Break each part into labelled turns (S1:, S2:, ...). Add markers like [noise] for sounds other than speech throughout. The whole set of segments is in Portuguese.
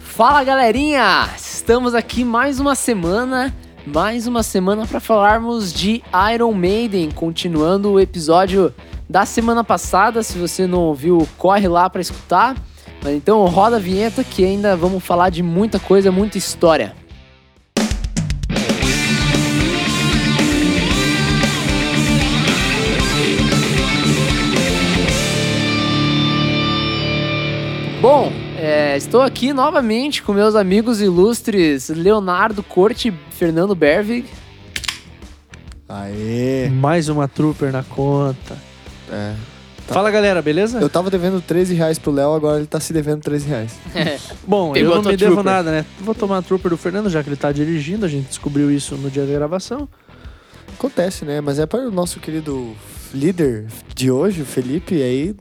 S1: Fala galerinha! Estamos aqui mais uma semana, mais uma semana para falarmos de Iron Maiden, continuando o episódio da semana passada. Se você não ouviu, corre lá para escutar. Mas então roda a vinheta que ainda vamos falar de muita coisa, muita história. Bom, é, estou aqui novamente com meus amigos ilustres Leonardo Corte e Fernando Bervig.
S2: Aê!
S3: Mais uma trooper na conta.
S2: É. Tá.
S3: Fala galera, beleza?
S2: Eu tava devendo 13 reais pro Léo, agora ele tá se devendo 13 reais.
S3: Bom,
S1: Pegou
S3: eu
S1: a
S3: não
S1: tua
S3: me devo
S1: trooper.
S3: nada, né? Vou tomar a trooper do Fernando, já que ele tá dirigindo, a gente descobriu isso no dia da gravação.
S2: Acontece, né? Mas é para o nosso querido líder de hoje, o Felipe, aí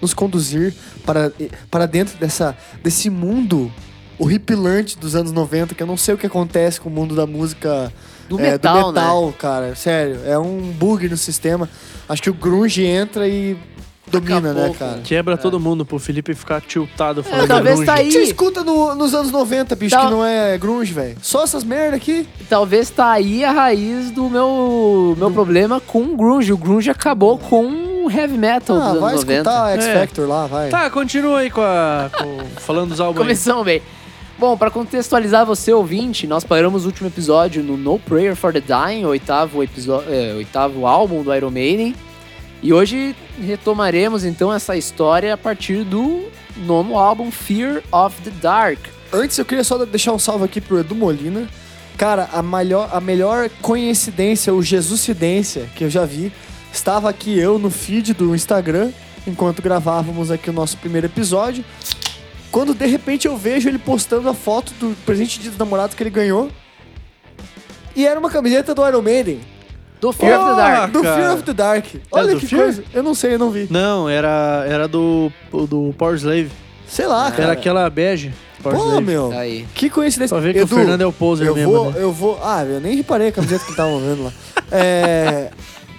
S2: nos conduzir para, para dentro dessa, desse mundo horripilante dos anos 90, que eu não sei o que acontece com o mundo da música
S1: Do
S2: é,
S1: metal, né?
S2: do metal cara. Sério, é um bug no sistema. Acho que o grunge entra e domina,
S1: Acabou
S2: né, cara?
S1: com-
S3: Quebra todo mundo pro Felipe ficar tiltado falando.
S1: talvez
S3: grunge.
S1: tá aí-
S2: O que Você escuta no- nos anos 90, bicho,
S1: Tá.
S2: que não é grunge, velho. Só essas merda aqui.
S1: Talvez tá aí a raiz do meu, meu problema com o grunge. O grunge acabou com o heavy metal
S2: Ah,
S1: dos
S2: vai
S1: anos 90.
S2: escutar X
S3: É.
S2: Factor lá, vai.
S3: Tá, continua aí com a. com- falando dos álbuns. aí.
S1: Começamos bem. Bom, pra contextualizar você, ouvinte, nós paramos o último episódio no No Prayer for the Dying, oitavo, episo- é, oitavo álbum do Iron Maiden. E hoje retomaremos então essa história a partir do nono álbum Fear of the Dark.
S2: Antes eu queria só deixar um salve aqui pro Edu Molina. Cara, a melhor, a melhor coincidência ou Jesuscidência que eu já vi estava aqui eu no feed do Instagram enquanto gravávamos aqui o nosso primeiro episódio. Quando de repente eu vejo ele postando a foto do presente de namorado que ele ganhou. E era uma camiseta do Iron Maiden.
S1: Do Fear of the Dark.
S3: Ah,
S2: do
S3: cara.
S2: Fear of the Dark. Olha
S3: do
S2: que
S3: Fear?
S2: coisa. Eu não sei, eu não vi.
S3: Não, era, era do, do Power Slave.
S2: Sei lá,
S3: Era
S2: cara.
S3: aquela bege. Power
S2: É. Pô,
S3: Slave.
S2: meu.
S1: Tá aí.
S2: Que coincidência.
S3: Só ver que
S2: Edu,
S3: o Fernando é o poser
S2: eu
S3: mesmo.
S2: vou,
S3: né?
S2: eu vou. Ah, eu nem reparei a camiseta que tava vendo lá. É,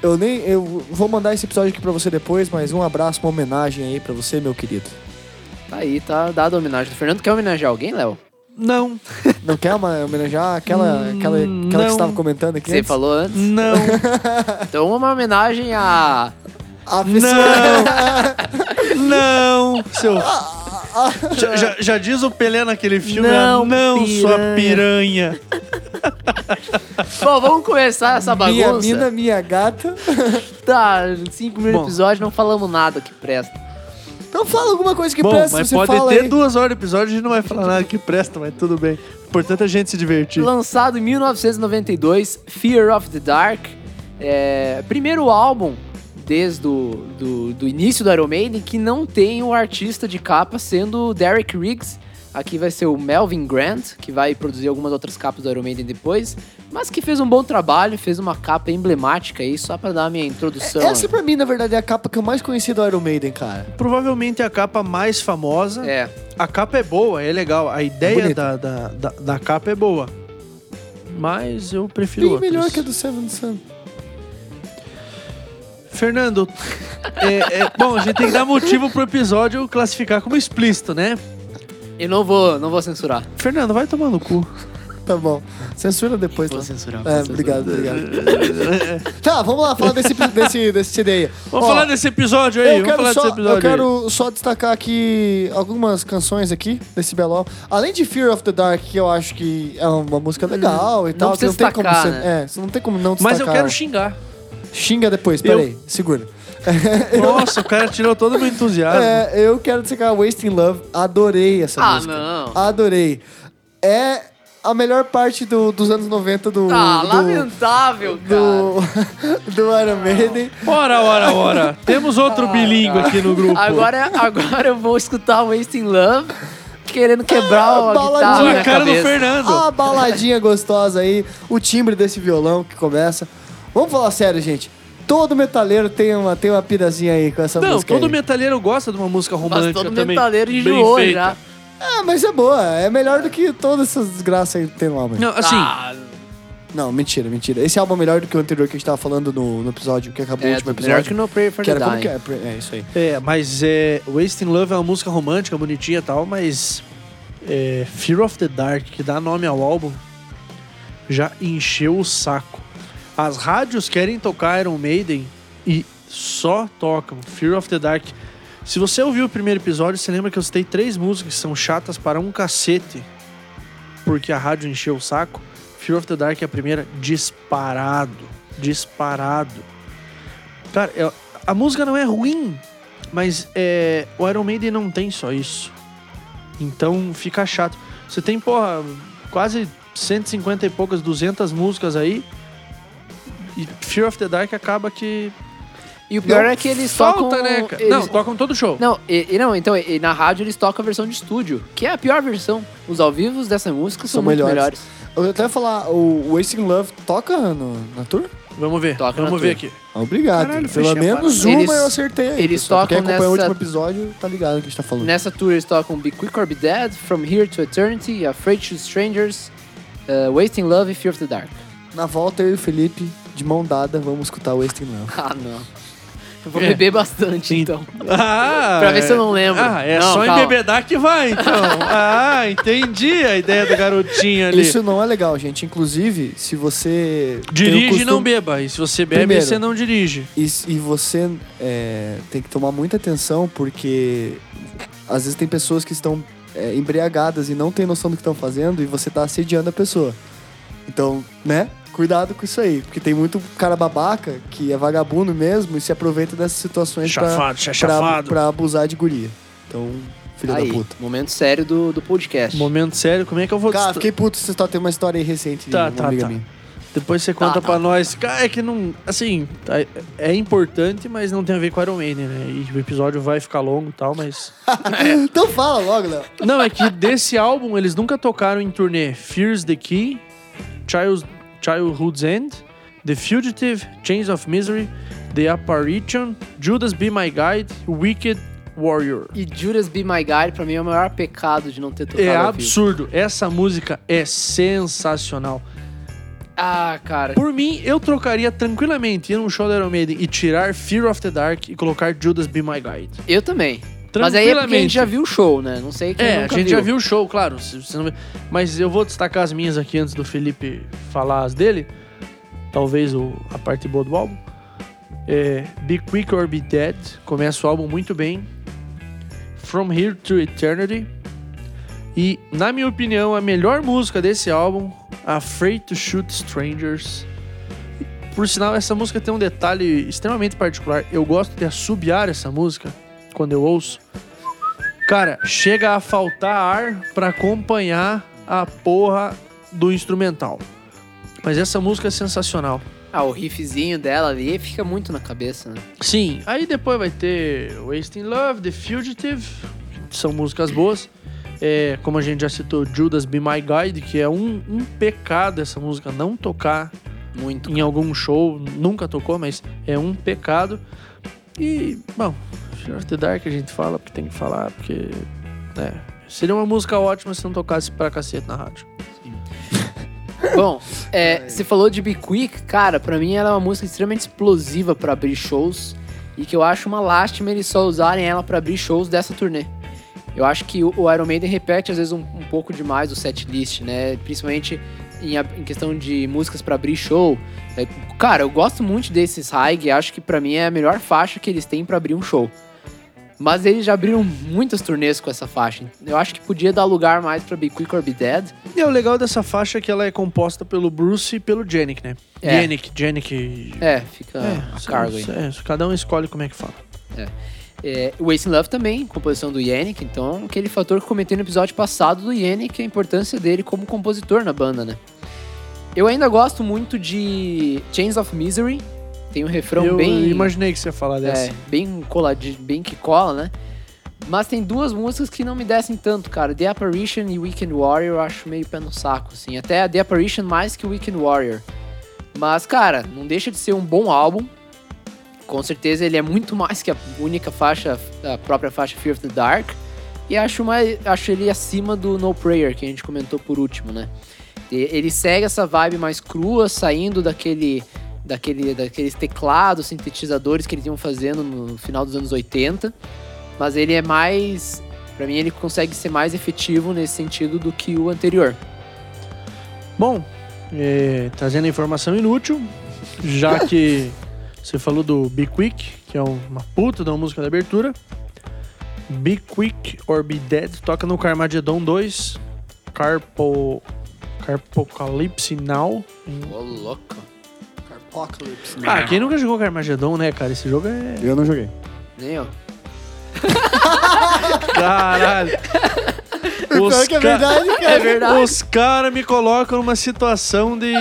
S2: eu nem. Eu vou mandar esse episódio aqui pra você depois, mas um abraço, uma homenagem aí pra você, meu querido.
S1: Tá aí, tá dado a homenagem. O Fernando quer homenagear alguém, Léo?
S3: Não,
S2: Não quer uma, homenagear aquela, aquela,
S3: Hum,
S2: aquela que
S3: não.
S2: você tava comentando aqui?
S1: Você
S2: antes?
S1: falou antes.
S2: [laughs]
S3: não,
S1: Então uma homenagem a
S2: A pessoa-
S3: não, não, seu. Já, já- já diz o Pelé naquele filme,
S1: Não,
S3: não, não sua piranha.
S1: Bom, vamos começar essa
S2: [laughs] minha
S1: bagunça.
S2: mina, minha gata.
S1: Tá, cinco mil
S3: Bom.
S1: episódios, não falamos nada que presta.
S2: Então fala alguma coisa que
S3: Bom,
S2: presta,
S3: mas
S2: você
S3: pode
S2: fala
S3: ter
S2: aí.
S3: duas horas de episódio, a gente não vai falar nada que presta, mas tudo bem. O Importante é a gente se divertir.
S1: Lançado em 1992, Fear of the Dark. É, primeiro álbum desde o do, do início do Iron Maiden que não tem o artista de capa sendo o Derek Riggs. Aqui vai ser o Melvin Grant, que vai produzir algumas outras capas do Iron Maiden depois, mas que fez um bom trabalho, fez uma capa emblemática aí, só pra dar a minha introdução.
S2: Essa pra mim, na verdade, é a capa que eu mais conheci do Iron Maiden, cara.
S3: Provavelmente é a capa mais famosa.
S1: É,
S3: A capa é boa, é legal. A ideia
S2: Bonita.
S3: da, da, da, da capa é boa. Mas eu prefiro
S2: Bem
S3: outras.
S2: melhor que a do Seven Sun.
S3: Fernando, é- é- bom, a gente tem que dar motivo pro episódio classificar como explícito, né?
S1: eu não vou, não vou censurar.
S3: Fernando, vai tomar no cu.
S2: Tá bom. Censura depois,
S1: Vou
S2: tá?
S1: censurar. vou
S2: É,
S1: censurar.
S2: obrigado, obrigado. tá, vamos lá falar desse, desse, desse CD aí.
S3: Vamos
S2: Ó,
S3: falar desse episódio aí,
S2: eu
S3: vamos
S2: quero,
S3: falar
S2: só,
S3: desse episódio
S2: eu quero só destacar aqui algumas canções aqui desse belo álbum. Além de Fear of the Dark, que eu acho que é uma
S3: Hum,
S2: música legal e tal. que
S1: precisa
S2: não tem como
S1: destacar,
S2: você-
S1: né?
S2: É, você não tem como não
S3: aí. Mas eu
S1: Tá,
S2: destacar.
S1: [laughs]
S3: quero xingar.
S2: Xinga depois, peraí, segura.
S3: Nossa, o cara tirou todo o meu entusiasmo.
S2: É, eu quero destacar Wasting Love. Adorei essa
S1: Ah,
S2: música.
S1: não.
S2: Adorei. É a melhor parte do- dos anos 90 do...
S1: Tá,
S3: Ah,
S2: do-
S1: lamentável, cara.
S2: do, [laughs] do Iron Maiden.
S3: Ora, ora, ora. Temos outro
S1: Ah,
S3: bilíngue aqui no grupo.
S1: Agora, agora eu vou escutar Wasting Love querendo quebrar a
S2: Baladinha.
S1: guitarra na
S2: Olha
S1: minha
S2: a
S3: cara do
S1: cabeça. Ah,
S3: Fernando.
S2: A baladinha gostosa aí, o timbre desse violão que começa. Vamos falar sério, gente. Todo metaleiro tem uma, tem uma pirazinha aí com essa
S3: Não,
S2: música.
S3: todo
S2: aí.
S3: metalheiro gosta de uma música
S1: Mas
S3: romântica
S1: todo
S3: também.
S1: metaleiro
S3: Bem
S1: enjoou
S3: feita.
S1: já.
S2: Ah, mas é boa. É melhor do que todas essas desgraças aí que tem no álbum. Não.
S3: Não, assim,
S1: Ah,
S2: mentira, mentira. Esse álbum é melhor do que o anterior que a gente tava falando no, no episódio que acabou o
S1: é,
S2: último
S1: melhor
S2: episódio.
S1: que no Prayer for
S2: que
S1: the
S2: era como que
S1: Dying.
S2: é? É isso aí.
S3: é, mas é, Wasting Love é uma música romântica, bonitinha e tal, mas é, Fear of the Dark, que dá nome ao álbum, já encheu o saco. As rádios querem tocar Iron Maiden e só tocam Fear of the Dark. Se você ouviu o primeiro episódio, você lembra que eu citei três músicas que são chatas para um cacete, porque a rádio encheu o saco. Fear of the Dark é a primeira disparado, disparado. Cara, é- a música não é ruim, mas é, o Iron Maiden não tem só isso. Então fica chato. Você tem, porra, quase 150 e poucas, 200 músicas aí. E Fear of the Dark acaba que.
S1: E o pior
S3: Não,
S1: é que eles
S3: falta,
S1: tocam...
S3: né, cara?
S1: eles-
S3: Não, tocam todo show.
S1: Não, e, e não, então, e, e na rádio eles tocam a versão de estúdio, que é a pior versão. Os ao vivos dessa música são,
S2: São
S1: muito
S2: melhores.
S1: melhores.
S2: Eu até ia falar, o Wasting Love toca no, na tour?
S3: Vamos ver.
S1: Toca na
S3: Vamos ver
S1: tua.
S3: aqui.
S2: Obrigado.
S3: Caralho, fechei
S2: Pelo
S3: a
S2: menos
S1: parada.
S2: uma
S1: Eles-
S2: eu acertei aí.
S1: eles
S2: pessoal. Quem
S1: tocam
S2: acompanhou
S1: nessa-
S2: o último episódio tá ligado o que a gente tá
S3: Hum.
S2: falando.
S1: Nessa tour eles tocam Be Quick or Be Dead, From Here to Eternity, Afraid to Strangers, uh, Wasting Love e Fear of the Dark.
S2: Na volta, eu e o Felipe, de mão dada, vamos escutar o Wasting
S3: [laughs]
S2: Love.
S1: Ah, não. Eu vou
S3: É.
S1: beber bastante, então.
S3: Ah,
S1: [laughs] Pra ver se eu
S3: é-
S1: não lembro.
S3: Ah, é
S1: Não,
S3: só
S1: calma.
S3: embebedar que
S1: [laughs]
S3: vai, então. ah, entendi a ideia do garotinho ali.
S2: Isso não é legal, gente. Inclusive, se você. tem o
S3: Dirige e não
S2: costume-
S3: beba. E se você bebe,
S2: Primeiro.
S3: você não dirige.
S2: E, e você é, tem que tomar muita atenção, porque às vezes tem pessoas que estão é, embriagadas e não tem noção do que estão fazendo e você tá assediando a pessoa. Então, né? Cuidado com isso aí, porque tem muito cara babaca que é vagabundo mesmo e se aproveita dessas
S1: Então,
S2: situações pra,
S3: Chafado, cha-
S2: pra,
S3: chafado.
S2: pra abusar de guria. Então, filho
S1: Aí,
S2: da puta.
S1: momento sério do, do podcast.
S3: Momento sério, como é que eu vou...
S2: Cara,
S3: dest-
S2: fiquei puto, você só tem uma história aí recente de
S3: Tá,
S2: uma
S3: tá,
S2: amiga
S3: tá.
S2: minha. [laughs]
S3: Depois você conta
S1: Tá, tá.
S3: pra nós. Cara, é que não... Assim, tá- é importante, mas não tem a ver com Iron Maiden, né? E o episódio vai ficar longo e tal, mas...
S2: Então fala logo, Léo.
S3: Não, é que desse álbum eles nunca tocaram em turnê Fears the Key, Child, Childhood's End, The Fugitive, Chains of Misery, The Apparition, Judas Be My Guide, Wicked Warrior.
S1: E Judas Be My Guide, pra mim, é o maior pecado de não ter tocado
S3: É
S1: ao vivo.
S3: absurdo. Essa música é sensacional.
S1: Ah, cara.
S3: Por mim, eu trocaria tranquilamente ir num show da Iron Maiden e tirar Fear of the Dark e colocar Judas Be My Guide.
S1: Eu também. Mas aí é porque a gente
S3: Tranquilamente.
S1: já viu o show, né? Não sei quem
S3: É, a
S1: nunca
S3: gente já viu o show, claro. se você não- Mas eu vou destacar as minhas aqui antes do Felipe falar as dele. Talvez o- a parte boa do álbum. É, be Quick or Be Dead. Começa o álbum muito bem. From Here to Eternity. E, na minha opinião, a melhor música desse álbum, Afraid to Shoot Strangers. Por sinal, essa música tem um detalhe extremamente particular. Eu gosto de assobiar essa música quando eu ouço. Cara, chega a faltar ar pra acompanhar a porra do instrumental. Mas essa música é sensacional.
S1: Ah, o riffzinho dela ali fica muito na cabeça, né?
S3: Sim, aí depois vai ter Wasting Love, The Fugitive, que são músicas boas. É, como a gente já citou, Judas Be My Guide, que é um, um pecado essa música não tocar
S1: Muito.
S3: em algum show, nunca tocou, mas é um pecado. E, bom, Fear of the Dark a gente fala porque tem que falar, porque. né, Seria uma música ótima se não tocasse pra cacete na rádio.
S1: Bom, é, você falou de Be Quick, cara, pra mim ela é uma música extremamente explosiva pra abrir shows e que eu acho uma lástima eles só usarem ela pra abrir shows dessa turnê. Eu acho que o, o Iron Maiden repete às vezes um, um pouco demais o set list, né? Principalmente em, ab- em questão de músicas pra abrir show. É, cara, eu gosto muito desses Haig, acho que pra mim é a melhor faixa que eles têm pra abrir um show. Mas eles já abriram muitas turnês com essa faixa. Eu acho que podia dar lugar mais pra Be Quick or Be Dead.
S3: E o legal dessa faixa é que ela é composta pelo Bruce e pelo Janik, né?
S1: É.
S3: Janik, Janik.
S1: É, fica a
S3: sei-
S1: cargo aí.
S3: sei- cada um escolhe como é que fala.
S1: É, o Wasting Love também, composição do Yannick, então aquele fator que eu comentei no episódio passado do Yannick, a importância dele como compositor na banda, né? Eu ainda gosto muito de Chains of Misery, tem um refrão
S3: Eu
S1: bem,
S3: imaginei que você ia falar dessa.
S1: é, bem coladinho, bem que cola, né? Mas tem duas músicas que não me descem tanto, cara. The Apparition e Weekend Warrior eu acho meio pé no saco, assim. Até a The Apparition mais que Weekend Warrior. Mas, cara, não deixa de ser um bom álbum. Com certeza ele é muito mais que a única faixa, a própria faixa Fear of the Dark. E acho, mais, acho ele acima do No Prayer, que a gente comentou por último, né? E- Ele segue essa vibe mais crua, saindo daquele, daquele, daqueles teclados, sintetizadores que eles iam fazendo no final dos anos 80. Mas ele é mais Pra mim, ele consegue ser mais efetivo nesse sentido do que o anterior.
S3: Bom, é, trazendo a informação inútil, já
S2: [laughs]
S3: que você falou do Be Quick, que é uma puta da música da abertura. Be Quick or Be Dead toca no Carmageddon 2, Carpo... Carpocalipse Now.
S1: Ô, louco.
S2: Apocalypse. né?
S3: Ah, quem nunca jogou Carmageddon, né, cara? Esse jogo é
S2: Eu não joguei.
S1: Nem eu.
S3: Caralho.
S2: [laughs] Pior que é verdade, cara.
S3: [laughs]
S1: É verdade.
S3: Os caras me colocam numa situação de,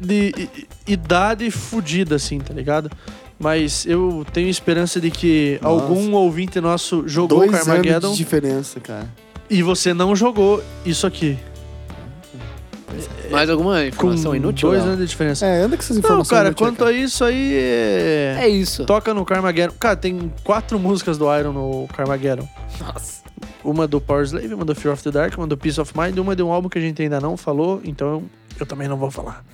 S3: de i- idade fodida, assim, tá ligado? Mas eu tenho esperança de que
S2: Nossa.
S3: algum ouvinte nosso jogou
S2: Dois anos
S3: Carmageddon
S2: de diferença, cara.
S3: e você não jogou isso aqui.
S1: Mais alguma
S3: Com
S1: informação inútil?
S3: dois
S1: Léo?
S3: anos de diferença.
S2: É, anda com essas
S3: não,
S2: informações.
S3: cara,
S2: inúteis,
S3: quanto a isso aí é...
S1: É isso.
S3: Toca no Carmageddon. Cara, tem quatro músicas do Iron no Carmageddon.
S1: Nossa.
S3: Uma do Power Slave, uma do Fear of the Dark, uma do Peace of Mind, uma de um álbum que a gente ainda não falou, então eu também não vou falar.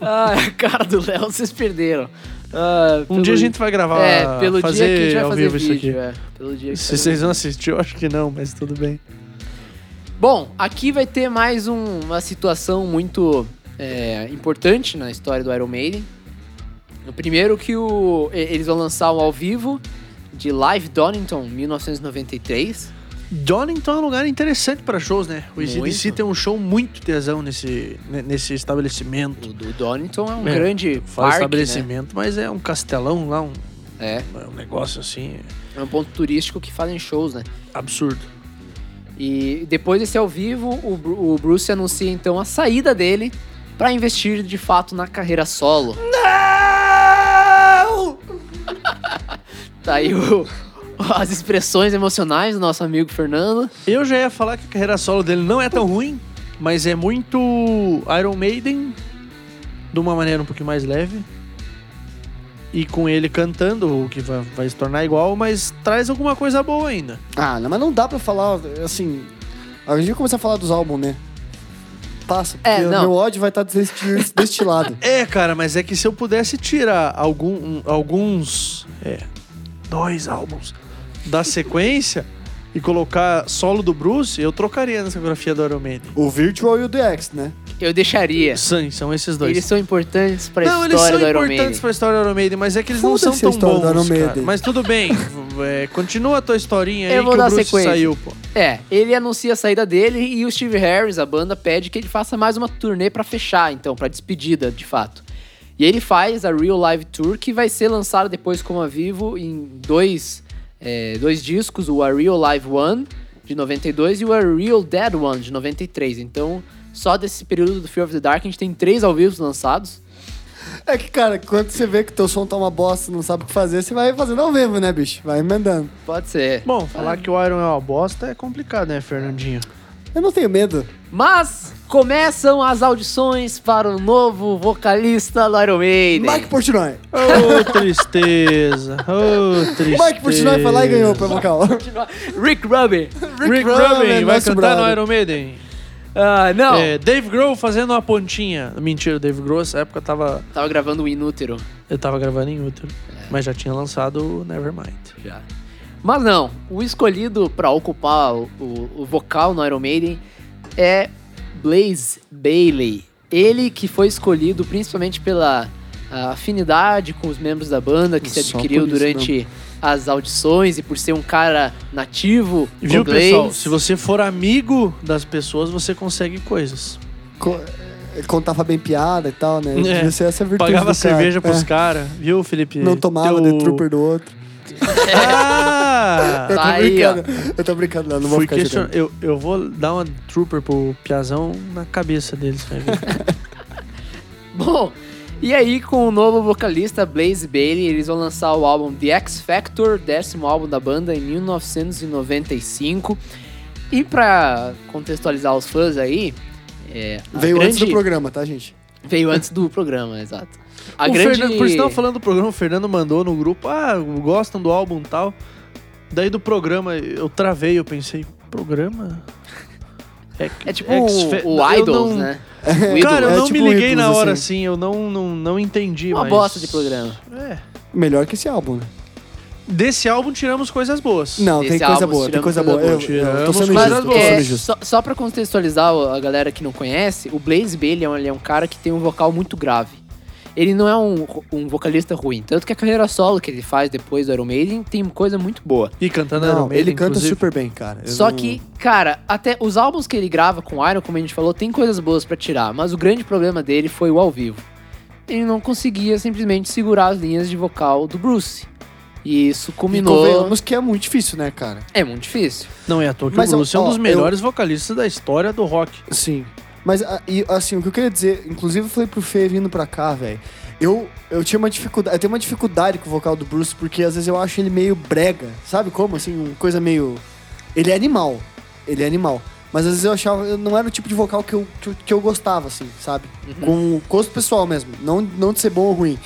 S1: Ah, [laughs] cara do Léo, vocês perderam. Ah,
S3: Um dia a gente vai gravar.
S1: É, pelo
S3: fazer
S1: dia que a gente vai
S3: ao
S1: fazer
S3: vivo
S1: vídeo.
S3: isso aqui.
S1: É, pelo dia que
S3: Se
S1: vai-
S3: vocês vão assistir, eu acho que não, mas tudo bem.
S1: Bom, aqui vai ter mais um- uma situação muito é, importante na história do Iron Maiden. O primeiro que o- e- eles vão lançar um ao vivo de Live Donington 1993.
S3: Donington é um lugar interessante pra shows, né? O ICDC
S1: Muito.
S3: tem um show muito tesão nesse, ne- nesse estabelecimento.
S1: O, do Donington é um
S3: É,
S1: grande
S3: Fala
S1: parque, né?
S3: estabelecimento, mas é um castelão lá, um,
S1: É,
S3: é um negócio assim
S1: é um ponto turístico que fazem shows, né?
S3: absurdo.
S1: E depois desse ao vivo, o, Bru- o Bruce anuncia então a saída dele para investir de fato na carreira solo.
S3: Não!
S1: [laughs] Tá aí o- as expressões emocionais do nosso amigo Fernando.
S3: Eu já ia falar que a carreira solo dele não é tão ruim, mas é muito Iron Maiden, de uma maneira um pouquinho mais leve. E com ele cantando, o que vai, vai se tornar igual, mas traz alguma coisa boa ainda.
S2: Ah, não, mas não dá pra falar, assim. A gente vai começar a falar dos álbuns, né? Passa, porque
S1: É, não.
S2: meu ódio vai tá estar desti- destilado.
S3: É, cara, mas é que se eu pudesse tirar algum, um- alguns. É. Dois álbuns da sequência e colocar solo do Bruce, eu trocaria na discografia do Iron Maiden.
S2: o Virtual e o DX, né?
S1: Eu deixaria.
S3: Sim, são esses dois.
S1: É. Eles são importantes pra
S3: não, eles
S1: história
S3: são
S1: do Iron
S3: importantes
S1: Maiden.
S3: pra história do Iron Maiden, mas é que eles não são
S2: Foda-se
S3: tão
S2: a história do
S3: bons,
S2: Iron
S3: cara.
S2: Maiden.
S3: Mas tudo bem, [laughs] v- é, continua a tua historinha aí
S1: Eu vou
S3: que
S1: dar
S3: o Bruce
S1: sequência.
S3: saiu, pô.
S1: É, ele anuncia a saída dele e o Steve Harris, a banda, pede que ele faça mais uma turnê pra fechar, então, pra despedida, de fato. E ele faz a Real Live Tour, que vai ser lançada depois como a vivo em dois, é, dois discos, o A Real Live One, de 92, e o A Real Dead One, de 93. Então, só desse período do Fear of the Dark, a gente tem três ao vivo lançados.
S2: É que, cara, quando você vê que teu som tá uma bosta não sabe o que fazer, você vai fazendo ao vivo, né, bicho? Vai emendando.
S1: Pode ser.
S3: Bom, falar que o Iron é uma bosta é complicado, né, Fernandinho?
S2: Eu não tenho medo.
S1: Mas começam as audições para o novo vocalista do Iron Maiden.
S2: Mike Portnoy.
S3: Ô, tristeza, ô, tristeza.
S2: Mike Portnoy foi lá e ganhou pra vocal.
S1: Rick Rubin.
S3: [laughs]
S2: Rubin
S3: Rick Rubin vai
S2: nosso
S3: cantar
S2: brother.
S3: no Iron Maiden.
S1: Ah, não.
S3: É, Dave Grohl fazendo uma pontinha. Mentira, o Dave Grohl, essa época tava,
S1: Tava gravando o Inútero
S3: eu tava gravando em útero, mas já tinha lançado o Nevermind.
S1: já. Mas não, o escolhido para ocupar o, o- o vocal no Iron Maiden é Blaze Bailey. Ele que foi escolhido principalmente pela ah, afinidade com os membros da banda que se
S2: Só
S1: adquiriu
S2: por isso
S1: durante as audições e por ser um cara nativo do
S3: Viu, pessoal?
S1: Blaze.
S3: Se você for amigo das pessoas, você consegue coisas.
S2: [laughs] Co- Contava bem piada e tal, né?
S3: É.
S2: Devia ser essa a virtude do
S3: Pagava
S2: cara.
S3: cerveja pros
S2: É.
S3: caras, viu, Felipe?
S2: Não tomava
S3: Teu-
S2: The Trooper do outro.
S3: [laughs] Ah!
S2: Eu tô
S1: Tá aí,
S2: brincando. Eu tô brincando, não, não vou
S3: Fui
S2: ficar
S3: question...
S2: jogando.
S3: eu, eu vou dar uma Trooper pro Piazão na cabeça deles, né?
S1: [laughs]
S3: vai ver.
S1: Bom, e aí com o novo vocalista Blaze Bailey, eles vão lançar o álbum The X Factor, décimo álbum da banda em 1995. E pra contextualizar os fãs aí, é, a
S2: Veio antes do
S1: grande-
S2: programa, tá, gente?
S1: Veio antes do programa, [laughs] exato. A
S3: O
S1: grande
S3: Fernando- por sinal, falando do programa, o Fernando mandou no grupo, ah, gostam do álbum e tal. Daí do programa, eu travei, eu pensei, programa?
S1: é tipo
S3: X-Fe-
S1: o, o
S3: eu
S1: Idols,
S2: [laughs]
S3: não-
S1: né? O Idols.
S3: Cara, eu
S2: É
S3: não
S2: tipo
S3: me liguei
S2: Idols,
S3: na hora,
S2: assim.
S3: assim, eu não, não, não entendi,
S1: Uma
S3: mas...
S1: bosta de programa.
S3: É.
S2: Melhor que esse álbum, né?
S3: Desse álbum tiramos coisas boas.
S2: Não,
S1: Esse
S2: tem coisa
S1: álbum,
S2: boa, tem
S1: tiramos
S2: coisa
S1: coisa
S2: boa. Eu,
S3: boa.
S2: eu tô
S3: Tiramos
S2: sendo
S3: coisa
S2: justo,
S1: Mas
S2: eu tô
S3: boa.
S2: sendo
S1: é,
S2: justo.
S1: só, só pra contextualizar a galera que não conhece, o Blaze B, ele é, um, ele é um cara que tem um vocal muito grave. Ele não é um, um vocalista ruim. Tanto que a carreira solo que ele faz depois do Iron Maiden tem coisa muito boa.
S3: E cantando Iron
S2: Não,
S3: Maiden,
S2: ele canta
S3: inclusive.
S2: super bem, cara. Eu
S1: Só
S2: não-
S1: que, cara, até os álbuns que ele grava com o Iron, como a gente falou, tem coisas boas pra tirar, mas o grande problema dele foi o ao vivo. Ele não conseguia simplesmente segurar as linhas de vocal do Bruce. E isso
S2: E
S1: culminou.
S2: convenhamos que é muito difícil, né, cara?
S1: É muito difícil.
S3: Não é à toa que
S2: Mas,
S3: o Bruce é
S2: ó,
S3: um dos
S2: eu-
S3: melhores vocalistas da história do rock.
S2: Sim. Mas, a- e, assim, o que eu queria dizer, inclusive eu falei pro Fê vindo pra cá, velho. Eu, eu tinha uma dificuldade, eu tenho uma dificuldade com o vocal do Bruce, porque às vezes eu acho ele meio brega, sabe como? Assim, uma coisa meio. Ele é animal. Ele é animal. Mas às vezes eu achava, eu não era o tipo de vocal que eu, que, eu- que eu gostava, assim, sabe?
S3: Uhum.
S2: Com o gosto pessoal mesmo, não, não de ser bom ou ruim.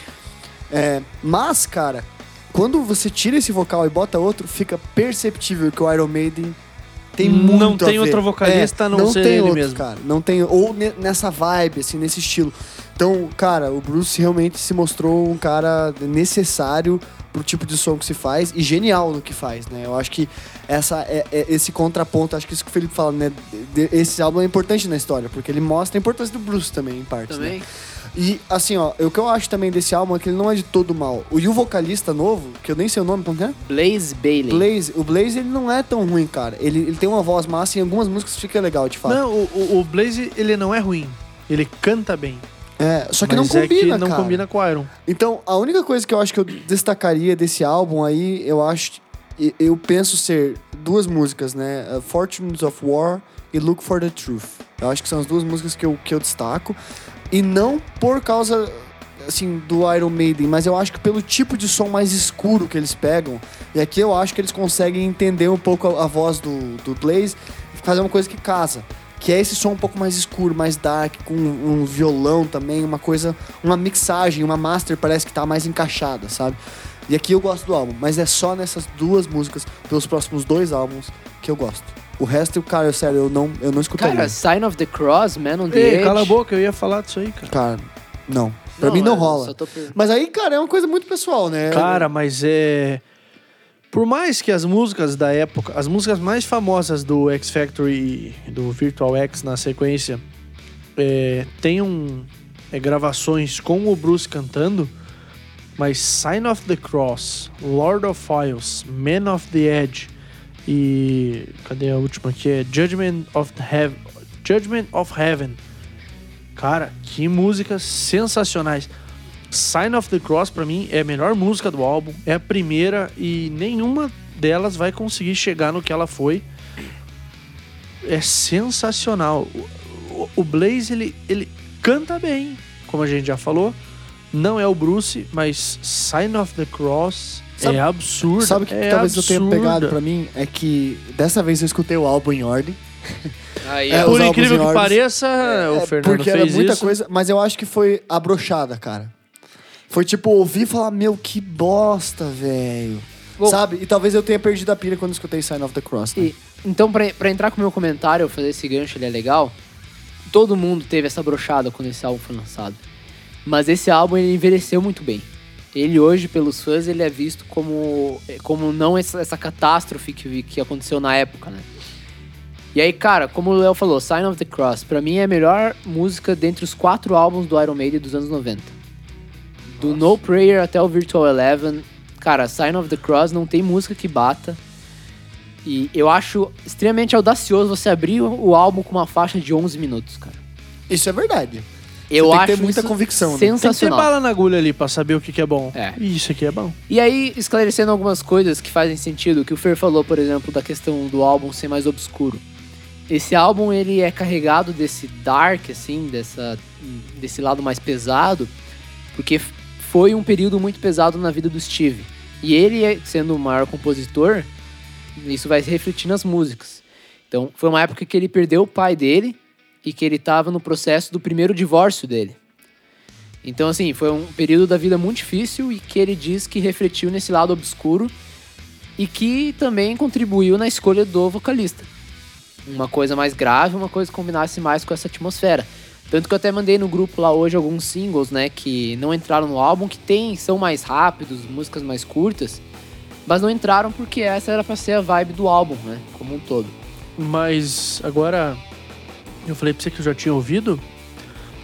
S2: É, mas, cara, quando você tira esse vocal e bota outro, fica perceptível que o Iron Maiden tem
S3: Não
S2: muito a
S3: tem
S2: ver. É,
S3: outro vocalista a não ser
S2: tem
S3: ele
S2: outro,
S3: mesmo.
S2: Cara, não tem, ou ne- nessa vibe, assim, nesse estilo. Então, cara, o Bruce realmente se mostrou um cara necessário pro tipo de som que se faz e genial no que faz, né? Eu acho que essa, é, é- esse contraponto, acho que isso que o Felipe fala, né? De- de- Esse álbum é importante na história, porque ele mostra a importância do Bruce também, em partes, né?
S1: Também.
S2: E assim, ó, o que eu acho também desse álbum é que ele não é de todo mal. O, e o vocalista novo, que eu nem sei o nome, como que é?
S1: Blaze Bailey.
S2: Blaze. O Blaze ele não é tão ruim, cara. Ele, ele tem uma voz massa e em algumas músicas fica legal, de fato.
S3: Não, o, o- o Blaze, ele não é ruim. Ele canta bem.
S2: É, só que não
S3: mas
S2: combina,
S3: é que não
S2: cara.
S3: combina com o Iron.
S2: Então, a única coisa que eu acho que eu destacaria desse álbum aí, eu acho. e- Eu penso ser duas músicas, né? Uh, Fortunes of War e Look for the Truth. Eu acho que são as duas músicas que eu, que eu destaco. E não por causa, assim, do Iron Maiden, mas eu acho que pelo tipo de som mais escuro que eles pegam. E aqui eu acho que eles conseguem entender um pouco a, a voz do, do Blaze e fazer uma coisa que casa. Que é esse som um pouco mais escuro, mais dark, com um violão também, uma coisa uma mixagem, uma master parece que tá mais encaixada, sabe? E aqui eu gosto do álbum, mas é só nessas duas músicas, pelos próximos dois álbuns, que eu gosto. O resto, cara, eu- sério, eu não, eu não escutaria.
S1: Cara,
S2: Cara,
S1: Sign of the Cross, Man on the
S3: Ei,
S1: Edge.
S3: cala a boca, eu ia falar disso aí, cara.
S2: não. Pra mim não
S1: eu
S2: rola.
S1: é, só tô per-
S2: Mas aí, cara, é uma coisa muito pessoal, né?
S3: Cara, mas é. Por mais que as músicas da época, as músicas mais famosas do X Factor e do Virtual X na sequência, é, tenham é, gravações com o Bruce cantando, mas Sign of the Cross, Lord of Files, Man of the Edge e. Cadê a última aqui? É Judgment of, Heaven, Judgment of Heaven. Cara, que músicas sensacionais. Sign of the Cross, pra mim, é a melhor música do álbum, é a primeira e nenhuma delas vai conseguir chegar no que ela foi. É sensacional. O- O, o Blaze, ele, ele canta bem, como a gente já falou. Não é o Bruce, mas Sign of the Cross
S2: Sabe-
S3: é absurdo.
S2: Sabe o que, que
S3: é
S2: talvez eu tenha
S3: absurdo.
S2: pegado pra mim? É que dessa vez eu escutei o álbum em ordem.
S1: Aí, ó.
S2: É, os
S3: Por
S2: álbuns em
S3: incrível que
S2: ordem.
S3: pareça, o
S2: É,
S3: Fernando
S2: porque
S3: fez
S2: era muita
S3: isso.
S2: coisa, mas eu acho que foi a brochada, cara. Foi tipo ouvir e falar, meu, que bosta, velho.
S1: Bom-
S2: Sabe? E talvez eu tenha perdido a pilha quando escutei Sign of the Cross. né?
S1: E, então, pra, pra entrar com o meu comentário, fazer esse gancho, ele é legal. Todo mundo teve essa brochada quando esse álbum foi lançado. Mas esse álbum, ele envelheceu muito bem. Ele hoje, pelos fãs, ele é visto como, como não essa, essa catástrofe que, vi- que aconteceu na época, né? E aí, cara, como o Léo falou, Sign of the Cross, pra mim é a melhor música dentre os quatro álbuns do Iron Maiden dos anos 90. Do No Prayer até o Virtual Eleven, cara, Sign of the Cross não tem música que bata. E eu acho extremamente audacioso você abrir o álbum com uma faixa de 11 minutos, cara.
S2: Isso é verdade.
S1: Eu
S2: tem que
S1: acho
S2: ter muita
S1: isso
S2: convicção, né?
S3: Tem que ter
S1: sensacional.
S3: bala na agulha ali pra saber o que, que é bom.
S1: É.
S3: E isso aqui é bom.
S1: E aí, esclarecendo algumas coisas que fazem sentido, o que o Fer falou, por exemplo, da questão do álbum ser mais obscuro. Esse álbum, ele é carregado desse dark, assim, dessa, desse lado mais pesado, porque f- foi um período muito pesado na vida do Steve. E ele, é- sendo o maior compositor, isso vai se refletir nas músicas. Então, foi uma época que ele perdeu o pai dele e que ele estava no processo do primeiro divórcio dele. Então, assim, foi um período da vida muito difícil e que ele diz que refletiu nesse lado obscuro e que também contribuiu na escolha do vocalista. Uma coisa mais grave, uma coisa que combinasse mais com essa atmosfera. Tanto que eu até mandei no grupo lá hoje alguns singles, né, que não entraram no álbum, que tem, são mais rápidos, músicas mais curtas, mas não entraram porque essa era pra ser a vibe do álbum, né? Como um todo.
S3: Mas agora, eu falei pra você que eu já tinha ouvido,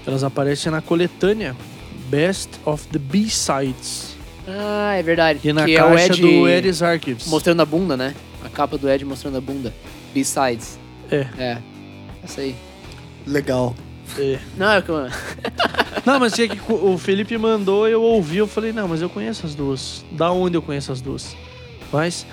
S3: elas aparecem na coletânea Best of the B-Sides.
S1: Ah, é verdade.
S3: E na
S1: que é o
S3: caixa
S1: Ed
S3: do Eris Archives.
S1: mostrando a bunda, né? A capa do Ed mostrando a bunda. Besides.
S3: É.
S1: É. Essa aí.
S2: Legal.
S3: É.
S1: Não, é que-
S3: Não, mas é que o Felipe mandou, eu ouvi, eu falei, não, mas eu conheço as duas. Da onde eu conheço as duas? Mas,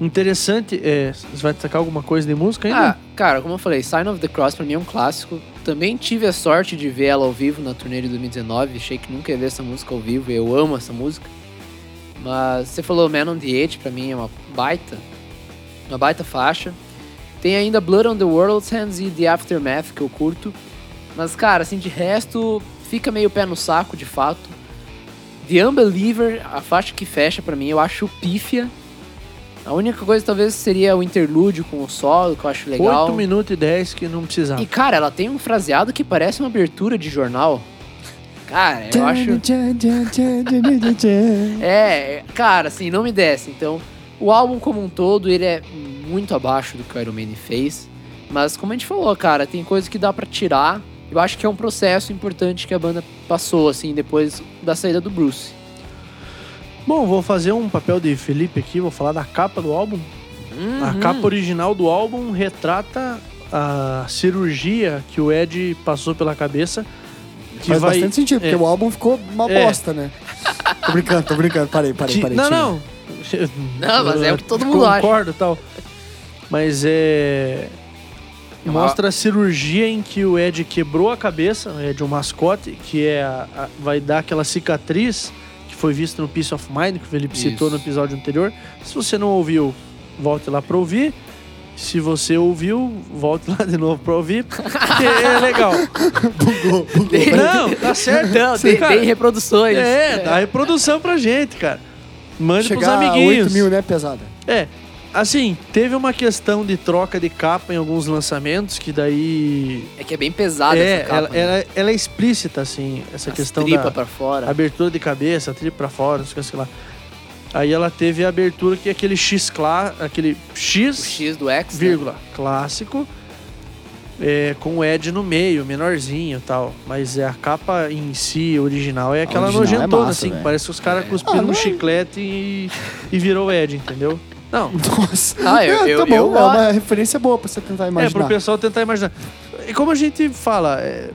S3: interessante, é, você vai destacar alguma coisa de música ainda?
S1: Ah, cara, como eu falei, Sign of the Cross pra mim é um clássico. Também tive a sorte de ver ela ao vivo na turnê de 2019. Achei que nunca ia ver essa música ao vivo. Eu amo essa música. Mas você falou Man on the Edge, pra mim é uma baita, uma baita faixa. Tem ainda Blood on the World's Hands e The Aftermath, que eu curto. Mas, cara, assim, de resto, fica meio pé no saco, de fato. The Unbeliever, a faixa que fecha pra mim, eu acho pífia. A única coisa talvez seria o interlúdio com o solo, que eu acho legal.
S3: 8 minutos e 10 que não precisava.
S1: E, cara, ela tem um fraseado que parece uma abertura de jornal. Cara, eu acho. É, cara, assim, não me desce. Então, o álbum como um todo, ele é muito abaixo do que o Iron Maiden fez. Mas, como a gente falou, cara, tem coisa que dá pra tirar. Eu acho que é um processo importante que a banda passou, assim, depois da saída do Bruce.
S3: Bom, vou fazer um papel de Felipe aqui, vou falar da capa do álbum. A
S1: Uhum.
S3: capa original do álbum retrata a cirurgia que o Ed passou pela cabeça. Que
S2: Faz
S3: vai...
S2: bastante sentido, porque
S3: é.
S2: o álbum ficou uma
S3: É.
S2: bosta, né? Tô brincando, tô brincando. Parei, parei,
S3: Que-
S2: parei.
S3: Não,
S2: tira.
S3: não.
S1: [laughs] Não, mas é o que todo mundo
S3: Concordo,
S1: acha.
S3: Concordo tal. Mas é.
S1: É uma-
S3: Mostra a cirurgia em que o Ed quebrou a cabeça, o Ed, o mascote, que é a- a- vai dar aquela cicatriz que foi vista no Peace of Mind, que o Felipe
S1: Isso.
S3: citou no episódio anterior. Se você não ouviu, volte lá pra ouvir. Se você ouviu, volte lá de novo pra ouvir, porque é
S1: [laughs]
S3: legal.
S2: Bugou, bugou.
S3: Não, tá certo.
S1: Não, tem,
S3: Cara,
S1: tem reproduções.
S3: É, dá reprodução pra gente, cara. Mande
S2: Chegar
S3: pros
S2: a
S3: amiguinhos.
S2: 8 mil, né, pesada?
S3: É, assim, teve uma questão de troca de capa em alguns lançamentos que daí.
S1: É que é bem pesada
S3: é,
S1: essa capa.
S3: ela,
S1: né?
S3: ela- ela é explícita, assim, essa
S1: As
S3: questão
S1: tripa
S3: da
S1: pra fora.
S3: abertura de cabeça, tripa pra fora, não sei o que lá. Aí ela teve a abertura que é aquele X, clá, aquele
S1: O
S3: X,
S1: X do X, né?
S3: vírgula, clássico, é, com o Ed no meio, menorzinho e tal. Mas é, a capa em si, original, é aquela
S2: original é
S3: nojentona,
S2: massa,
S3: assim,
S2: velho.
S3: parece que os caras
S1: É.
S3: cuspiram
S2: Ah,
S3: um
S2: não é-
S3: chiclete e, e virou Ed, entendeu? Não,
S2: Nossa.
S1: Ah, eu-
S2: É,
S1: eu-
S2: [laughs] tá bom,
S1: eu
S2: é
S1: gosto.
S2: uma referência boa pra você tentar
S3: É, pro
S2: imaginar.
S3: pessoal tentar imaginar. E como a gente fala, é,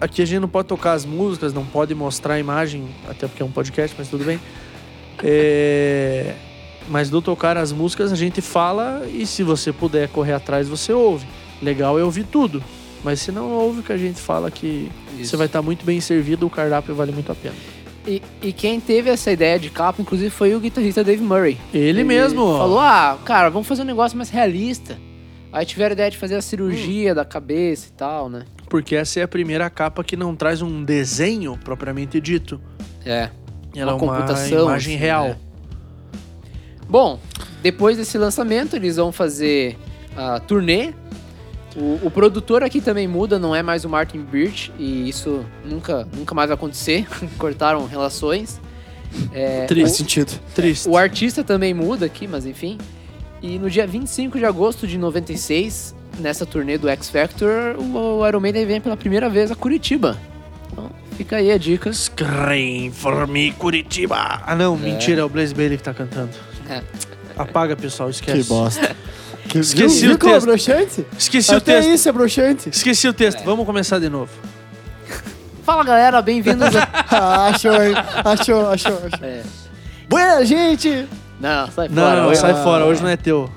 S3: aqui a gente não pode tocar as músicas, não pode mostrar a imagem, até porque é um podcast, mas tudo bem. É, mas do tocar as músicas a gente fala e se você puder correr atrás, você ouve. Legal é ouvir tudo. Mas se não ouve o que a gente fala que
S1: Isso.
S3: você vai estar muito bem servido, o cardápio vale muito a pena.
S1: E, e quem teve essa ideia de capa, inclusive, foi o guitarrista Dave Murray.
S3: Ele, mesmo. ó.
S1: Falou, ah, cara, vamos fazer um negócio mais realista. Aí tiveram a ideia de fazer a cirurgia da cabeça e tal, né?
S3: Porque essa é a primeira capa que não traz um desenho propriamente dito.
S1: É.
S3: Ela
S1: Uma
S3: é uma
S1: computação,
S3: imagem
S1: assim,
S3: real.
S1: né? Bom, depois desse lançamento, eles vão fazer a turnê. O, o produtor aqui também muda, não é mais o Martin Birch, e isso nunca, nunca mais vai acontecer. [laughs] Cortaram relações. É.
S2: Faz
S3: é Triste,
S2: sentido.
S3: triste.
S1: O artista também muda aqui, mas enfim. E no dia 25 de agosto de 96, nessa turnê do X Factor, o Iron Maiden vem pela primeira vez a Curitiba. Então, fica aí a dica.
S3: Scream for me Curitiba. Ah, não, mentira, é o Blaze Bailey que tá cantando.
S1: É.
S3: Apaga, pessoal,
S2: Que
S3: esquece.
S2: bosta. Que,
S3: É. Esqueci
S2: viu,
S3: o
S2: viu como é
S3: texto.
S2: broxante?
S3: Esqueci o
S2: Até
S3: texto.
S2: isso é broxante.
S3: Esqueci o
S1: É.
S3: texto. Vamos começar de novo.
S1: Fala galera, bem-vindos a.
S2: [laughs] Ah, achou, hein? Achou, achou, achou.
S1: [laughs] É.
S2: Buena, gente!
S1: Não, sai
S3: Não,
S1: É fora.
S3: não,
S1: Oi,
S3: sai
S2: ah.
S3: fora, hoje não é teu.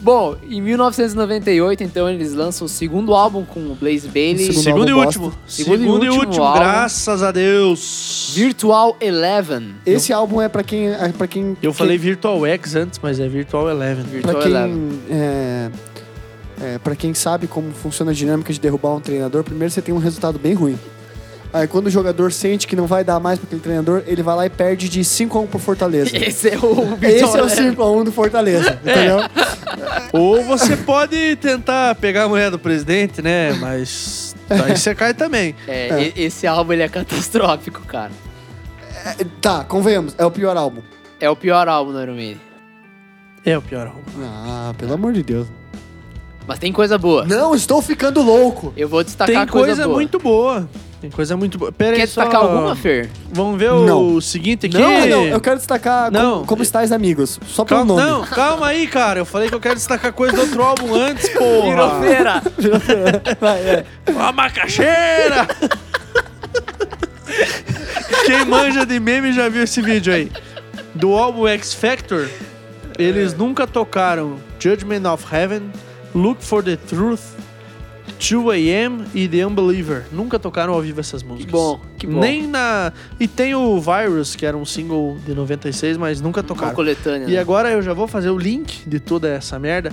S1: Bom, em 1998, então, eles lançam o segundo álbum com o Blaze Bailey,
S2: Segundo
S3: Segundo e
S2: álbum
S3: último.
S1: Segundo e
S3: Segundo e
S1: último
S3: último,
S1: álbum.
S3: graças a Deus.
S1: Virtual Eleven.
S2: Esse álbum é pra quem. É pra quem
S3: Eu falei Virtual X antes, mas é Virtual Eleven.
S2: Pra
S1: Virtual Eleven. [laughs]
S2: quem, é, é, pra quem sabe como funciona a dinâmica de derrubar um treinador, primeiro você tem um resultado bem ruim. Aí quando o jogador sente que não vai dar mais pra aquele treinador, ele vai lá e perde de 5 a 1 pro [laughs] Fortaleza.
S1: Esse é o
S2: Esse
S1: Virtual
S2: é o
S1: Eleven.
S2: 5x1 do [laughs] Fortaleza, entendeu?
S3: Ou
S1: [laughs]
S3: você pode tentar pegar a mulher do presidente, né? Mas aí você cai também.
S1: É, e- Esse álbum ele é catastrófico, cara.
S2: É, Tá, convenhamos, é o pior álbum.
S1: É o pior álbum do Iron Maiden.
S3: É o pior álbum.
S2: Ah, pelo amor de Deus.
S1: Mas tem coisa boa.
S2: Não, estou ficando louco.
S1: Eu vou destacar
S3: Tem
S1: coisa,
S3: coisa,
S1: boa.
S3: muito boa. Tem coisa muito boa. Pera
S1: Quer
S3: aí, só...
S1: destacar alguma, Fer?
S3: Vamos ver
S2: Não.
S3: o seguinte aqui.
S2: Não, não, eu quero destacar
S3: Não.
S2: Como, como estáis amigos. Só pelo
S3: Calma,
S2: nome.
S3: não, calma aí, cara. Eu falei que eu quero destacar coisa do outro
S2: [laughs]
S3: álbum antes,
S1: Virou
S3: porra.
S1: feira.
S2: Vai, é.
S3: A macaxeira! Quem manja de meme já viu esse vídeo aí. Do álbum X Factor,
S1: É.
S3: eles nunca tocaram Judgment of Heaven, Look for the Truth, 2AM e The Unbeliever. Nunca tocaram ao vivo essas músicas.
S1: Que [laughs] bom, que bom.
S3: Nem na. E tem o Virus, que era um single de 96, mas nunca
S1: Uma
S3: tocaram.
S1: coletânea.
S3: E
S1: né?
S3: agora eu já vou fazer o link de toda essa merda.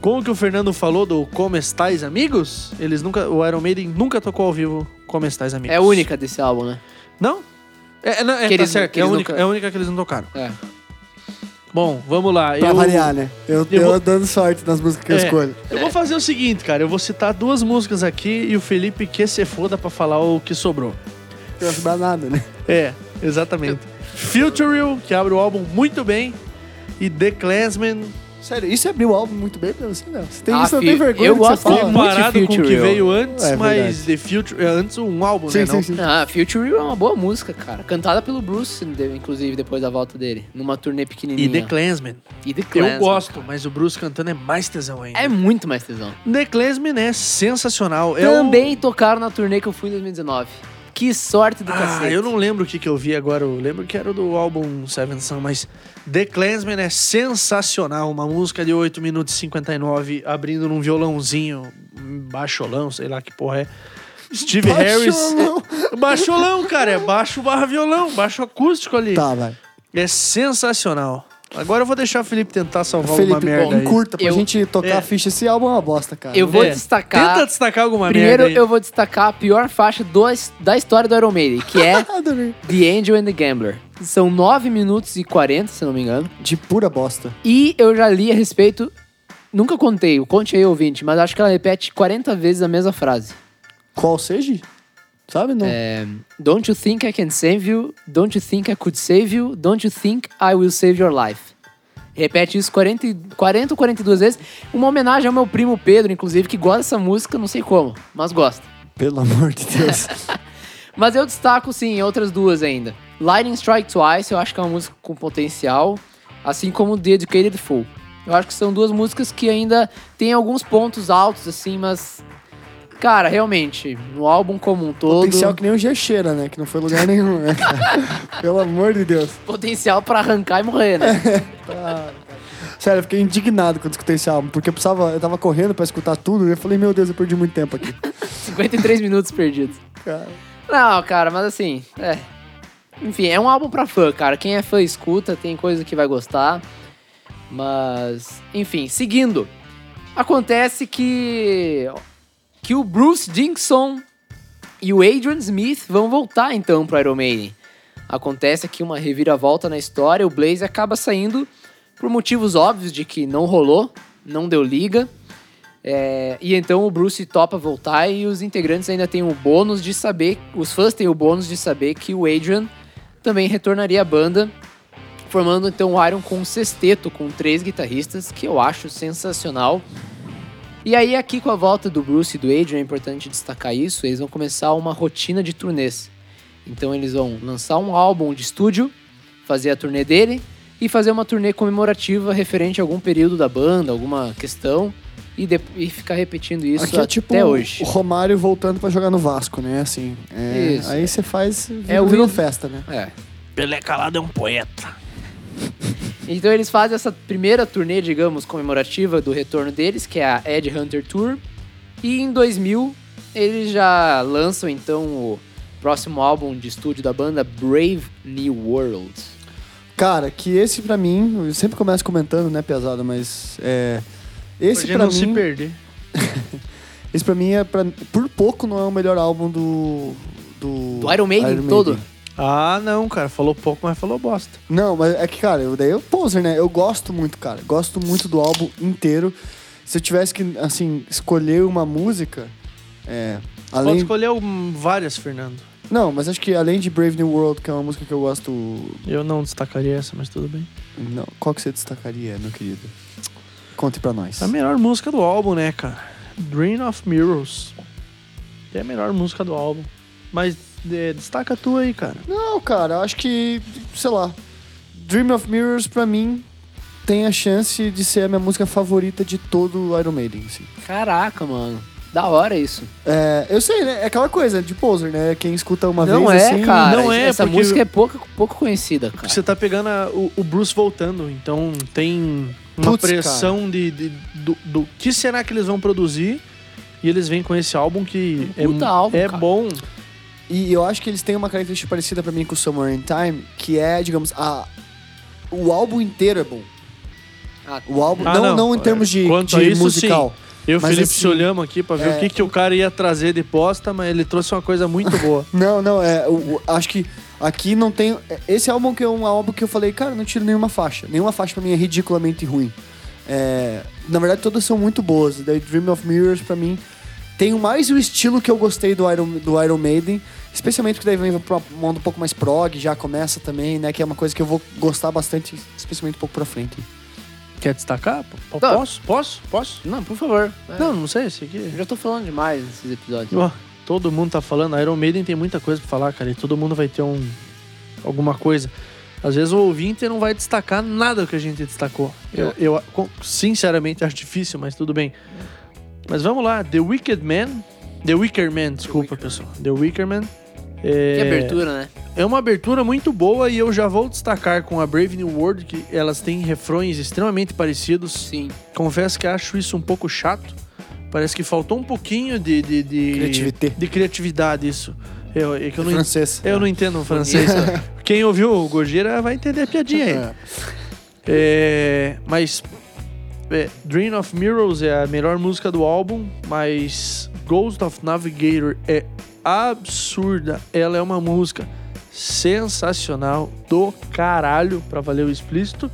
S3: Com o que o Fernando falou do Como Estais Amigos, eles nunca, o Iron Maiden nunca tocou ao vivo Como Estais Amigos.
S1: É a única desse álbum, né?
S3: Não? É, é, não, é,
S1: Que
S3: tá
S1: eles-
S3: certo,
S1: que
S3: é, a
S1: eles
S3: única,
S1: nunca-
S3: é a única que eles não tocaram.
S1: É.
S3: Bom, vamos lá.
S2: Pra
S3: eu,
S2: variar, né? Eu, eu,
S3: vou-
S2: dando sorte nas músicas que eu
S3: É.
S2: escolho.
S3: eu vou fazer o seguinte, cara. Eu vou citar duas músicas aqui e o Felipe que se foda pra falar o que sobrou.
S2: Não vai sobrar nada, né?
S3: É, exatamente. Futural, que abre o álbum muito bem, e The Clansman,
S2: Sério, isso é abrir o álbum muito bem pra você, não. Você [laughs] tem,
S1: Ah,
S2: isso, não
S1: filho,
S2: tem vergonha
S1: eu
S2: do que você
S1: gosto
S2: fala?
S1: muito.
S3: comparado com o que
S1: Futural.
S3: veio antes,
S2: É
S3: mas The Future, é, antes um álbum,
S2: Sim,
S3: né?
S2: sim,
S3: não?
S2: sim.
S1: Ah, Future Real é uma boa música, cara. Cantada pelo Bruce, de- inclusive, depois da volta dele. Numa turnê
S3: E The
S1: pequenininha.
S3: Clansman.
S1: E The Clansman.
S3: Eu gosto, mas o Bruce cantando é mais tesão ainda.
S1: É muito mais tesão.
S3: The Clansman é sensacional. é o-
S1: Também tocaram na turnê que eu fui em 2019. Que sorte do
S3: Ah,
S1: cacete.
S3: eu não lembro o que, que eu vi agora. Eu lembro que era do álbum Seven Sun, mas The Clansman é sensacional. Uma música de 8 minutos e 59, abrindo num violãozinho, um baixolão, sei lá que porra é. Steve
S2: Baixolão.
S3: Harris. Baixolão, cara. É baixo barra violão, baixo acústico ali.
S2: Tá, vai.
S3: É sensacional. Agora eu vou deixar o Felipe tentar salvar
S2: Felipe, um
S3: alguma merda aí.
S2: curta pra
S1: Eu-
S2: gente tocar
S3: É.
S2: a ficha. Esse álbum é uma bosta, cara.
S1: Eu vou
S3: É,
S1: destacar.
S3: Tenta destacar alguma
S1: Primeiro,
S3: merda aí.
S1: eu vou destacar a pior faixa do, da história do Iron Maiden, que é
S2: Adorei.
S1: The Angel and the Gambler. São 9 minutos e 40, se não me engano.
S2: De pura bosta.
S1: E eu já li a respeito. Nunca contei, conte aí, ouvinte, mas acho que ela repete 40 vezes a mesma frase.
S2: Qual seja? Sabe, não?
S1: É, don't you think I can save you? Don't you think I could save you? Don't you think I will save your life? Repete isso 40, e- 40 ou 42 vezes. Uma homenagem ao meu primo Pedro, inclusive, que gosta dessa música, não sei como, mas gosta.
S2: Pelo amor de Deus.
S1: Mas eu destaco, sim, outras duas ainda. Lightning Strike Twice, eu acho que é uma música com potencial, assim como The Educated Fool. Eu acho que são duas músicas que ainda tem alguns pontos altos, assim, mas... Cara, realmente, no álbum como um todo...
S2: Potencial que nem o G cheira, né? Que não foi lugar nenhum, né, cara? [laughs] Pelo amor de Deus.
S1: Potencial pra arrancar e morrer,
S2: [laughs]
S1: né?
S2: Sério, eu fiquei indignado quando escutei esse álbum, porque eu precisava, eu tava correndo pra escutar tudo e eu falei, meu Deus, eu perdi muito
S1: [laughs]
S2: tempo aqui.
S1: 53 minutos perdidos.
S2: Cara,
S1: Não, cara, mas assim, é. Enfim, é um álbum pra fã, cara. Quem é fã escuta, tem coisa que vai gostar. Mas, enfim, seguindo. Acontece que que o Bruce Dickinson e o Adrian Smith vão voltar então pro Iron Maiden. Acontece aqui uma reviravolta na história, o Blaze acaba saindo por motivos óbvios de que não rolou, não deu liga. É, e então o Bruce topa voltar e os integrantes ainda têm o bônus de saber, os fãs têm o bônus de saber que o Adrian também retornaria à banda, formando então o Iron com um sexteto com três guitarristas, que eu acho sensacional. E aí aqui com a volta do Bruce e do Adrian, é importante destacar isso, eles vão começar uma rotina de turnês. Então eles vão lançar um álbum de estúdio, fazer a turnê dele e fazer uma turnê comemorativa referente a algum período da banda, alguma questão e, de- e ficar repetindo isso
S2: aqui é
S1: até
S2: tipo
S1: hoje.
S2: o Romário voltando pra jogar no Vasco, né? Assim. é,
S1: Isso.
S2: Aí você faz.
S1: É
S2: É
S1: o
S2: o virou
S1: ídolo.
S2: festa, né?
S1: É.
S3: Pelé Calado é um poeta.
S1: Então eles fazem essa primeira turnê, digamos, comemorativa do retorno deles, que é a Ed Hunter Tour. E em 2000 eles já lançam então o próximo álbum de estúdio da banda, Brave New World.
S2: Cara, que esse pra mim, eu sempre começo comentando, né, pesado, mas é, esse
S3: Hoje
S2: pra
S3: não
S2: mim,
S3: se perder.
S2: esse para mim é pra- por pouco não é o melhor álbum do do,
S1: Do Iron Maiden todo?
S3: Ah, não, cara. Falou pouco, mas falou bosta.
S2: Não, mas é que cara, eu daí eu poser, né? Eu gosto muito, cara. Gosto muito do álbum inteiro. Se eu tivesse que assim escolher uma música, é,
S3: Pode
S2: além
S3: escolher um- várias, Fernando.
S2: Não, mas acho que além de Brave New World, que é uma música que eu gosto.
S3: Eu não destacaria essa, mas tudo bem.
S2: Não, qual que você destacaria, meu querido? Conte pra nós.
S3: É A melhor música do álbum, né, cara? Dream of Mirrors. É a melhor música do álbum. Mas é, destaca a tua aí, cara.
S2: Não, cara, eu acho que, sei lá. Dream of Mirrors, pra mim, tem a chance de ser a minha música favorita de todo o Iron Maiden, assim.
S1: Caraca, mano. Da hora isso.
S2: É, eu sei, né? É aquela coisa de poser, né? Quem escuta uma
S1: não
S2: vez
S1: é,
S2: assim.
S1: cara.
S3: não é,
S1: Essa
S3: porque-
S1: música é pouco, pouco conhecida, cara.
S3: Porque você tá pegando a- o, o Bruce voltando, então tem uma
S2: Putz,
S3: pressão de, de- do, do que será que eles vão produzir. E eles vêm com esse álbum que
S1: Um
S3: é,
S1: puta álbum,
S3: é
S1: cara.
S3: bom.
S2: E eu acho que eles têm uma característica parecida pra mim com o Summer in Time, que é, digamos, a o álbum inteiro é bom.
S1: Ah,
S2: O álbum
S3: Ah,
S2: não,
S3: não.
S2: não, em termos de,
S3: Quanto a
S2: de
S3: isso,
S2: musical.
S3: Eu e o
S2: Mas
S3: Felipe
S2: assim,
S3: se olhamos aqui pra ver
S2: é-
S3: o que, que o cara ia trazer de posta, mas ele trouxe uma coisa muito
S2: [laughs]
S3: boa.
S2: Não, não, é, o- o- acho que aqui não tem esse álbum que é um álbum que eu falei, cara, não tiro nenhuma faixa. Nenhuma faixa pra mim é ridiculamente ruim. É, na verdade todas são muito boas. Daí Dream of Mirrors pra mim tem mais o estilo que eu gostei do Iron, do Iron Maiden, especialmente porque daí vem pra uma onda um pouco mais prog, já começa também, né, que é uma coisa que eu vou gostar bastante, especialmente um pouco pra frente.
S3: Quer destacar? P- p-
S1: Tá.
S3: Posso? Posso? Posso?
S1: Não, por favor. É,
S3: Não, não sei, esse aqui.
S1: eu já tô falando demais nesses episódios.
S3: Ó, todo mundo tá falando, Iron Maiden tem muita coisa pra falar, cara, e todo mundo vai ter um alguma coisa. Às vezes o ouvinte não vai destacar nada que a gente destacou. Eu, eu com- sinceramente acho difícil, mas tudo bem. Mas vamos lá, The Wicked Man. The Wicker Man, desculpa, pessoal. The Wicker Man. É,
S1: Que abertura, né?
S3: é uma abertura muito boa e eu já vou destacar com a Brave New World que elas têm refrões extremamente parecidos.
S1: Sim.
S3: Confesso que acho isso um pouco chato. Parece que faltou um pouquinho de. de, de
S2: Criativité.
S3: De criatividade, isso. Eu, é que eu, não, en-
S2: francês.
S3: eu não entendo
S2: [laughs]
S3: o francês. Quem ouviu o Gojira vai entender a piadinha aí.
S2: É.
S3: É, mas. é, Dream of Mirrors é a melhor música do álbum, mas Ghost of Navigator é absurda. Ela é uma música sensacional do caralho, pra valer o explícito.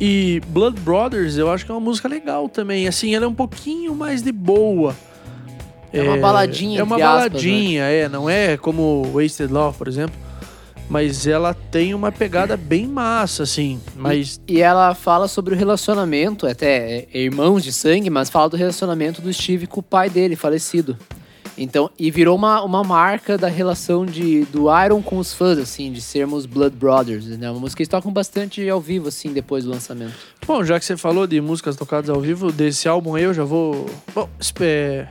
S3: E Blood Brothers eu acho que é uma música legal também. Assim, ela é um pouquinho mais de boa.
S1: É uma baladinha,
S3: É uma
S1: entre aspas, né?
S3: baladinha, é. Não é como Wasted Love, por exemplo. Mas ela tem uma pegada bem massa, assim. Mas
S1: E ela fala sobre o relacionamento, até é, irmãos de sangue, mas fala do relacionamento do Steve com o pai dele, falecido. Então, e virou uma, uma marca da relação de, do Iron com os fãs, assim, de sermos Blood Brothers, né? Uma música que eles tocam bastante ao vivo, assim, depois do lançamento.
S3: Bom, já que você falou de músicas tocadas ao vivo, desse álbum aí eu já vou. Bom, esp- é.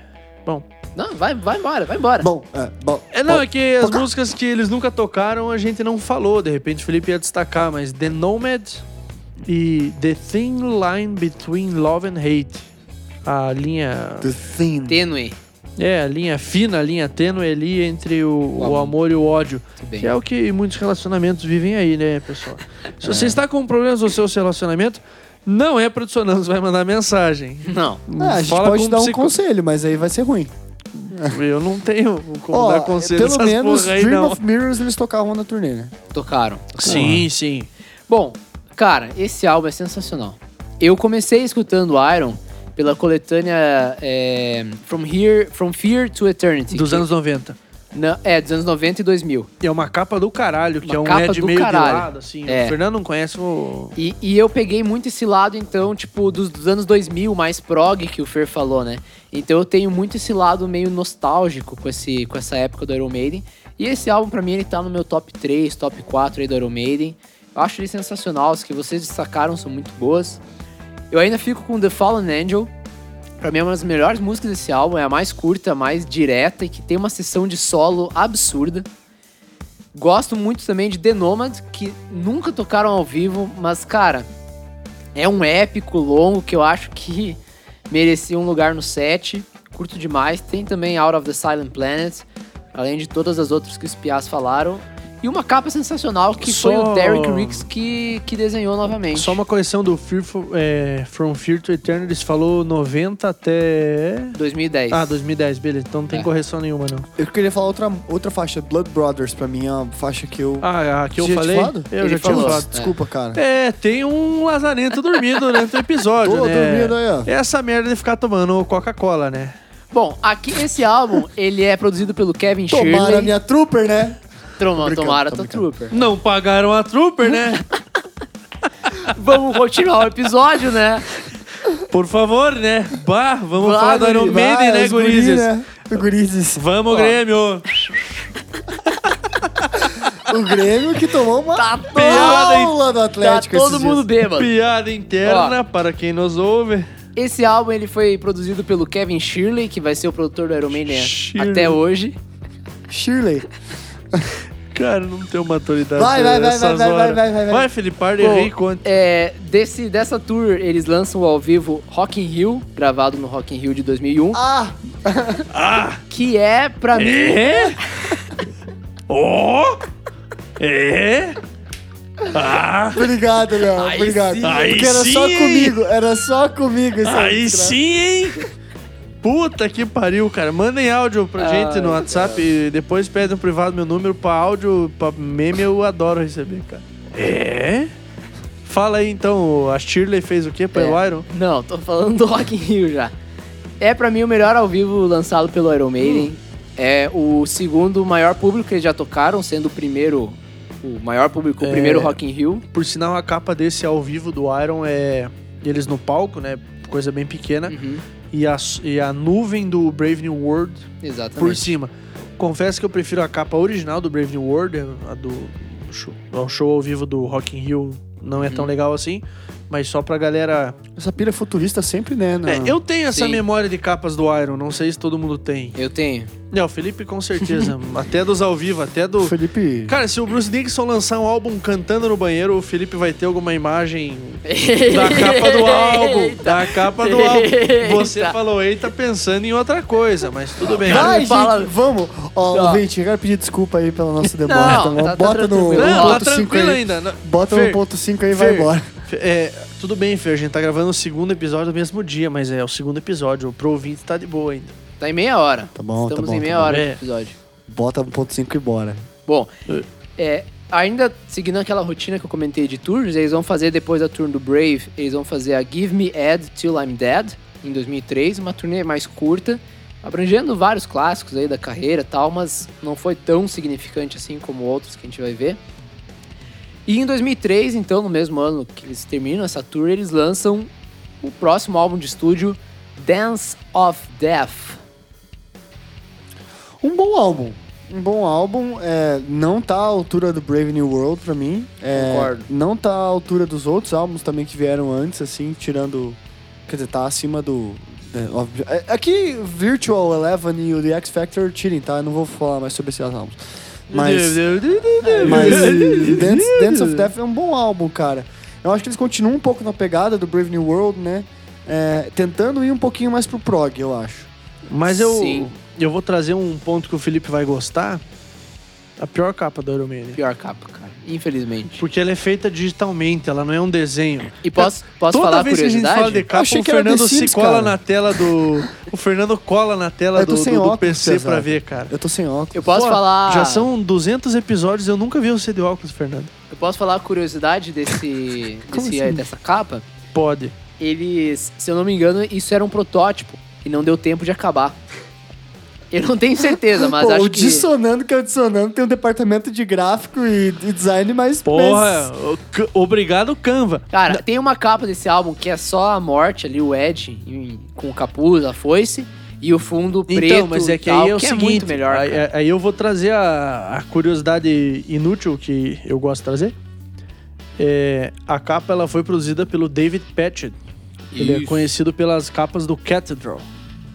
S3: Bom.
S1: Não, vai, vai embora, vai embora.
S2: Bom, é, bom.
S3: É, não, é que as músicas que eles nunca tocaram a gente não falou, de repente o Felipe ia destacar, mas The Nomad e The Thin Line Between Love and Hate. A linha.
S2: The Thing.
S1: Tênue.
S3: É, a linha fina, a linha tênue ali entre o, o amor e o ódio.
S1: Muito bem.
S3: Que é o que muitos relacionamentos vivem aí, né, pessoal? Se você está com problemas no seu relacionamento, não é profissional, você vai mandar mensagem.
S1: Não.
S2: Ah, a gente
S3: Fala
S2: pode
S3: com
S2: dar um
S3: psico-
S2: conselho, mas aí vai ser ruim.
S3: Eu não tenho como
S2: Ó,
S3: dar conselho
S2: pelo
S3: nessas
S2: menos
S3: porra aí,
S2: Dream
S3: não.
S2: of Mirrors eles tocavam na turnê, né?
S1: Tocaram.
S3: Sim, sim.
S1: Bom, cara, esse álbum é sensacional. Eu comecei escutando Iron pela coletânea é, From Here, From Fear to Eternity.
S3: Dos
S1: que-
S3: anos 90.
S1: na- é, dos anos 90 e 2000.
S3: E é uma capa do caralho, que
S1: Uma
S3: é um
S1: capa
S3: LED
S1: do
S3: meio
S1: caralho.
S3: de lado, assim.
S1: É.
S3: O Fernando não conhece o...
S1: E, e eu peguei muito esse lado, então, tipo, dos, dos anos 2000, mais prog que o Fer falou, né? Então eu tenho muito esse lado meio nostálgico com, esse, com essa época do Iron Maiden. E esse álbum, pra mim, ele tá no meu top 3, top 4 aí do Iron Maiden. Eu acho ele sensacional, as que vocês destacaram são muito boas. Eu ainda fico com The Fallen Angel. Pra mim é uma das melhores músicas desse álbum, é a mais curta, a mais direta e que tem uma sessão de solo absurda. Gosto muito também de The Nomad, que nunca tocaram ao vivo, mas, cara, é um épico longo que eu acho que [laughs] merecia um lugar no set. Curto demais. Tem também Out of the Silent Planet, além de todas as outras que os Piás falaram. E uma capa sensacional que foi o
S3: Só-
S1: Derek Riggs que, que desenhou novamente.
S3: Só uma correção do Fearful, é, From Fear to Eternity, eles falou 90 até...
S1: 2010.
S3: Ah, 2010, beleza. Então não tem
S1: É.
S3: correção nenhuma, não.
S2: Eu queria falar outra, outra faixa, Blood Brothers, pra mim é uma faixa que eu.
S3: Ah, a que eu
S2: Tinha te
S3: falei...
S2: falado?
S3: Eu
S1: Ele
S3: já tinha
S1: falou.
S3: falado.
S2: Desculpa, cara.
S3: É, tem um lazarento dormindo durante o um episódio,
S2: Tô
S3: né?
S2: dormindo aí, ó.
S3: Essa merda de ficar tomando Coca-Cola, né?
S1: Bom, aqui esse álbum, ele é produzido pelo Kevin
S2: Tomaram a
S1: Shirley.
S2: minha Trooper, né?
S1: Toma-
S2: brincando,
S1: Tomara
S2: tô
S1: tua
S2: brincando.
S1: trooper.
S3: Não pagaram a Trooper, né? [laughs]
S1: Vamos continuar o episódio, né?
S3: Por favor, né? Bah, vamos
S1: Bah,
S3: falar do Iron
S1: guri,
S3: Maiden, né,
S2: os guri,
S3: gurizes?
S2: né? O Gurizes.
S3: Vamos, Grêmio!
S2: O Grêmio que tomou uma
S1: Tá
S3: Piada aí.
S2: aula do
S1: Tá
S2: Atlético
S1: todo
S2: esses
S1: mundo
S2: dias.
S1: bêbado.
S3: Piada interna para quem nos ouve.
S1: Esse álbum ele foi produzido pelo Kevin Shirley, que vai ser o produtor do Iron Maiden
S3: Shirley.
S1: até hoje.
S2: Shirley.
S3: Cara, não tenho maturidade
S2: Vai, vai, vai,
S3: nessas
S2: vai, vai,
S3: horas.
S2: vai, vai, vai.
S3: Vai, Felipe, para de
S1: Bom,
S3: errei quanto.
S1: é, desse, dessa tour, eles lançam ao vivo Rock in Rio, gravado no Rock in Rio de 2001,
S2: Ah,
S1: que é, pra mim,
S3: É? Ó! É? Ah!
S2: obrigado, Léo.
S1: Aí
S2: Obrigado.
S1: sim.
S3: Aí
S2: Porque era
S3: sim,
S2: só
S3: hein?
S2: comigo. Era só
S1: é
S2: comigo esse
S3: Aí
S2: outro, né?
S3: sim, hein? Puta que pariu, cara. Mandem áudio pra
S1: Ai,
S3: gente no WhatsApp e depois pedem no privado meu número pra áudio, pra meme, eu adoro receber, cara. É? Fala aí então, a Shirley fez o quê pra
S1: É.
S3: o Iron?
S1: Não, tô falando do Rock in Rio já. É pra mim o melhor ao vivo lançado pelo Iron
S3: Hum.
S1: Maiden. É o segundo maior público que eles já tocaram, sendo o primeiro, o maior público, o
S3: É.
S1: primeiro Rock in Rio.
S3: Por sinal, a capa desse ao vivo do Iron é eles no palco, né? Coisa bem pequena.
S1: Uhum,
S3: E a, e a nuvem do Brave New World por
S1: exatamente.
S3: cima. Confesso que eu prefiro a capa original do Brave New World, a do show, o show ao vivo do Rock in Rio não é tão
S1: Uhum.
S3: legal assim, mas só pra galera...
S2: Essa pilha é futurista sempre, né? na-
S3: É, eu tenho essa
S1: Sim.
S3: memória de capas do Iron, não sei se todo mundo tem.
S1: Eu tenho.
S3: Não, o Felipe com
S1: [laughs]
S3: certeza, até dos ao vivo, até do...
S2: O Felipe.
S3: Cara, se o Bruce Dickinson lançar um álbum cantando no banheiro, o Felipe vai ter alguma imagem
S1: [laughs]
S3: da capa do álbum, da capa do álbum. Você
S1: Eita.
S3: falou, eita, pensando em outra coisa, mas tudo bem.
S1: Cara,
S2: Vai,
S1: não
S2: gente,
S1: fala-
S2: vamos. Ó,
S1: Não.
S2: ouvinte, eu quero pedir desculpa aí pelo nosso deboche.
S1: Não,
S2: tá bom?
S1: tá- tá
S2: Bota no
S1: tranquilo.
S3: Não, tá
S2: 1.5
S3: tranquilo
S2: aí.
S3: ainda. Não-
S2: Bota no
S3: Fer,
S2: 1.5 aí e vai
S3: Fer,
S2: embora.
S3: Fe- é, tudo bem, Fer, a gente tá gravando o segundo episódio do mesmo dia, mas é o segundo episódio, pro ouvinte tá de boa ainda.
S1: Tá em meia hora.
S2: Tá bom, tá
S1: Estamos
S2: bom,
S1: em
S2: tá
S1: meia
S2: bom.
S1: hora
S3: É.
S1: do episódio.
S2: Bota 1.5 e bora.
S1: Bom, é, ainda seguindo aquela rotina que eu comentei de tours, eles vão fazer depois da tour do Brave, eles vão fazer a Give Me Ed Till I'm Dead, em 2003, uma turnê mais curta, abrangendo vários clássicos aí da carreira e tal, mas não foi tão significante assim como outros que a gente vai ver. E em 2003, então, no mesmo ano que eles terminam essa tour, eles lançam o próximo álbum de estúdio, Dance of Death.
S2: Um bom álbum. Um bom álbum. É, não tá à altura do Brave New World pra mim. É,
S1: Concordo.
S2: Não tá à altura dos outros álbuns também que vieram antes, assim, tirando. Quer dizer, tá acima do. é, óbvio- é, Aqui, Virtual Eleven e o The X Factor tirem, tá? Eu não vou falar mais sobre esses álbuns.
S3: [laughs]
S2: Mas. [laughs] Mas Dance, Dance of Death é um bom álbum, cara. Eu acho que eles continuam um pouco na pegada do Brave New World, né? É, tentando ir um pouquinho mais pro prog, eu acho.
S3: Mas eu,
S1: Sim.
S3: eu vou trazer um ponto que o Felipe vai gostar. A pior capa do Iron Maiden.
S1: Pior capa, cara, infelizmente.
S3: Porque ela é feita digitalmente, ela não é um desenho.
S1: E posso, posso
S3: É, Toda
S1: falar a
S3: vez que a gente
S1: curiosidade?
S3: fala de capa,
S2: Achei
S3: o
S2: que era
S3: Fernando
S2: The Sims,
S3: se cola
S2: cara.
S3: na tela do. O Fernando cola na tela
S2: Eu tô
S3: do,
S2: sem
S3: do- do
S2: óculos,
S3: PC pra
S2: Cesar.
S3: ver, cara.
S2: Eu tô sem óculos.
S1: Eu posso
S3: Pô,
S1: falar.
S3: Já são 200 episódios, eu nunca vi você de óculos, Fernando.
S1: Eu posso falar a curiosidade desse,
S3: [laughs] Como
S1: desse-
S3: assim?
S1: dessa capa?
S3: Pode.
S1: Eles, se eu não me engano, isso era um protótipo e não deu tempo de acabar. Eu não tenho certeza,
S3: [laughs]
S1: mas
S2: Pô,
S1: acho
S2: o
S1: que
S2: Dissonando, que é o Dissonando, tem um departamento de gráfico e, e design mais...
S3: Porra, o Ca- obrigado, Canva.
S1: Cara, tem uma capa desse álbum que é só a morte ali, o Ed em- com o capuz, a foice e o fundo preto.
S3: Então, mas é que
S1: e tal,
S3: aí é o
S1: que
S3: seguinte,
S1: é muito melhor.
S3: aí,
S1: cara.
S3: aí eu vou trazer a, a curiosidade inútil que eu gosto de trazer. É, a capa ela foi produzida pelo David Patchett. Ele é
S1: Isso.
S3: conhecido pelas capas do Cathedral.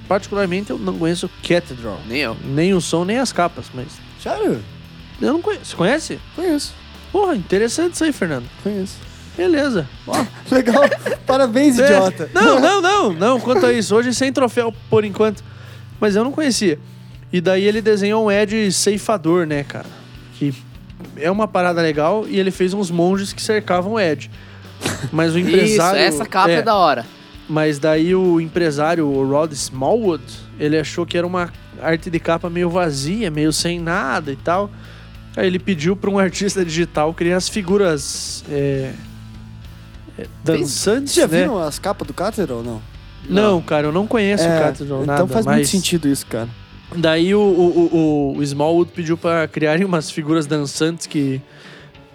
S3: Particularmente eu não conheço Cathedral.
S1: Nem eu.
S3: Nem o som, nem as capas, mas
S2: Pensa. Sério?
S3: eu não conheço. Você conhece?
S2: Conheço,
S3: Porra, interessante isso aí, Fernando.
S2: conheço. [laughs]
S3: Beleza.
S2: Legal, parabéns,
S3: [laughs] É.
S2: idiota.
S3: Não, não, não, não, quanto a isso. Hoje sem troféu, por enquanto. Mas eu não conhecia. E daí ele desenhou um Ed ceifador, né, cara? Que é uma parada legal e ele fez uns monges que cercavam o Ed. Mas o
S1: Isso,
S3: empresário.
S1: essa capa é. da hora.
S3: Mas daí o empresário, o Rod Smallwood, ele achou que era uma arte de capa meio vazia, meio sem nada e tal. Aí ele pediu para um artista digital criar as figuras é, é, dançantes,
S2: Vocês já
S3: né?
S2: Né? viram as capas do Cátedra ou não?
S3: Não, cara, eu não conheço o Catra João
S2: então faz
S3: mas...
S2: muito sentido isso, cara.
S3: Daí o, o, o- o Smallwood pediu pra criarem umas figuras dançantes que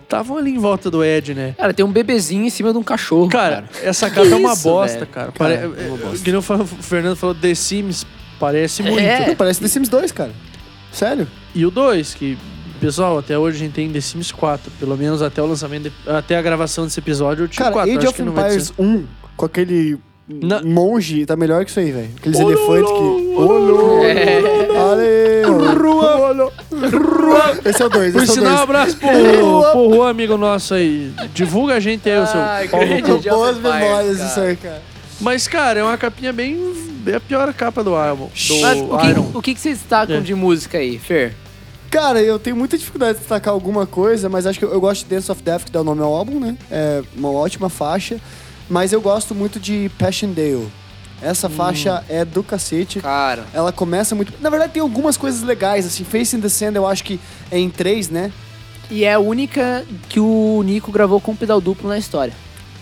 S3: estavam ali em volta do Ed, né?
S1: Cara, tem um bebezinho em cima de um cachorro.
S3: Cara,
S1: Cara,
S3: essa capa é uma
S1: isso,
S3: bosta,
S1: velho?
S2: Cara,
S3: cara. Pare...
S2: é uma bosta.
S3: Que nem o Fa- o Fernando falou, The Sims parece muito.
S1: É.
S2: Não, parece The Sims 2, cara. Sério?
S3: E o 2, que, pessoal, até hoje a gente tem The Sims 4. Pelo menos até o lançamento, de- até a gravação desse episódio, eu tinha
S2: Cara,
S3: 4.
S2: Age
S3: Tipo acho
S2: of
S3: que não vai
S2: Empires 1, com aquele
S3: Na-
S2: monge, tá melhor que isso aí, velho. Aqueles
S3: Olô,
S2: elefantes que... Olô! Ale! Esse é o 2,
S3: Por
S2: esse é o 2.
S3: sinal, um abraço [laughs] pro, pro Juan, amigo nosso aí. Divulga a gente aí, o seu
S1: Ai,
S3: pau no
S1: grande
S3: cu.
S1: Age of
S2: Boas
S1: Empires,
S2: memórias
S1: cara.
S2: isso aí, cara.
S3: Mas, cara, é uma capinha bem. É a pior capa do álbum. Do
S1: Mas o
S3: Iron.
S1: que, o que, que vocês destacam
S3: É.
S1: de música aí, Fer?
S2: Cara, eu tenho muita dificuldade de destacar alguma coisa, mas acho que eu, eu gosto de Dance of Death, que dá o nome ao álbum, né? É uma ótima faixa. Mas eu gosto muito de Passchendaele. Essa faixa é do cacete.
S1: Cara.
S2: Ela começa muito. Na verdade, tem algumas coisas legais, assim. Face in the Sand eu acho que é em três, né?
S1: E é a única que o Nico gravou com um pedal duplo na história.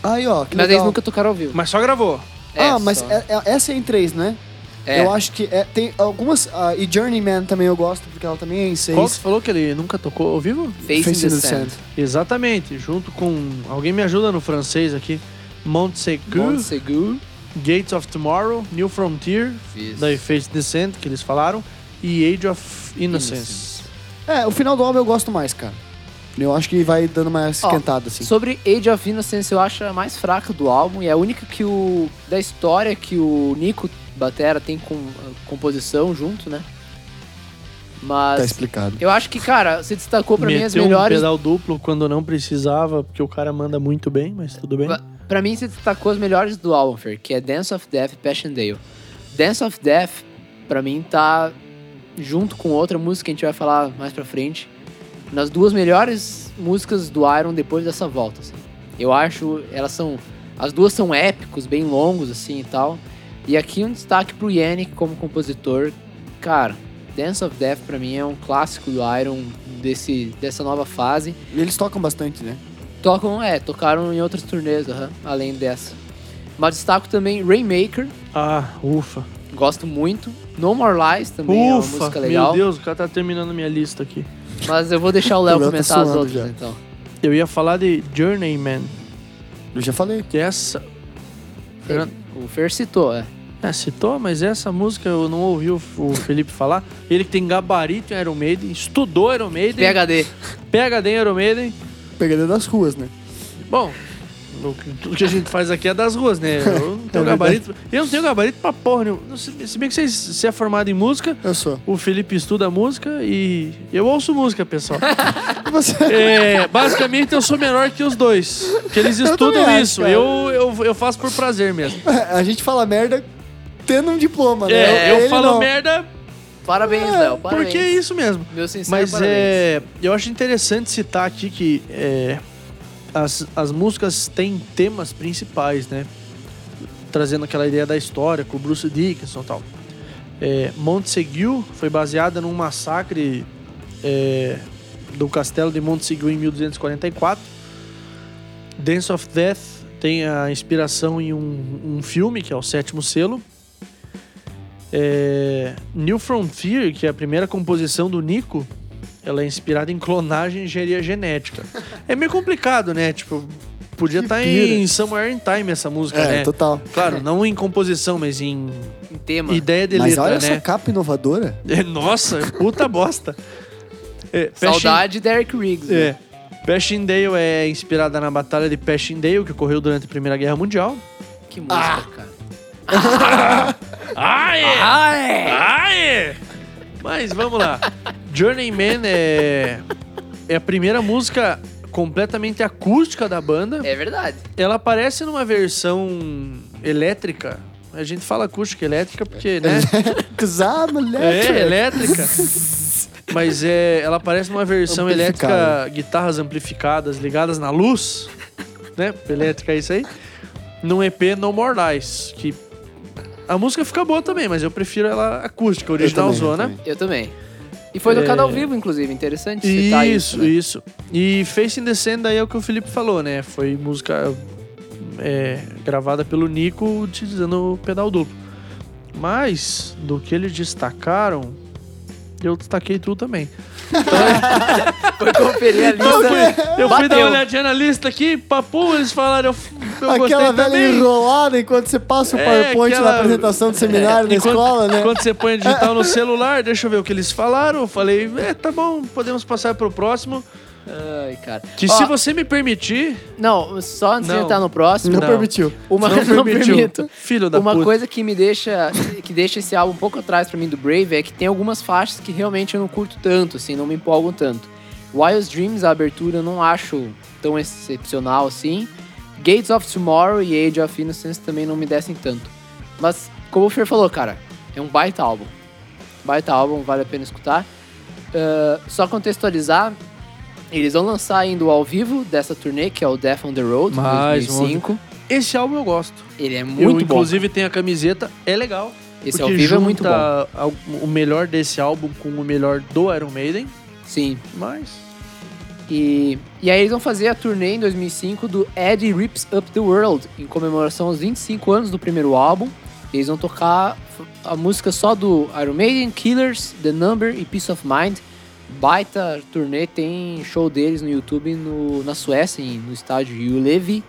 S2: Aí, ó. Que
S1: Mas
S2: legal.
S1: eles nunca tocaram ao vivo.
S3: Mas só gravou.
S2: Ah, mas
S1: só.
S2: é- é- essa é em três, né?
S1: É.
S2: Eu acho que é- tem algumas. ah, e Journeyman também eu gosto, porque ela também é em seis.
S3: Qual que você falou que ele nunca tocou ao vivo?
S1: Face, in the, Sand.
S3: Exatamente, junto com. Alguém me ajuda no francês aqui. Montsegur,
S1: Monsegur.
S3: Gates of Tomorrow, New Frontier,
S1: Isso.
S3: daí Face Descent, que eles falaram, e Age of Innocence.
S2: É, o final do álbum eu gosto mais, cara. Eu acho que vai dando mais
S1: Ó,
S2: esquentada, assim.
S1: Sobre Age of Innocence, eu acho a mais fraca do álbum e é a única que o da história que o Nico Batera tem com a composição junto, né?
S2: Tá
S1: Mas
S2: explicado.
S1: eu acho que, cara, você destacou pra mim as
S3: Meteu um
S1: melhores.
S3: pedal duplo quando não precisava, porque o cara manda muito bem, mas tudo bem.
S1: Ba- Pra mim, você destacou as melhores do álbum, Fer, que é Dance of Death e Passchendaele. Dance of Death, pra mim, tá junto com outra música que a gente vai falar mais pra frente, nas duas melhores músicas do Iron depois dessa volta. assim. Eu acho, elas são. As duas são épicos, bem longos, assim e tal. E aqui um destaque pro Yannick como compositor. Cara, Dance of Death pra mim é um clássico do Iron desse, dessa nova fase.
S2: E eles tocam bastante, né?
S1: Tocam, é, tocaram em outras turnês, aham, além dessa. Mas destaco também Rainmaker,
S3: Ah, ufa.
S1: gosto muito. No More Lies também é uma
S3: ufa,
S1: música
S3: meu
S1: legal.
S3: Deus, o cara tá terminando minha lista aqui.
S1: Mas eu vou
S3: [laughs]
S1: deixar o
S2: O
S1: Léo
S2: Léo tá
S1: comentar as
S2: suando
S1: outras
S2: já.
S1: então.
S3: Eu ia falar de Journeyman,
S2: Eu já falei.
S3: que é essa. Fernando,
S1: O Fer citou, é.
S3: É, citou, mas essa música eu não ouvi o, o Felipe falar. Ele que tem gabarito em Iron Maiden, estudou Iron Maiden,
S1: PHD.
S3: PhD em Iron Maiden.
S2: Pegadinha das ruas, né?
S3: Bom, o que- tudo que a gente faz aqui é das ruas, né? Eu não tenho
S2: É verdade.
S3: gabarito. Eu não tenho gabarito pra porra nenhuma. Não, Se se bem que você, você é formado em música,
S2: Eu sou.
S3: o Felipe estuda música e eu ouço música, pessoal.
S2: E você? [laughs]
S3: É, basicamente eu sou menor que os dois. Porque eles estudam
S2: também acho,
S3: isso.
S2: cara.
S3: eu, eu, eu faço por prazer mesmo.
S2: A gente fala merda tendo um diploma, né?
S3: É, eu
S2: Ele
S3: falo
S2: não.
S3: merda
S1: Parabéns,
S3: é,
S1: Léo, parabéns.
S3: porque é isso mesmo.
S1: Meu sincero
S3: Mas
S1: parabéns.
S3: é, eu acho interessante citar aqui que é, as, as músicas têm temas principais, né? Trazendo aquela ideia da história com o Bruce Dickinson e tal. É, Montsegur foi baseada num massacre é, do castelo de Montsegur em 1244. Dance of Death tem a inspiração em um, um filme, que é o Sétimo Selo. É, New Frontier, que é a primeira composição do Nico, ela é inspirada em clonagem e engenharia genética. É meio complicado, né? Tipo, podia estar em Somewhere in Time essa música,
S2: É,
S3: né?
S2: total.
S3: Claro, não em composição, mas em
S1: Em tema.
S3: ideia de
S2: Mas
S3: letra,
S2: olha
S3: né?
S2: essa capa inovadora. [laughs]
S3: É, nossa, puta bosta. É,
S1: Saudade Derek Riggs.
S3: Passion-
S1: né?
S3: É. Passchendaele é inspirada na Batalha de Passchendaele, que ocorreu durante a Primeira Guerra Mundial.
S1: Que música, cara.
S3: Ah, é!
S1: Ah, é!
S3: Ah, é! Mas vamos lá. Journeyman é... é a primeira música completamente acústica da banda.
S1: É verdade.
S3: Ela aparece numa versão elétrica. A gente fala acústica elétrica porque,
S2: É.
S3: né?
S2: [laughs] Cusar, mulher.
S3: É, elétrica.
S2: [laughs]
S3: Mas é, ela parece numa versão
S2: Amplificada.
S3: elétrica, guitarras amplificadas ligadas na luz, né? Elétrica é isso aí. Num EP No More Lies, que a música fica boa também, mas eu prefiro ela acústica,
S2: Eu também,
S3: original
S2: eu
S3: zona.
S2: também.
S1: Eu também. E foi
S3: É.
S1: tocado ao vivo, inclusive. Interessante citar isso.
S3: Isso, isso. E Face in the Sand aí é o que o Felipe falou, né? Foi né? música é, gravada pelo Nico utilizando o pedal duplo. Mas, do que eles destacaram, eu destaquei tudo também.
S1: [laughs] Foi conferir a
S3: Então, eu
S1: lista.
S3: fui, eu fui dar
S1: Bateu.
S3: uma olhadinha na lista aqui, papo, eles falaram, eu, f- eu
S2: Aquela
S3: gostei
S2: velha
S3: também.
S2: enrolada enquanto você passa o
S3: É,
S2: PowerPoint na
S3: aquela- É,
S2: apresentação do seminário da
S3: Enquanto-
S2: escola, né?
S3: Quando você põe a digital no celular, deixa eu ver o que eles falaram. Eu falei, é, tá bom, podemos passar pro próximo.
S1: Ai, cara.
S3: Que
S1: Ó,
S3: se você me permitir.
S1: Não, só antes de
S3: Não.
S1: entrar no próximo.
S2: Não,
S3: Não.
S2: permitiu.
S1: [laughs] Uma,
S3: não
S1: não
S3: permitiu.
S1: permito.
S3: Filho da
S1: Uma
S3: puta.
S1: coisa que me deixa que deixa esse álbum um pouco atrás pra mim do Brave é que tem algumas faixas que realmente eu não curto tanto, assim, não me empolgam tanto. Wild Dreams, a abertura, eu não acho tão excepcional assim. Gates of Tomorrow e Age of Innocence também não me descem tanto. Mas, como o Fer falou, cara, é um baita álbum. Baita álbum, vale a pena escutar. Ah, só contextualizar, eles vão lançar ainda o ao vivo dessa turnê, que é o Death on the Road,
S3: Mais um ao
S1: 2005.
S3: Esse álbum eu gosto.
S1: Ele é
S3: eu,
S1: muito bom.
S3: inclusive, tenho a camiseta, é legal.
S1: Esse
S3: porque
S1: ao vivo é muito bom.
S3: junta a- o melhor desse álbum com o melhor do Iron Maiden,
S1: Sim.
S3: mas.
S1: E, e aí eles vão fazer a turnê em 2005 do Eddie Rips Up the World, em comemoração aos 25 anos do primeiro álbum. Eles vão tocar f- a música só do Iron Maiden, Killers, The Number e Peace of Mind. Baita turnê, tem show deles no YouTube no, na Suécia, em- no estádio Ulevi.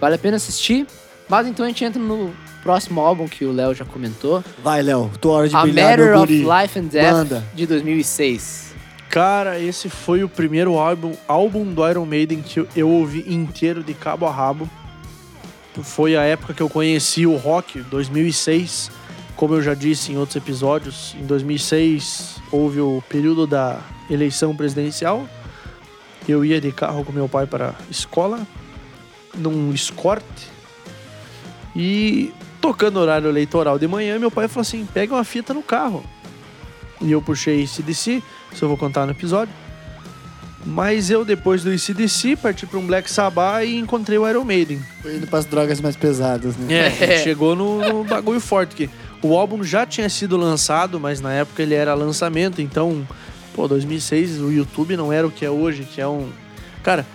S1: Vale a pena assistir. Mas então a gente entra no próximo álbum que o Léo já comentou.
S2: Vai, Léo, tua hora de
S1: a
S2: brilhar,
S1: Matter
S2: meu
S1: of
S2: guri.
S1: Life é and Death,
S2: Manda.
S1: de 2006.
S3: Cara, esse foi o primeiro álbum, álbum do Iron Maiden que eu- eu ouvi inteiro de cabo a rabo. Foi a época que eu conheci o rock, 2006. Como eu já disse em outros episódios, em 2006 houve o período da eleição presidencial. Eu ia de carro com meu pai para a escola, num escort. E tocando horário eleitoral de manhã, meu pai falou assim: pega uma fita no carro. E eu puxei CDC, isso eu vou contar no episódio. Mas eu, depois do ICDC, parti para um Black Sabbath e encontrei o Iron Maiden.
S2: Foi indo pras drogas mais pesadas, né?
S3: [laughs] É, chegou no, no bagulho forte aqui. O álbum já tinha sido lançado, mas na época ele era lançamento, então, pô, 2006 o YouTube não era o que é hoje, que é um. Cara,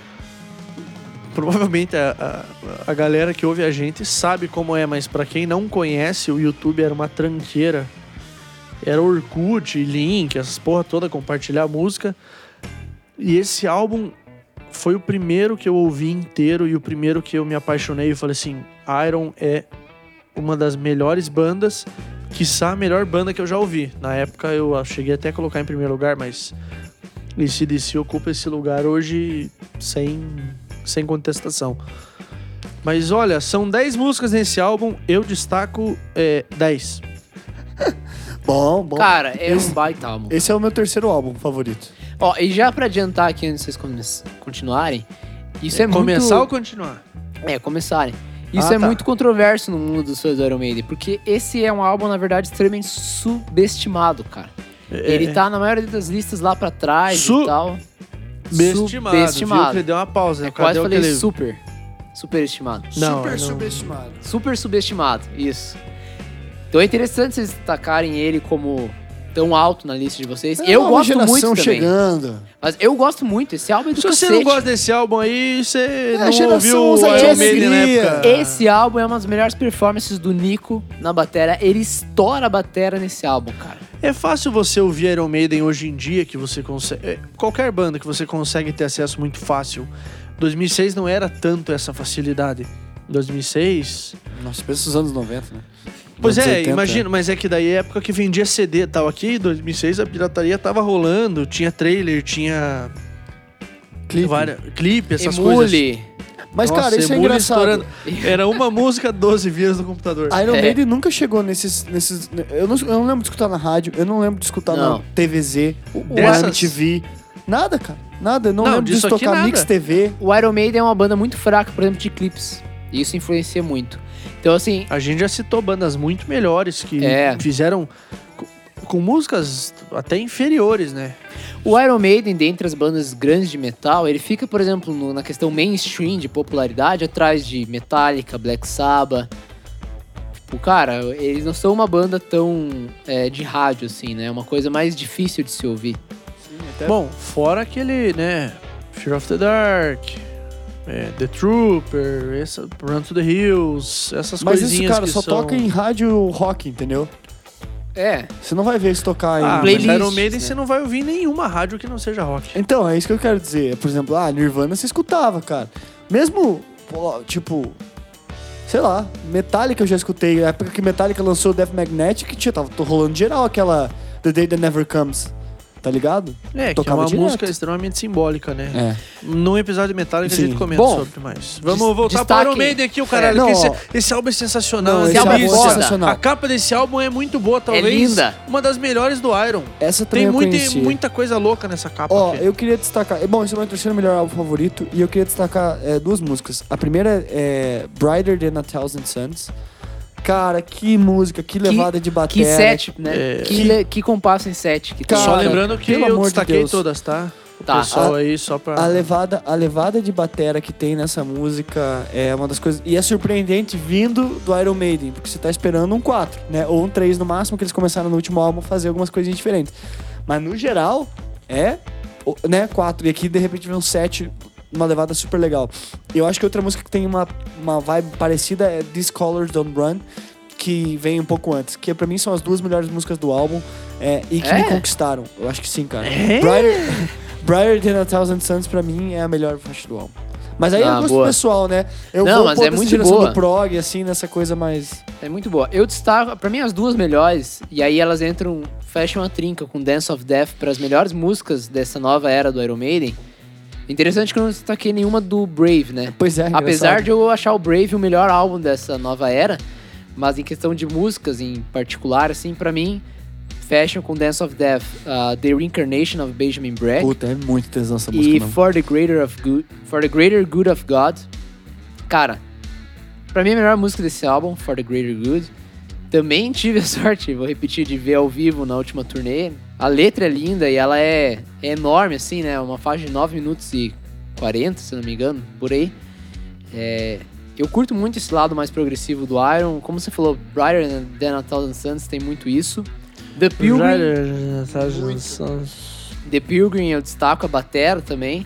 S3: provavelmente a, a, a galera que ouve a gente sabe como é, mas pra quem não conhece, o YouTube era uma tranqueira. Era Orkut, Link, essas porra toda, compartilhar música. E esse álbum foi o primeiro que eu ouvi inteiro e o primeiro que eu me apaixonei e falei assim, Iron é uma das melhores bandas, quiçá a melhor banda que eu já ouvi. Na época eu cheguei até a colocar em primeiro lugar, mas ACDC ocupa esse lugar hoje sem, sem contestação. Mas olha, são 10 músicas nesse álbum, eu destaco é, 10.
S2: Bom, bom.
S1: Cara, é um baita álbum.
S2: Esse é o meu terceiro álbum favorito.
S1: Ó, e já pra adiantar aqui antes de vocês come- continuarem, isso é, muito-
S3: Começar ou continuar?
S1: É, começarem. Isso
S3: Ah,
S1: é
S3: tá.
S1: muito controverso no mundo dos fãs do Iron Maiden, porque esse é um álbum, na verdade, extremamente subestimado, cara. Ele tá na maioria das listas lá pra trás
S3: É, Su-
S1: e tal.
S3: Subestimado, viu? Que
S1: Subestimado.
S3: ele deu uma pausa.
S1: Eu
S3: Cadê
S1: quase falei
S3: aquele-
S1: super. Superestimado.
S3: Não,
S2: Super
S3: não.
S2: subestimado.
S1: Super subestimado, isso. Então é interessante vocês destacarem ele como tão alto na lista de vocês.
S2: É
S1: eu
S2: uma
S1: gosto
S2: geração
S1: muito também.
S2: chegando.
S1: Mas eu gosto muito, esse álbum é do
S3: Se você
S1: cacete.
S3: não gosta desse álbum aí, você
S2: a
S3: não
S2: geração
S3: ouviu o
S2: usa
S3: Iron
S1: esse-
S3: Maiden na época.
S1: Esse álbum é uma das melhores performances do Nico na batera. Ele estoura a batera nesse álbum, cara.
S3: É fácil você ouvir Iron Maiden hoje em dia, que você consegue. é, Qualquer banda que você consegue ter acesso muito fácil. 2006 não era tanto essa facilidade. 2006.
S2: Nossa, pensa os anos 90, né?
S3: Pois
S2: Anos
S3: é,
S2: 80.
S3: imagino, mas é que daí é época que vendia CD e tal. Aqui, 2006, a pirataria tava rolando, tinha trailer, tinha
S2: Clipe.
S3: várias, clipe, essas coisas.
S1: Emule.
S2: Mas,
S3: Nossa,
S2: cara, isso é
S3: emule
S2: engraçado.
S3: estourando. Era uma [laughs] música, 12 vias no computador.
S2: Iron
S1: É.
S2: Maiden nunca chegou nesses. nesses eu, não, eu não lembro de escutar na rádio, eu não lembro de escutar
S1: Não.
S2: na TVZ,
S3: Dessas-
S2: na MTV. Nada, cara. Nada. Eu não,
S3: Não,
S2: lembro de
S3: disso aqui
S2: tocar
S3: nada.
S2: Mix TV.
S1: O Iron Maiden é uma banda muito fraca, por exemplo, de clipes. E isso influencia muito. Então, assim,
S3: A gente já citou bandas muito melhores que
S1: É.
S3: fizeram co- com músicas até inferiores, né?
S1: o Iron Maiden, dentre as bandas grandes de metal, ele fica, por exemplo, no- na questão mainstream de popularidade, atrás de Metallica, Black Sabbath. Tipo, cara, eles não são uma banda tão é, de rádio, assim, né? É uma coisa mais difícil de se ouvir.
S2: É.
S3: Bom, fora aquele, né? Fear of the Dark, é, The Trooper, essa, Run to the Hills, essas
S2: Mas
S3: coisinhas
S2: isso, cara,
S3: que
S2: só
S3: são...
S2: toca em rádio rock, entendeu?
S1: É,
S2: Você não vai ver isso tocar em
S3: Ah, mas
S1: playlists,
S3: Iron
S1: né?
S3: Maiden você não vai ouvir em nenhuma rádio que não seja rock.
S2: Então, é isso que eu quero dizer. Por exemplo, ah, Nirvana você escutava, cara. Mesmo, pô, tipo, sei lá, Metallica eu já escutei. Na época que Metallica lançou o Death Magnetic, tinha, tava tô rolando geral aquela The Day That Never Comes, tá ligado?
S3: É, que é
S2: Tocava
S3: uma
S2: direto.
S3: música extremamente simbólica, né?
S2: É.
S3: Num episódio de Metallica
S2: Sim.
S3: a gente comenta
S1: Bom,
S3: sobre mais.
S1: des-
S3: Vamos voltar
S1: destaque.
S3: para o Maiden aqui, o caralho.
S2: É, não,
S3: que esse, esse álbum é sensacional.
S2: Não,
S3: é
S2: esse
S1: álbum é
S3: delícia.
S2: sensacional.
S3: A capa desse álbum é muito boa, talvez.
S1: linda.
S3: Uma das melhores do Iron.
S2: Essa também
S3: Tem
S2: eu
S3: muita,
S2: conhecia.
S3: muita coisa louca nessa capa.
S2: Ó,
S3: Fê.
S2: eu queria destacar. Bom, esse é o meu terceiro melhor álbum favorito. E eu queria destacar é, duas músicas. A primeira é Brighter Than a Thousand Suns. Cara, que música, que levada de
S1: que
S2: bateria.
S1: set, né?
S3: É.
S1: Que, le- que compasso em set que tem.
S2: Cara,
S3: Só lembrando que
S2: pelo
S3: eu
S2: amor de
S3: destaquei
S2: Deus.
S3: todas, tá? O
S1: Tá.
S3: pessoal
S2: A-
S3: aí, só pra...
S2: A levada, a levada de batera que tem nessa música é uma das coisas. E é surpreendente vindo do Iron Maiden, porque você tá esperando um 4, né? Ou um 3 no máximo, que eles começaram no último álbum a fazer algumas coisinhas diferentes. Mas no geral, é o- né, 4. E aqui de repente vem um 7, uma levada super legal. E eu acho que outra música que tem uma, uma vibe parecida é These Colors Don't Run. Que vem um pouco antes, que pra mim são as duas melhores músicas do álbum é, e que me
S1: É?
S2: conquistaram. Eu acho que sim, cara.
S3: É?
S2: Brighter, Brighter Than a Thousand Suns, pra mim, é a melhor faixa do álbum. Mas aí
S1: Ah,
S2: é gosto
S1: boa.
S2: pessoal, né? Eu
S1: Não,
S2: vou
S1: mas
S2: pôr
S1: é
S2: nessa
S1: muito
S2: direção
S1: boa.
S2: do prog, assim, nessa coisa mais...
S1: É muito boa. Eu destaco, pra mim, as duas melhores, e aí elas entram, fecham a trinca com Dance of Death para as melhores músicas dessa nova era do Iron Maiden. Interessante que eu não destaquei nenhuma do Brave, né?
S2: Pois é,
S1: Apesar
S2: engraçado.
S1: de eu achar o Brave o melhor álbum dessa nova era, mas em questão de músicas em particular, assim, pra mim, fecham com Dance of Death, ah, The Reincarnation of Benjamin Bragg.
S2: Puta, é muito tesão essa música,
S1: E
S2: mano.
S1: for the, greater of good, for the Greater Good of God. Cara, pra mim a melhor música desse álbum, For the Greater Good. Também [laughs] tive a sorte, vou repetir, de ver ao vivo na última turnê. A letra é linda e ela é, é enorme, assim, né? Uma faixa de 9 minutos e 40, se não me engano, por aí. É, eu curto muito esse lado mais progressivo do Iron. Como você falou, Brighter Than a Thousand Suns tem muito isso. The Pilgrim... The Pilgrim eu destaco a batera também.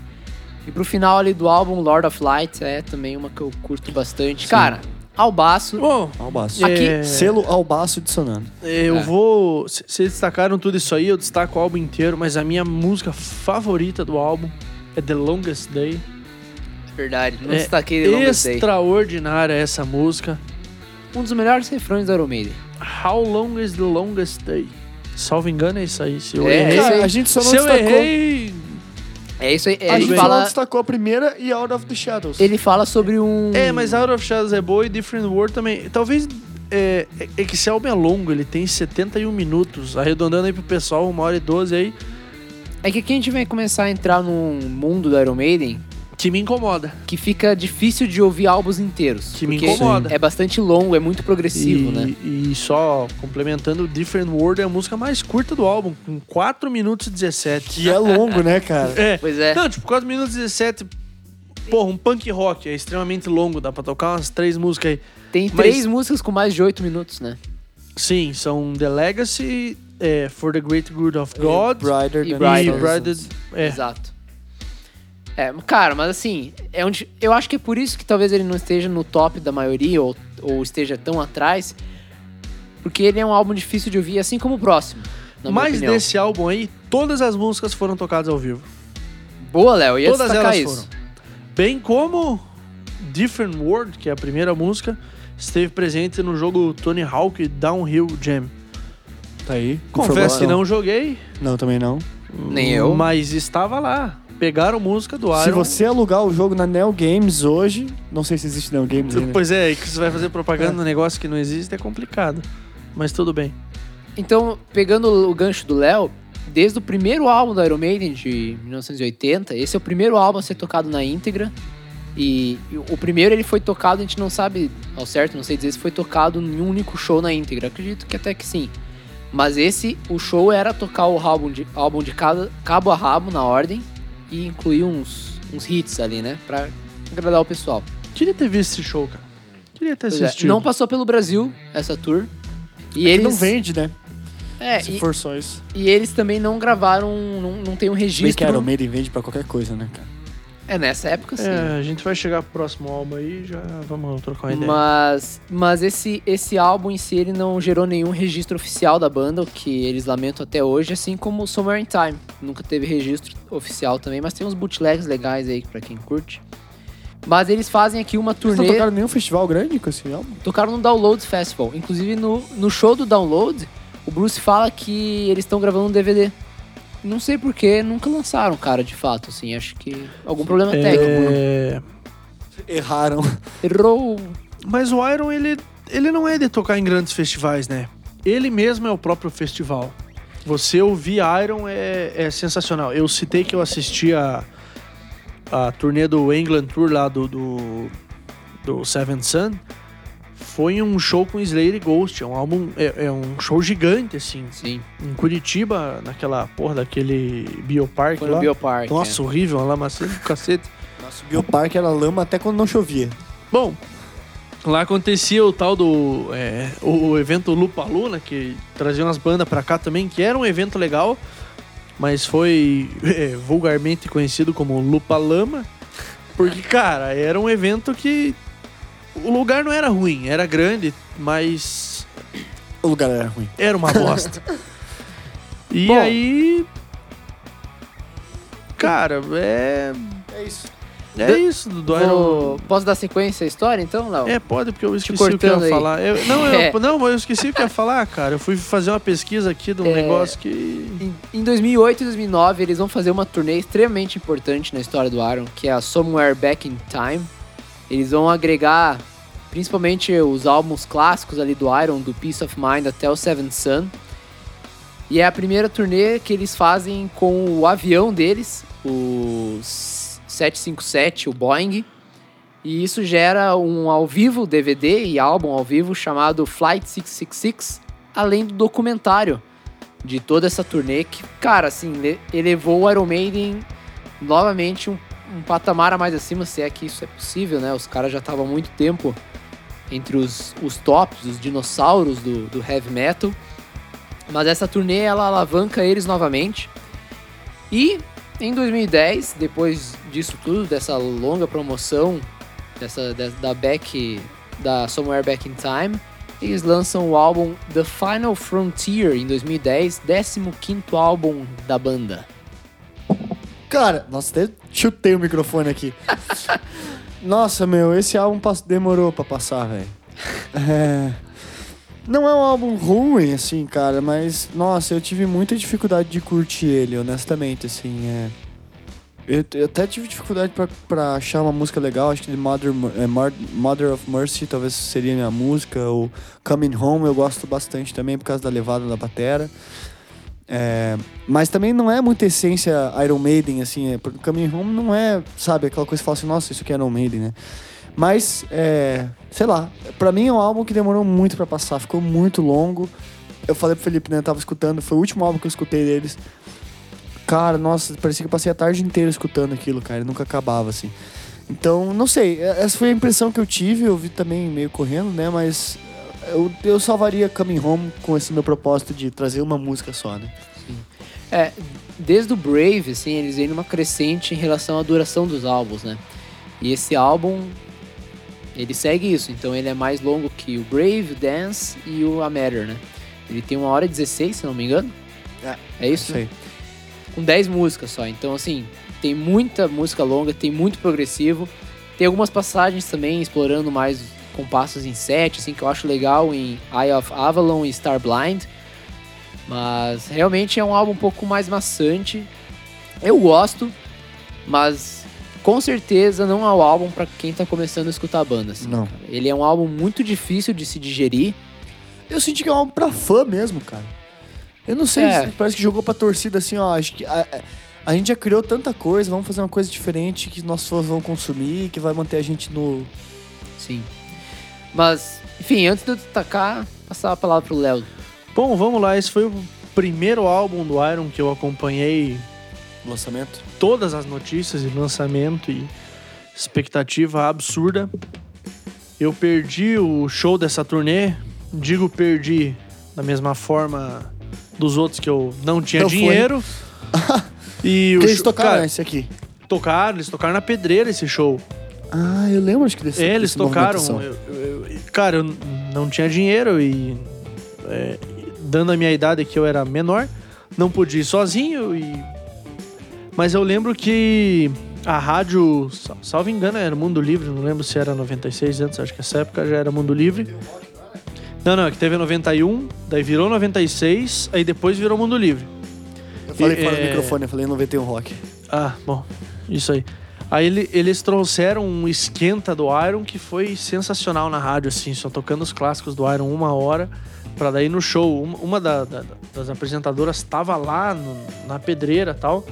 S1: E pro final ali do álbum Lord of Light é também uma que eu curto bastante. Cara, Albaço.
S3: Bom,
S2: Ao baço.
S3: É.
S1: Aqui.
S2: Selo ao baço dissonando.
S3: eu
S1: É.
S3: vou... c- Vocês destacaram tudo isso aí, eu destaco o álbum inteiro, mas a minha música favorita do álbum é The Longest Day.
S1: Verdade, não
S3: É
S1: destaquei The Longest Day.
S3: Extraordinária essa música.
S1: Um dos melhores refrões do Iron Maiden.
S3: How Long Is The Longest Day? Salvo engano é isso aí. Se eu
S1: É,
S3: errei...
S1: isso
S2: Cara,
S1: aí.
S2: a gente só não
S3: Se eu
S2: destacou...
S3: errei...
S1: É isso aí.
S2: A
S1: Ele
S2: gente
S3: bem.
S2: só não
S1: fala,
S2: destacou a primeira e Out of the Shadows.
S1: ele fala sobre um.
S3: É, mas Out of Shadows é boa e Different World também. Talvez. É, é- é que esse álbum é longo, ele tem 71 minutos, arredondando aí pro pessoal, uma hora e 12 aí,
S1: É que aqui a gente vai começar a entrar num mundo do Iron Maiden
S3: que me incomoda.
S1: que fica difícil de ouvir álbuns inteiros.
S3: Que me
S1: porque
S3: incomoda.
S1: É bastante longo, é muito progressivo,
S3: e,
S1: né?
S3: e só complementando, Different World é a música mais curta do álbum, com 4 minutos e 17.
S2: Que é longo, né, cara?
S3: É.
S1: Pois é.
S3: Não, tipo, 4 minutos e 17. Porra, um punk rock é extremamente longo, dá pra tocar umas três músicas aí.
S1: Tem
S3: mas-
S1: três músicas com mais de oito minutos, né?
S3: Sim, são The Legacy, é, For the Great Good of God
S2: é Brighter
S1: E
S2: Than a
S3: e
S1: Brighter.
S2: Thousand
S3: Brighter.
S2: Suns.
S3: É,
S1: Exato. É, cara, mas assim, é onde, eu acho que é por isso que talvez ele não esteja no top da maioria ou, ou esteja tão atrás, porque ele é um álbum difícil de ouvir, assim como o próximo. Na minha
S3: Mas
S1: opinião.
S3: desse álbum aí, todas as músicas foram tocadas ao vivo.
S1: Boa, Léo, eu ia
S3: todas
S1: destacar
S3: elas
S1: isso.
S3: foram. Bem como Different World, que é a primeira música, esteve presente no jogo Tony Hawk Downhill Jam.
S2: Tá aí.
S3: Confesso
S2: informação.
S3: que não joguei,
S2: Não, também não.
S1: Nem eu.
S3: mas estava lá. Pegaram música do
S2: Se
S3: Iron.
S2: você alugar o jogo na Neo Games hoje, não sei se existe Neo Games ainda.
S3: [laughs] Pois é, que você vai fazer propaganda
S2: É.
S3: num negócio que não existe é complicado. Mas tudo bem.
S1: Então, pegando o gancho do Léo, desde o primeiro álbum da Iron Maiden de 1980, esse é o primeiro álbum a ser tocado na íntegra. E e o primeiro ele foi tocado, a gente não sabe ao certo, não sei dizer se foi tocado em um único show na íntegra. Acredito que até que sim. Mas esse, o show era tocar o álbum de, álbum de cada, cabo a rabo na ordem e incluir uns, uns hits ali, né? Pra agradar o pessoal.
S3: Queria ter visto esse show, cara. Queria ter
S1: Pois é,
S3: assistido.
S1: não passou pelo Brasil essa tour. E
S2: Ele
S1: eles.
S2: não vende, né?
S1: É,
S2: Se
S1: e-
S2: for só isso.
S1: E eles também não gravaram, não, não tem um
S2: Bem é que
S1: registro.
S2: Iron Maiden vende pra qualquer coisa, né, cara?
S1: É nessa época, sim.
S3: É, a gente vai chegar pro próximo álbum aí já vamos trocar uma ideia.
S1: Mas, mas esse, esse álbum em si ele não gerou nenhum registro oficial da banda, o que eles lamentam até hoje, assim como o Summer in Time. Nunca teve registro oficial também, mas tem uns bootlegs legais aí pra quem curte. Mas eles fazem aqui uma
S2: Vocês não
S1: turnê.
S2: tocaram nenhum festival grande com esse álbum?
S1: Tocaram no Download Festival. Inclusive no, no show do Download, o Bruce fala que eles estão gravando um DVD. Não sei porquê, nunca lançaram, cara, de fato, assim. Acho que. Algum problema técnico. né?
S3: É,
S2: Erraram.
S1: Errou.
S3: Mas o Iron, ele, ele não é de tocar em grandes festivais, né? Ele mesmo é o próprio festival. Você ouvir Iron é, é sensacional. Eu citei que eu assisti a, a turnê do England Tour lá do, do, do Seven Sun. Foi um show com Slayer e Ghost. É um álbum. É, é um show gigante, assim.
S1: Sim.
S3: Em Curitiba, naquela porra daquele Biopark
S1: Foi
S3: lá.
S1: no é. Biopark.
S3: Nossa, horrível, lá macete, cacete.
S2: Nosso bioparque era lama até quando não chovia.
S3: Bom, lá acontecia o tal do é, o evento Lupa Luna, que trazia umas bandas pra cá também, que era um evento legal, mas foi [laughs] é, vulgarmente conhecido como Lupa Lama, porque, cara, era um evento que o lugar não era ruim, era grande, mas
S2: O lugar era ruim.
S3: era
S1: [laughs]
S3: uma bosta. e
S1: Bom.
S3: aí... Cara, é...
S2: É isso.
S3: É isso do do
S1: Vou-
S3: Iron...
S1: Posso dar sequência à história, então, Léo?
S3: É, pode, porque eu esqueci o que eu
S1: cortando
S3: ia
S1: aí.
S3: falar. Eu- não, eu,
S1: É.
S3: não, mas eu esqueci o que eu ia falar, cara. Eu fui fazer uma pesquisa aqui de um
S1: É.
S3: negócio que.
S1: Em, em 2008 e 2009, eles vão fazer uma turnê extremamente importante na história do Iron, que é a Somewhere Back in Time. Eles vão agregar principalmente os álbuns clássicos ali do Iron, do Peace of Mind até o Seventh Sun. E é a primeira turnê que eles fazem com o avião deles, o 757, o Boeing. E isso gera um ao vivo DVD e álbum ao vivo chamado Flight 666, além do documentário de toda essa turnê que, cara, assim, le- elevou o Iron Maiden novamente um, um patamar a mais acima, se é que isso é possível, né? Os caras já estavam há muito tempo entre os, os tops, os dinossauros do, do heavy metal. Mas essa turnê, ela alavanca eles novamente. E em 2010, depois disso tudo, dessa longa promoção, dessa, de- da back, da Somewhere Back in Time, eles lançam o álbum The Final Frontier em 2010, 15º álbum da banda.
S2: Cara, nossa, até chutei o microfone aqui. nossa, meu, esse álbum pass- demorou pra passar, velho. É... Não é um álbum ruim, assim, cara, mas, nossa, eu tive muita dificuldade de curtir ele, honestamente, assim, é... Eu, eu até tive dificuldade pra, pra achar uma música legal, acho que de Mother, Mer- é, Mar- Mother of Mercy talvez seria minha música, ou Coming Home eu gosto bastante também por causa da levada da batera. É, mas também não é muita essência Iron Maiden, assim. É, porque Coming Home não é, sabe, aquela coisa que você fala assim, nossa, isso aqui é Iron Maiden, né? Mas, é, sei lá, pra mim é um álbum que demorou muito pra passar, ficou muito longo. Eu falei pro Felipe, né, eu tava escutando, foi o último álbum que eu escutei deles. Cara, nossa, parecia que eu passei a tarde inteira escutando aquilo, cara, e nunca acabava, assim. Então, não sei, é- essa foi a impressão que eu tive, eu vi também meio correndo, né, mas eu, eu salvaria Coming Home com esse meu propósito de trazer uma música só, né?
S1: É, desde o Brave, assim, eles vêm numa crescente em relação à duração dos álbuns, né? E esse álbum, ele segue isso, então ele é mais longo que o Brave, o Dance e o A Matter, né? Ele tem uma hora e 16, se não me engano.
S2: É.
S1: é isso?
S2: Isso aí.
S1: com 10 músicas só. Então, assim, tem muita música longa, tem muito progressivo. Tem algumas passagens também explorando mais compassos em 7, assim, que eu acho legal em Eye of Avalon e Star Blind. Mas realmente é um álbum um pouco mais maçante. Eu gosto, mas com certeza não é o álbum para quem tá começando a escutar a banda. assim.
S2: Não.
S1: Ele é um álbum muito difícil de se digerir.
S2: Eu senti que é um álbum pra fã mesmo, cara. Eu não sei,
S1: É.
S2: se- parece que jogou pra torcida assim, ó. Acho que a, a- a gente já criou tanta coisa, vamos fazer uma coisa diferente que nossos fãs vão consumir, que vai manter a gente no.
S1: Sim. Mas, enfim, antes de eu destacar, passar a palavra pro Léo. [laughs]
S3: Bom, vamos lá. Esse foi o primeiro álbum do Iron que eu acompanhei
S2: Lançamento?
S3: todas as notícias e lançamento e expectativa absurda. Eu perdi o show dessa turnê. Digo perdi da mesma forma dos outros que eu não tinha
S2: Não foi.
S3: dinheiro. e
S2: Porque
S3: o
S2: eles
S3: show-
S2: tocaram
S3: cara,
S2: esse aqui.
S3: Tocaram, eles tocaram na pedreira esse show.
S2: Ah, eu lembro, acho que desse
S3: É, eles
S2: dessa
S3: tocaram.
S2: movimentação.
S3: eu- eu- eu- cara, eu n- não tinha dinheiro e. é, dando a minha idade que eu era menor, não podia ir sozinho e. Mas eu lembro que a rádio, sal- salvo engano, era Mundo Livre, não lembro se era 96 antes, acho que essa época já era Mundo Livre. Não, não, é que teve 91, daí virou 96, aí depois virou Mundo Livre.
S2: Eu falei fora do
S3: É.
S2: microfone, eu falei 91 Rock.
S3: Ah, bom, isso aí. Aí ele- eles trouxeram um esquenta do Iron que foi sensacional na rádio, assim, só tocando os clássicos do Iron uma hora, pra daí no show. Uma, uma da- da- das apresentadoras tava lá no- na pedreira tal.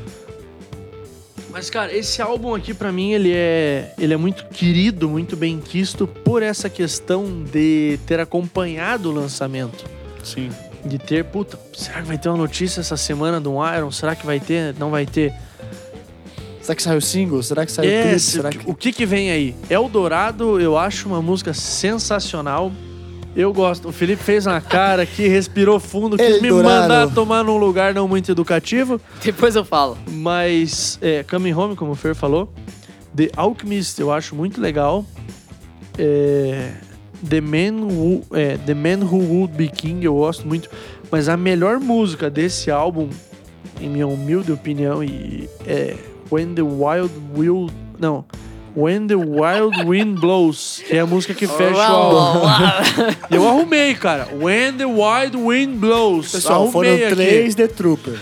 S3: Mas, cara, esse álbum aqui, pra mim, ele é, ele é muito querido, muito bem quisto por essa questão de ter acompanhado o lançamento
S2: Sim.
S3: de ter, puta, será que vai ter uma notícia essa semana do Iron? Será que vai ter? Não vai ter?
S2: Será que saiu single? Será que saiu
S3: É,
S2: clipe?
S3: se-
S2: Será que...
S3: o que que vem aí? Eldorado, eu acho uma música sensacional. Eu gosto. O Felipe fez uma cara aqui, respirou fundo, quis me
S2: Eldorado.
S3: mandar tomar num lugar não muito educativo,
S1: Depois eu falo.
S3: mas é, Coming Home, como o Fer falou. The Alchemist, eu acho muito legal. É, The, Man Who, é, The Man Who Would Be King, eu gosto muito. Mas a melhor música desse álbum, em minha humilde opinião, e- é When the Wild Will. Não. When the Wild Wind Blows, que é a música que fecha o álbum. E Eu arrumei, cara. When the Wild Wind Blows.
S2: Pessoal,
S3: arrumei
S2: Ah, foram
S3: aqui.
S2: três The Trooper.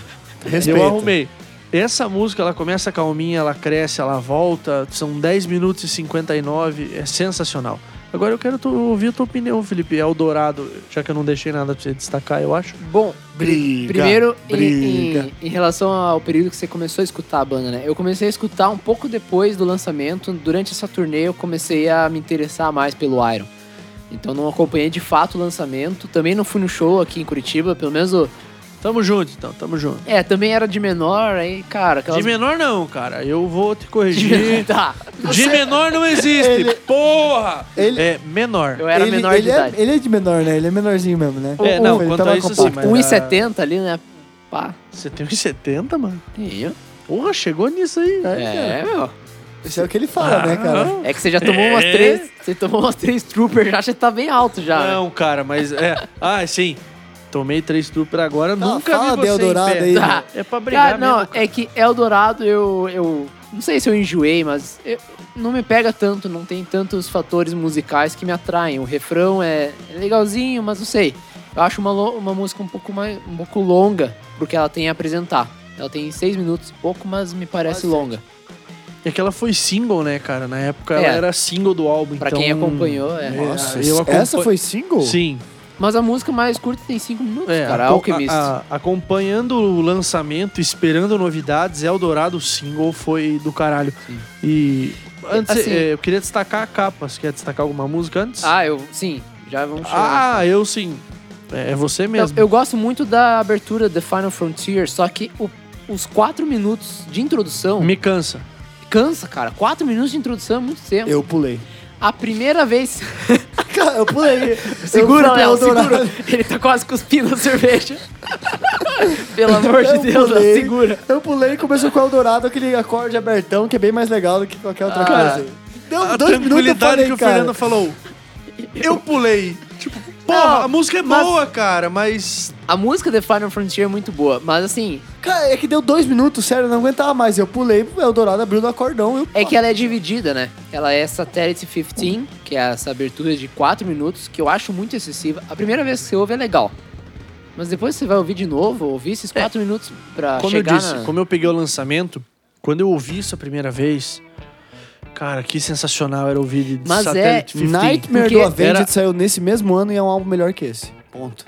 S2: Respeita.
S3: Eu arrumei. Essa música, ela começa calminha, ela cresce, ela volta. São 10 minutos e 59. É sensacional. Agora eu quero tu- ouvir a tua opinião, Felipe. Eldorado, já que eu não deixei nada pra você destacar, eu acho.
S1: [laughs] Bom,
S2: Briga,
S1: primeiro, em-
S2: briga.
S1: Em, em relação ao período que você começou a escutar a banda, né? Eu comecei a escutar um pouco depois do lançamento. Durante essa turnê, eu comecei a me interessar mais pelo Iron. Então, não acompanhei de fato o lançamento. Também não fui no show aqui em Curitiba, pelo menos. o-
S3: Tamo junto, então, tamo junto.
S1: É, também era de menor, aí, cara. Aquelas...
S3: De
S1: [laughs]
S3: menor não, cara. Eu vou te corrigir.
S1: tá,
S3: De menor não existe.
S2: Ele-
S3: Porra!
S2: ele-
S3: É menor.
S1: eu era
S2: ele,
S1: menor
S2: ele
S1: de idade.
S2: É, ele é de menor, né? Ele é menorzinho mesmo, né?
S3: É,
S2: Ou-
S3: não,
S2: ou ele
S3: quanto
S2: tava
S3: a isso,
S2: com
S3: [laughs] sim,
S2: pouco.
S3: mas-
S1: 1,70 ali, né? Pá.
S3: Você tem uns 70, mano?
S1: tem eu.
S3: Porra, chegou nisso aí.
S1: É, meu.
S2: Isso é o que ele fala, né, cara?
S1: É que você já tomou umas
S3: É.
S1: três. Você tomou umas três troopers já, você tá bem alto já. né?
S3: Não, cara, mas é. Ah, sim. Tomei três trooper agora,
S2: Tá,
S3: nunca
S2: fala
S3: vi
S2: de
S3: você
S2: Eldorado
S3: em pé.
S2: aí.
S1: Tá.
S3: É pra brigar
S1: Cara, não,
S3: mesmo, cara.
S1: é que Eldorado eu, eu. Não sei se eu enjoei, mas eu- não me pega tanto, não tem tantos fatores musicais que me atraem. O refrão é é legalzinho, mas não sei. Eu acho uma, lo- uma música um pouco, mais, um pouco longa pro que ela tem a apresentar. Ela tem seis minutos e pouco, mas me parece
S3: Ah,
S2: Quase
S1: longa.
S3: É que ela foi single, né, cara? Na época
S1: É.
S3: ela era single do álbum,
S1: Pra
S3: então...
S1: quem acompanhou, é.
S2: Nossa,
S3: eu acompan-
S2: essa foi single?
S3: Sim.
S1: Mas a música mais curta tem cinco minutos,
S3: É,
S1: cara.
S3: aco-
S1: Alchemist.
S3: a- a- acompanhando o lançamento, esperando novidades, Eldorado single foi do caralho.
S1: Sim.
S3: E... Antes,
S1: Assim-
S3: eh, eu queria destacar a capa. Você quer destacar alguma música antes?
S1: Ah, eu. Sim, já vamos chegar.
S3: Ah, eu sim. É é você
S1: Então,
S3: mesmo.
S1: Eu gosto muito da abertura The Final Frontier, só que o- os quatro minutos de introdução
S3: Me cansa.
S1: cansa, cara. Quatro minutos de introdução é muito tempo.
S2: Eu pulei.
S1: A primeira vez. [laughs]
S2: Cara, eu pulei.
S1: segura,
S2: eu fui pra
S1: Léo, segura.
S2: Eldorado.
S1: Ele tá quase cuspindo a
S2: [laughs]
S1: cerveja. Pelo amor de
S2: Eu
S1: Deus, Léo,
S2: pulei.
S1: segura.
S2: Eu pulei e começou com o Eldorado, aquele acorde abertão que é bem mais legal do que qualquer outra
S1: Ah.
S2: coisa. Deu
S3: a
S2: dois minutos eu
S3: tranquilidade
S2: falei,
S3: que o
S2: cara.
S3: Fernando falou. Eu pulei. Tipo, porra,
S1: Não,
S3: a música é
S1: mas-
S3: boa, cara, mas.
S1: A música The Final Frontier é muito boa, mas assim,
S2: Cara, é que deu dois minutos, sério, eu não aguentava mais. Eu pulei, o Eldorado abriu do acordão. Eu...
S1: é que ela é dividida, né? Ela é Satellite 15, que é essa abertura de quatro minutos, que eu acho muito excessiva. A primeira vez que você ouve é legal. Mas depois você vai ouvir de novo, ouvir esses quatro minutos pra
S3: É, Como eu
S1: chegar
S3: disse,
S1: na...
S3: como eu peguei o lançamento, quando eu ouvi isso a primeira vez, cara, que sensacional era ouvir de
S1: Mas é
S3: Satellite 15.
S2: Nightmare
S1: Porque
S2: do Avenged
S3: era-
S2: saiu nesse mesmo ano e é um álbum melhor que esse. Ponto.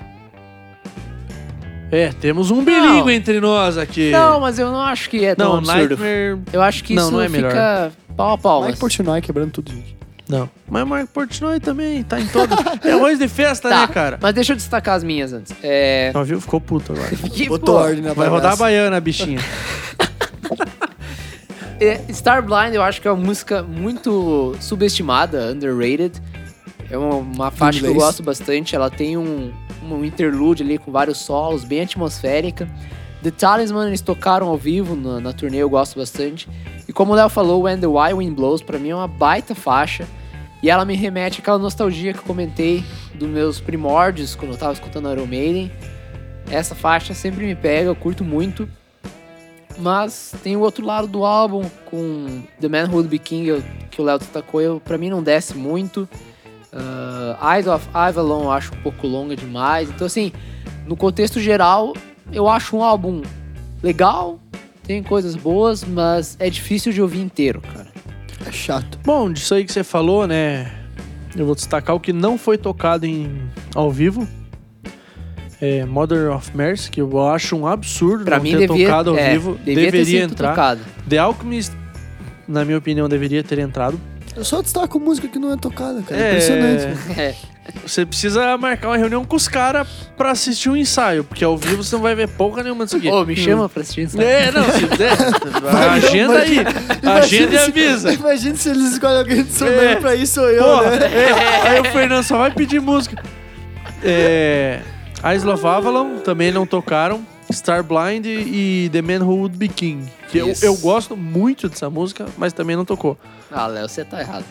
S3: É, temos um bilíngue entre nós aqui.
S1: Não, mas eu não acho que é tão
S3: não
S1: absurdo.
S3: Nightmare.
S1: Eu acho que
S3: Não,
S1: isso
S3: não é
S1: fica
S3: melhor.
S1: pau a pau. assim.
S2: Mike
S1: mas-
S2: Portnoy quebrando tudo, gente.
S3: Não. Mas Mark Portnoy também tá em todo. é arroz de festa,
S1: Tá,
S3: né, cara?
S1: Mas deixa eu destacar as minhas antes. É.
S3: Só viu? Ficou puto agora.
S1: [laughs] que,
S2: Botou
S1: pô,
S2: ordem na
S3: Vai rodar a
S2: bagaça.
S3: baiana, bichinha.
S1: é, Starblind eu acho que é uma música muito subestimada, underrated. É uma, uma faixa que eu
S2: inglês.
S1: gosto bastante. Ela tem um, um interlude ali com vários solos, bem atmosférica. The Talisman eles tocaram ao vivo na, na turnê, eu gosto bastante. E como o Léo falou, When the Wild Wind Blows, pra mim é uma baita faixa. E ela me remete àquela nostalgia que eu comentei dos meus primórdios quando eu tava escutando Iron Maiden. Essa faixa sempre me pega, eu curto muito. Mas tem o outro lado do álbum, com The Man Who Would Be King, eu- que o Léo destacou, eu, pra mim não desce muito. Ah, Eyes of Avalon eu acho um pouco longa demais. Então, assim, no contexto geral, eu acho um álbum legal, tem coisas boas, mas é difícil de ouvir inteiro, cara.
S2: É chato.
S3: Bom, disso aí que você falou, né? Eu vou destacar o que não foi tocado em ao vivo. É Mother of Mercy, que eu acho um absurdo
S1: Pra
S3: não
S1: mim
S3: ter
S1: devia,
S3: tocado ao
S1: é,
S3: vivo.
S1: devia ter
S3: deveria
S1: sido
S3: entrar.
S1: tocado.
S3: The Alchemist, na minha opinião, deveria ter entrado.
S2: Eu só destaco música que não é tocada, cara.
S3: É.
S2: Impressionante. mano.
S1: É,
S3: Você precisa marcar uma reunião com os caras pra assistir um ensaio, porque ao vivo você não vai ver porra nenhuma disso aqui.
S1: Ô, me chama pra assistir
S3: [laughs]
S1: isso.
S3: É, não, se
S1: [laughs]
S3: der. agenda aí. Agenda e
S2: Imagina se- [laughs]
S3: avisa.
S2: Imagina se eles escolhem alguém do seu
S3: É.
S2: nome pra isso sou eu,
S3: Porra,
S2: né?
S3: [laughs] é. aí o Fernando só vai pedir música. É, Eyes of Avalon também não tocaram. Starblind e The Man Who Would Be King. Que eu,
S1: Isso.
S3: eu gosto muito dessa música, mas também não tocou.
S1: Ah, Léo, você tá errado.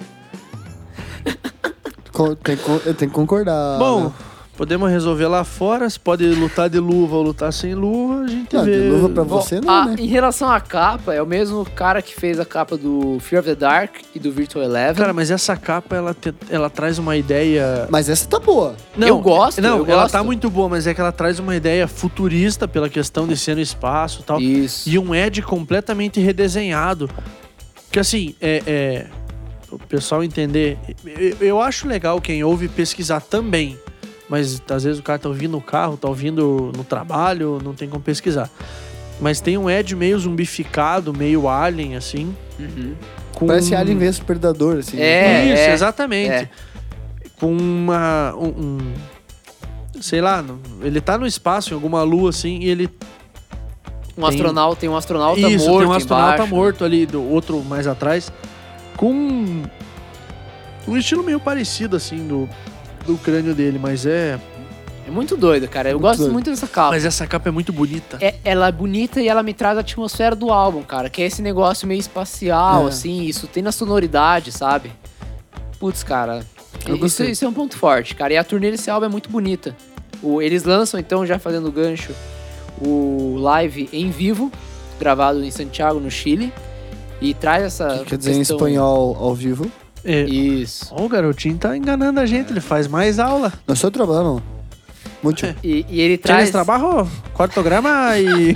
S2: Co- tem co- eu tenho que concordar.
S3: Bom,
S2: né?
S3: podemos resolver lá fora. Se pode lutar de luva ou lutar sem luva, a gente
S2: Não,
S3: vê.
S2: de luva pra
S1: Bom,
S2: você não,
S1: a-
S2: né?
S1: Em relação à capa, é o mesmo cara que fez a capa do Fear of the Dark e do Virtual Eleven.
S3: Cara, mas essa capa, ela, te- ela traz uma ideia...
S2: Mas essa tá boa.
S3: Não,
S1: Eu gosto,
S3: Não,
S1: eu
S3: ela
S1: gosto.
S3: tá muito boa, mas é que ela traz uma ideia futurista pela questão de ser no espaço e tal.
S1: Isso.
S3: e um Ed completamente redesenhado. Que assim, é. é o pessoal entender. Eu, eu acho legal quem ouve pesquisar também. Mas às vezes o cara tá ouvindo no carro, tá ouvindo no trabalho, não tem como pesquisar. Mas tem um Ed meio zumbificado, meio alien, assim.
S1: Uhum.
S3: Com...
S2: Parece Alien versus Predador, assim.
S1: É.
S3: Isso, exatamente.
S1: é.
S3: Com uma. Um, um- sei lá, no- ele tá no espaço, em alguma lua, assim, e ele
S1: Um
S3: Tem-
S1: astronauta, tem um astronauta
S3: Isso,
S1: morto
S3: tem um astronauta
S1: embaixo. né?
S3: morto ali, do outro mais atrás, com um- um estilo meio parecido, assim, do, do crânio dele, mas é...
S1: É muito doido, cara. Eu
S2: Muito
S1: gosto
S2: doido.
S1: muito dessa capa.
S3: Mas essa capa é muito bonita.
S1: É- ela é bonita e ela me traz a atmosfera do álbum, cara. Que é esse negócio meio espacial,
S2: É.
S1: assim. Isso tem na sonoridade, sabe? Putz, cara.
S2: Eu
S1: Isso,
S2: gostei.
S1: isso é um ponto forte, cara. E a turnê desse álbum é muito bonita. O- eles lançam, então, já fazendo gancho, o live em vivo, gravado em Santiago, no Chile. E traz essa.
S2: Que Quer dizer, em
S1: É, questão-
S2: espanhol ao vivo.
S3: É.
S1: Isso.
S3: Ó, o garotinho tá enganando a gente, ele faz mais aula.
S2: Nós é só trabalhamos. Muito.
S3: É,
S1: E, e ele
S3: Traz
S1: traz.
S3: trabalho, cortograma
S1: [laughs]
S3: e...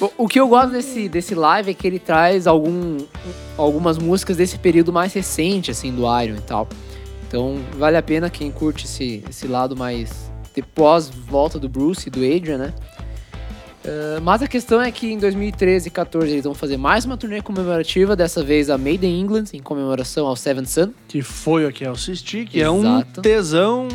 S1: O- O que eu gosto desse, desse live é que ele traz algum, algumas músicas desse período mais recente, assim, do Iron e tal. Então, vale a pena quem curte esse, esse lado mais depois volta do Bruce e do Adrian, né? Eh, mas a questão é que em 2013 e 14 eles vão fazer mais uma turnê comemorativa, dessa vez a Made in England, em comemoração ao Seventh Sun.
S3: Que foi aqui, eu assisti, que é um
S1: Exato.
S3: tesão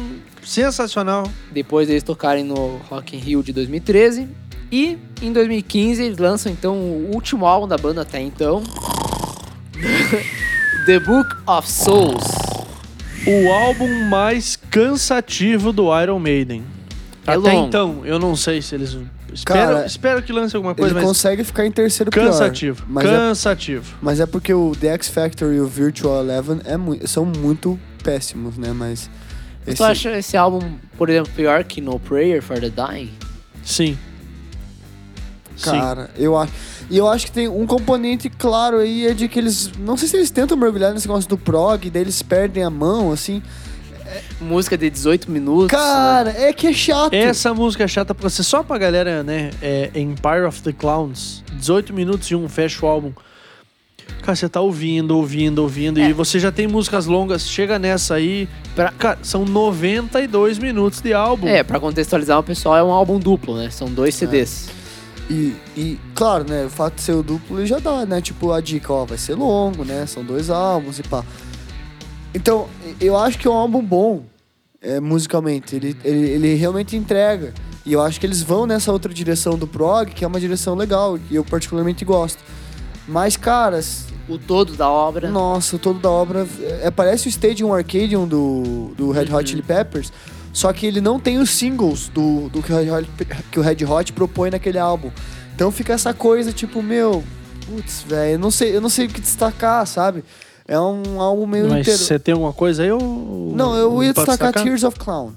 S3: sensacional.
S1: depois deles tocarem no Rock in Rio de 2013. E em 2015 eles lançam então o último álbum da banda até então, [laughs] The Book of Souls.
S3: O álbum mais cansativo do Iron Maiden.
S1: É
S3: Até
S1: longo.
S3: então, eu não sei se eles... Espero,
S2: Cara,
S3: espero que lance alguma
S2: Ele
S3: coisa, mas...
S2: consegue ficar em terceiro pior.
S3: Cansativo.
S2: Mas é-
S3: cansativo.
S2: Mas é porque o The X Factor e o Virtual Eleven é mui- são muito péssimos, né? Mas.
S1: Tu acha esse álbum, por exemplo, pior que No Prayer for the Dying?
S3: Sim. Sim.
S2: Cara, eu acho. E eu acho que tem um componente claro aí é de que eles. Não sei se eles tentam mergulhar nesse negócio do prog, daí eles perdem a mão, assim.
S1: Música de 18 minutos. né?
S2: Cara, é que é chato.
S3: Essa música é chata pra você, só pra galera, né? É Empire of the Clowns. 18 minutos e um, fecha o álbum. Cara, você tá ouvindo, ouvindo, ouvindo.
S1: É.
S3: E você já tem músicas longas. Chega nessa aí.
S1: Pra-
S3: Cara, são 92 minutos de álbum.
S1: É, pra contextualizar o pessoal, é um álbum duplo, né? São dois
S3: É.
S1: CDs.
S2: E, e, claro, né? O fato de ser o duplo já dá, né? Tipo, a dica, ó, vai ser longo, né? São dois álbuns e pá. Então, eu acho que é um álbum bom, é, musicalmente. Ele, ele, ele realmente entrega. E eu acho que eles vão nessa outra direção do prog, que é uma direção legal, e eu particularmente gosto. Mas, caras,
S1: O todo da obra.
S2: nossa, o todo da obra. É, parece o Stadium Arcadium do, do Red Hot
S1: Uhum.
S2: Chili Peppers. Só que ele não tem os singles do, do que, o Red Hot, que o Red Hot propõe naquele álbum. Então fica essa coisa, tipo, meu, Putz, velho, eu não sei, eu não sei o que destacar, sabe? É um álbum meio
S3: Mas
S2: inteiro.
S3: você tem alguma coisa aí? Ou...
S2: Não, eu ia
S3: pode
S2: destacar Tears of Clown.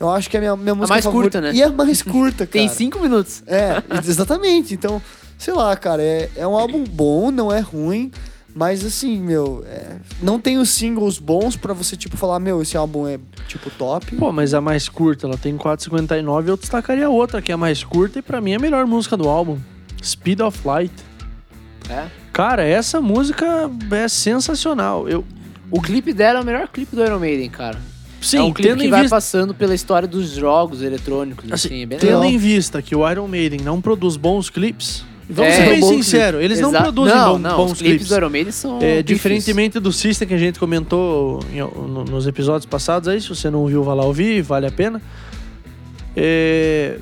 S2: Eu acho que é a minha, minha música
S1: mais
S2: favorita.
S1: curta, né?
S2: E é a mais curta,
S1: [laughs]
S2: cara.
S1: Tem cinco minutos.
S2: É, exatamente. Então, sei lá, cara, é, é um álbum bom, não é ruim, mas assim, meu, é, não tem os singles bons pra você, tipo, falar, meu, esse álbum é, tipo, top.
S3: Pô, mas a mais curta, ela tem 4,59. Eu destacaria outra que é a mais curta e pra mim é a melhor música do álbum. Speed of Light.
S1: É.
S3: Cara, essa música é sensacional. Eu,
S1: O clipe dela é o melhor clipe do Iron Maiden, cara.
S3: sim,
S1: é um clipe
S3: tendo
S1: que
S3: em
S1: vai
S3: vista,
S1: passando pela história dos jogos eletrônicos, assim, é bem
S3: tendo
S1: legal.
S3: em vista que o Iron Maiden não produz bons clipes, vamos
S1: É,
S3: ser bem
S2: bons
S3: sinceros, eles não
S1: Exa-
S3: produzem
S1: não,
S3: bons,
S1: não,
S3: bons
S1: os
S3: clipes.
S1: clipes do Iron Maiden são
S3: É,
S1: difíceis.
S3: diferentemente do System que a gente comentou em- no- nos episódios passados, aí se você não ouviu, vai lá ouvir, vale a pena. É,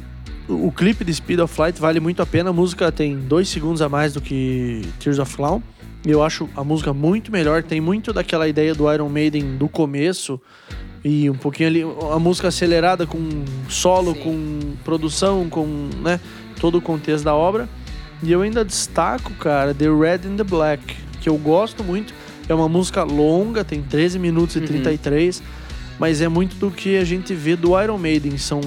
S3: o o clipe de Speed of Light vale muito a pena. A música tem dois segundos a mais do que Tears of Clown. E eu acho a música muito melhor. Tem muito daquela ideia do Iron Maiden do começo. E um pouquinho ali, a música acelerada com solo,
S1: Sim.
S3: com produção, com né, todo o contexto da obra. E eu ainda destaco, cara, The Red and the Black, que eu gosto muito. É uma música longa, tem 13 minutos e
S1: Uhum.
S3: 33, mas é muito do que a gente vê do Iron Maiden. São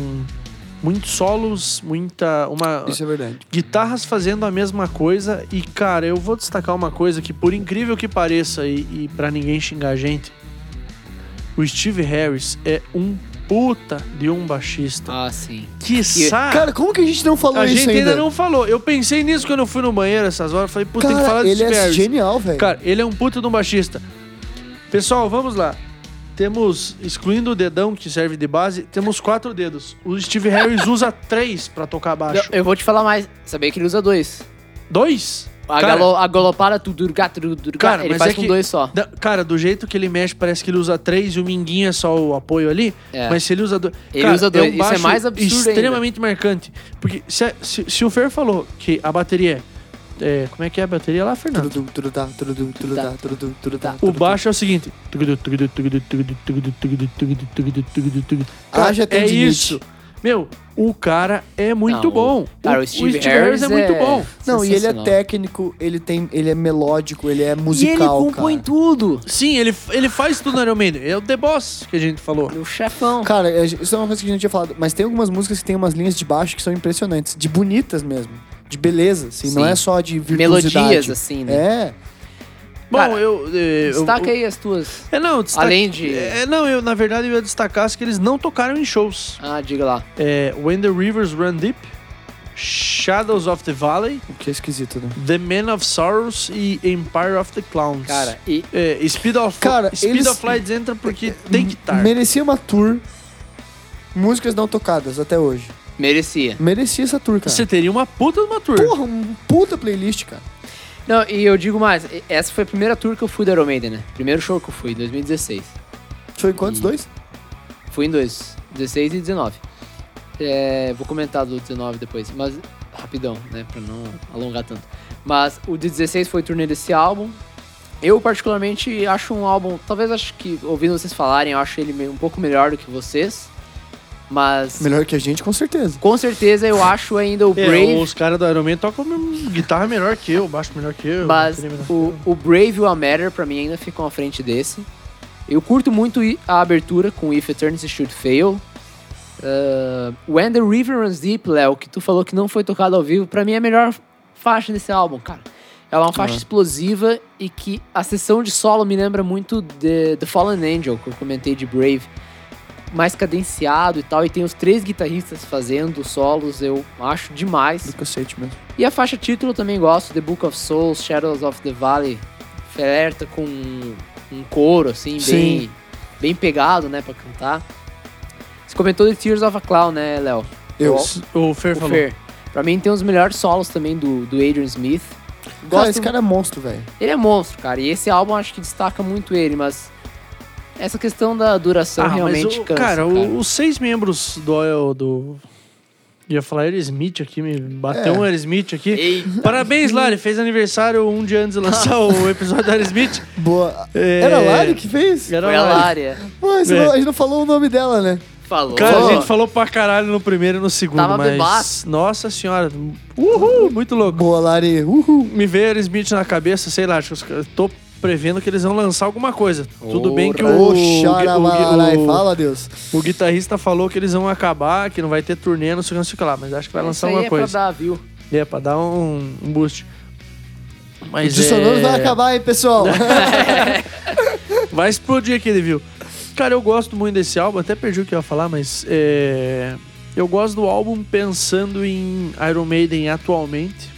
S3: muitos solos, muita. Uma,
S2: Isso é verdade.
S3: guitarras fazendo a mesma coisa. E, cara, eu vou destacar uma coisa que, por incrível que pareça, e, e para ninguém xingar a gente, o Steve Harris é um puta de um baixista.
S1: Ah, sim.
S3: Que
S2: Cara, como que a gente não
S1: É
S2: falou
S3: a
S2: isso
S3: gente ainda.
S2: ainda?
S3: não falou. Eu pensei nisso quando eu fui no banheiro essas horas. Falei, puta, tem que
S2: Cara,
S3: falar do
S2: ele
S3: Steve
S2: é
S3: Harris.
S2: genial, velho.
S3: Cara, ele é um puta de um baixista. Pessoal, vamos lá. Temos, excluindo o dedão que serve de base, temos quatro dedos. O Steve
S1: [laughs]
S3: Harris usa três pra tocar baixo.
S1: Eu, eu vou te falar mais. Sabia que ele usa dois.
S3: Dois?
S1: A,
S3: Cara,
S1: galo, a galopada, tudo, tudo, tudo,
S3: Cara,
S1: ele
S3: mas
S1: faz
S3: é
S1: com
S3: que-
S1: dois só.
S3: da- cara, do jeito que ele mexe, parece que ele usa três e o minguinho é só o apoio ali.
S1: É.
S3: Mas se ele usa dois.
S1: Ele
S3: cara,
S1: usa dois.
S3: É um
S1: Isso é
S3: baixo
S1: mais absurdo
S3: Extremamente marcante. Porque se, se- se o Fer falou que a bateria é. é, Como é que é a bateria lá, Fernando?
S2: Turudum, turudá, turudum, turudá, turudum, turudá,
S1: O
S3: O
S2: turudum.
S3: baixo é o seguinte.
S2: Cara,
S3: Cara, é
S2: tendinite.
S3: isso. Meu, o cara é muito
S1: Não, o-
S3: bom.
S1: cara, o Steve Harris
S3: é muito
S1: é-
S3: bom.
S2: Não, e ele é
S1: Sensacional.
S2: técnico, ele tem, ele é melódico, ele é musical,
S1: e ele compõe
S2: cara.
S1: tudo.
S3: Sim, ele, ele faz tudo no Iron Maiden. É o The Boss que a gente falou.
S1: O chefão.
S2: Cara, é, isso é uma coisa que a gente tinha falado, mas tem algumas músicas que tem umas linhas de baixo que são impressionantes, de bonitas mesmo, de beleza, assim, não
S1: Sim.
S2: é só de virtuosidade.
S1: Melodias, assim, né?
S2: É,
S3: Bom,
S1: Cara,
S3: eu, eh, eu...
S1: Destaca
S3: eu-
S1: aí as tuas.
S3: É, não, eu destaque-
S1: Além de-
S3: É, não, eu, na verdade, eu ia destacar as que eles não tocaram em shows.
S1: Ah, diga lá.
S3: É, When the Rivers Run Deep, Shadows of the Valley,
S2: o que é esquisito, né?
S3: The Man of Sorrows e Empire of the Clowns.
S1: Cara, e
S3: É, Speed of,
S2: Cara,
S3: Speed
S2: eles- É,
S3: of Lights entra porque tem guitarra.
S2: Merecia uma tour, músicas não tocadas até hoje.
S1: merecia.
S2: Merecia essa tour, cara.
S3: Você teria uma puta de uma tour.
S2: Porra, um puta playlist, cara.
S1: Não, e eu digo mais. e- Essa foi a primeira tour que eu fui do Iron Maiden, né? Primeiro show que eu fui, em 2016.
S2: Foi quantos
S1: E-
S2: dois?
S1: Fui em dois, 16 e 19. É, vou comentar do 19 depois, mas rapidão, né? Pra não alongar tanto. Mas o de 16 foi o turnê desse álbum. Eu, particularmente, acho um álbum. Talvez acho que, ouvindo vocês falarem, eu acho ele meio- um pouco melhor do que vocês. Mas,
S2: Melhor que a gente, com certeza.
S1: com certeza, eu acho ainda o
S3: É,
S1: Brave.
S3: os caras do Iron Man tocam mesmo guitarra melhor que eu, baixo melhor que eu.
S1: Mas
S3: bateria melhor que
S1: o,
S3: eu.
S1: o Brave e o A Matter, pra mim, ainda ficam à frente desse. Eu curto muito i- a abertura com If Eternity Should Fail. Ah, When the River Runs Deep, Léo, que tu falou que não foi tocado ao vivo, pra mim é a melhor faixa desse álbum, cara. Ela é uma faixa explosiva e que a sessão de solo me lembra muito de The Fallen Angel, que eu comentei de Brave. Mais cadenciado e tal, e tem os três guitarristas fazendo solos, eu acho demais.
S2: Do cacete mesmo.
S1: E a faixa título eu também gosto, The Book of Souls, Shadows of the Valley, flerta com um coro, assim, bem,
S2: Sim.
S1: bem pegado, né, pra cantar. Você comentou de Tears of a Clown, né, Léo?
S2: Eu.
S3: O Fer
S1: O
S3: falou.
S1: Fer. Pra mim tem um dos melhores solos também do, do Adrian Smith.
S2: Cara,
S1: Gosto-
S2: esse cara é monstro, velho.
S1: Ele é monstro, cara, e esse álbum acho que destaca muito ele, mas essa questão da duração
S3: Ah, mas
S1: realmente
S3: o-
S1: cansa,
S3: cara,
S1: cara.
S3: o- os seis membros do. do ia falar Aerosmith aqui, me bateu
S2: É.
S3: um Aerosmith aqui.
S1: Ei,
S3: Parabéns, Lari. Fez aniversário um dia antes
S1: [laughs]
S3: de lançar o episódio do Aerosmith.
S2: Boa.
S3: É,
S2: Era a Lari que fez?
S3: Era
S1: foi a
S3: Lari.
S1: Lária.
S2: Pô, você
S3: É.
S2: não- a gente não falou o nome dela, né?
S1: Falou.
S3: Cara, a gente falou pra caralho no primeiro e no segundo,
S1: Tava
S3: mas.
S1: bebaço.
S3: Nossa senhora. Uhul, muito louco.
S2: Boa, Lari. Uhul.
S3: Me veio Aerosmith na cabeça, sei lá, acho que os caras- tô prevendo que eles vão lançar alguma coisa. Tudo bem que o, o,
S2: Oxalá, Larai.
S3: o,
S2: Fala, Deus.
S3: o guitarrista falou que eles vão acabar, que não vai ter turnê, não sei o que, não sei o que lá, mas acho que vai
S1: Isso
S3: lançar
S1: aí
S3: alguma
S1: é
S3: coisa.
S1: pra dar, viu?
S3: É, pra dar um, um boost.
S2: O
S3: Mas
S2: Dissonando
S3: é...
S2: vai acabar, hein, pessoal?
S3: Vai explodir aquele view. Cara, eu gosto muito desse álbum, até perdi o que eu ia falar, mas é, eu gosto do álbum pensando em Iron Maiden atualmente,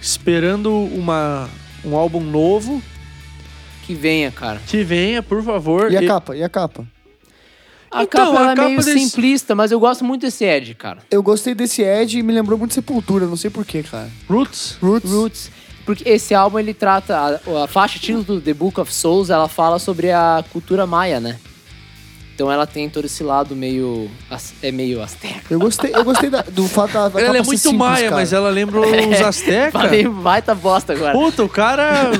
S3: esperando uma, um álbum novo
S1: Que venha, cara.
S3: que venha, por
S2: [laughs]
S3: favor.
S2: E a
S3: E-
S2: capa? E a capa?
S1: A
S3: Então,
S1: capa,
S3: a
S1: ela
S3: capa
S1: é meio
S3: desse-
S1: simplista, mas eu gosto muito desse Ed, cara.
S2: Eu gostei desse Ed e me lembrou muito Sepultura, não sei porquê, cara.
S3: Roots.
S2: Roots.
S1: Roots. Porque esse álbum, ele trata... A, a faixa título do The Book of Souls, ela fala sobre a cultura maia, né? Então ela tem todo esse lado meio... as- É meio asteca.
S2: Eu gostei, eu gostei da- do fato da, da
S3: Ela
S2: capa
S3: é
S2: ser
S3: muito
S2: simples,
S3: maia,
S2: cara.
S3: mas ela
S1: [laughs]
S3: lembra os Aztecas.
S1: Falei, vai tá bosta agora.
S3: Puta, o cara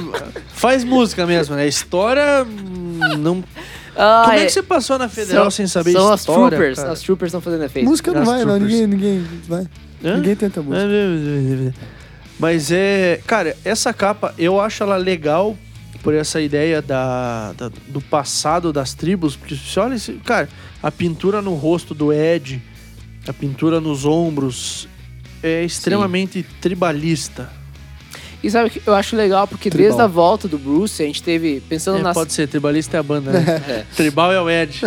S3: faz música mesmo, né? História. hum, Não...
S1: Ah,
S3: Como é
S1: é-
S3: que você passou na federal
S1: são-
S3: sem saber
S1: São as
S3: história?
S1: troopers.
S3: cara?
S1: As troopers estão fazendo efeito.
S2: Música não
S3: As
S2: vai, não.
S3: troopers.
S2: Ninguém, ninguém vai.
S3: é Hã?
S2: Ninguém tenta música.
S3: Mas é. Cara, essa capa eu acho ela legal por essa ideia da, da- do passado das tribos. Porque você olha esse. Cara, a pintura no rosto do Ed, a pintura nos ombros, é extremamente tribalista.
S1: E sabe o que eu acho legal? Porque
S2: Tribal.
S1: desde a volta do Bruce, a gente teve... Pensando
S3: É,
S1: Então, nas...
S3: Pode ser, tribalista é a banda, né?
S1: [laughs] É.
S3: Tribal é o Ed.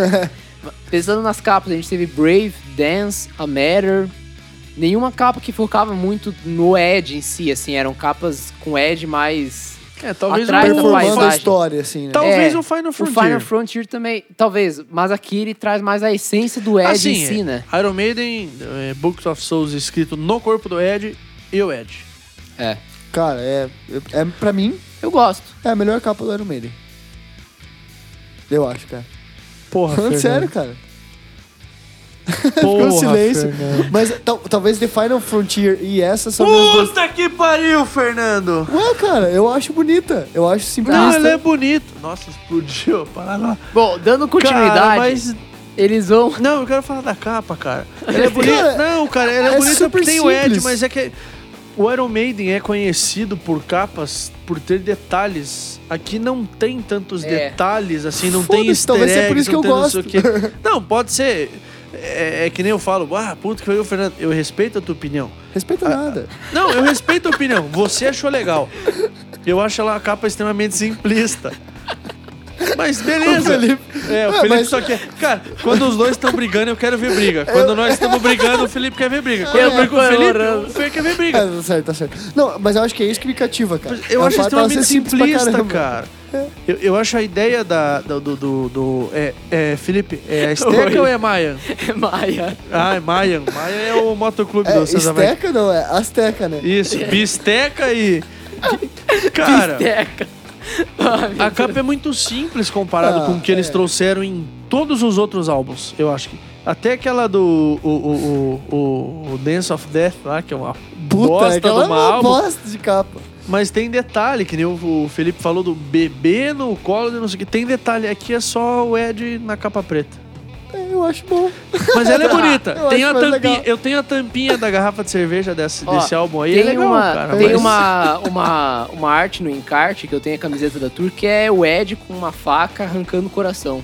S1: Pensando nas capas, a gente teve Brave, Dance, A Matter. Nenhuma capa que focava muito no Ed em si, assim, eram capas com Ed mais.
S3: É, talvez
S1: Atrás da
S2: Performando a
S1: paisagem.
S2: história, assim, né?
S3: Talvez
S1: É,
S3: o Final
S1: O
S3: Frontier.
S1: Final Frontier também, talvez, mas aqui ele traz mais a essência do Ed em si,
S3: é,
S1: né?
S3: Iron Maiden, é, Books of Souls escrito no corpo do Ed e o Ed.
S1: É.
S2: Cara, é, é, pra mim,
S1: Eu gosto.
S2: é a melhor capa do Iron Maiden. Eu acho, cara.
S3: Porra,
S2: Falando
S3: Fernando.
S2: sério, [laughs] cara.
S3: Porra,
S2: Ficou silêncio.
S3: Fernando.
S2: Mas tal- talvez The Final Frontier e essa são minhas duas...
S3: Puta que pariu, Fernando!
S2: Ué, Ah, cara, eu acho bonita. Eu acho
S3: Não,
S2: simplista.
S3: ele é bonito. Nossa, explodiu. Para lá.
S1: Bom, dando continuidade,
S3: Cara, mas...
S1: eles vão. [laughs]
S3: Não, eu quero falar da capa, cara. Ele é bonito.
S2: Cara,
S3: não, cara, ele é,
S2: é
S3: bonito
S2: super
S3: porque tem o Ed,
S2: simples.
S3: mas é que... O Iron Maiden é conhecido por capas, por ter detalhes. Aqui não tem tantos
S1: É.
S3: detalhes, assim, não
S2: Foda-se,
S3: tem easter
S2: talvez seja por
S3: eggs,
S2: isso que eu
S3: não tem não sei o
S2: gosto.
S3: quê. Não, pode ser... É, é que nem eu falo, ah, puto que foi o Fernando. Eu respeito a tua opinião. Ah,
S2: Respeita nada.
S3: Não, eu respeito a opinião. Você achou legal. Eu acho ela a capa extremamente simplista. Mas beleza.
S2: O Felipe-
S3: É, o
S2: Ah,
S3: Felipe
S2: mas-
S3: só quer. Cara, quando os dois estão brigando, eu quero ver briga. Quando nós estamos brigando, o Felipe quer ver briga. Quando eu,
S1: Eu
S3: brigo com o
S1: tô
S3: Felipe,
S1: orando.
S3: o Felipe quer ver
S2: É,
S3: briga.
S2: [laughs] tá certo, tá certo. Não, mas eu acho que é isso que me cativa, cara.
S3: Eu
S2: É o
S3: acho
S2: fato dela ser
S3: extremamente
S2: simples pra
S3: simplista,
S2: caramba. É.
S3: cara. Eu, eu acho a ideia da, do. do, do, do- é, é, Felipe, é Azteca
S1: Oi.
S3: ou é Maia?
S1: Maia.
S3: Ah, é Maia. Maia é o motoclube
S2: É,
S3: do César Maia.
S2: Azteca não, é Azteca, né?
S3: Isso, bisteca e.
S2: [laughs]
S3: Cara.
S1: Teca.
S3: A capa é muito simples comparado
S2: Ah,
S3: com o que eles
S2: é.
S3: trouxeram em todos os outros álbuns, eu acho que. Até aquela do o, o, o, o- o Dance of Death lá, que é uma bosta de
S2: aquela é
S3: uma
S2: uma
S3: álbum.
S2: bosta de capa.
S3: Mas tem detalhe, que nem o o Felipe falou do bebê no colo de não sei o que. Tem detalhe, aqui é só o Ed na capa preta.
S2: É, eu acho bom. [laughs]
S3: Mas ela é
S2: Eu
S3: bonita. tem
S2: acho
S3: a
S2: mais
S3: tampinha,
S2: legal.
S3: eu tenho a tampinha da garrafa de cerveja desse,
S1: Ó,
S3: desse álbum aí.
S1: Tem,
S3: é legal,
S1: uma,
S3: cara.
S1: tem
S3: mas-
S1: uma, uma, uma arte no encarte que eu tenho a camiseta da Tour, que é o Ed com uma faca arrancando o coração.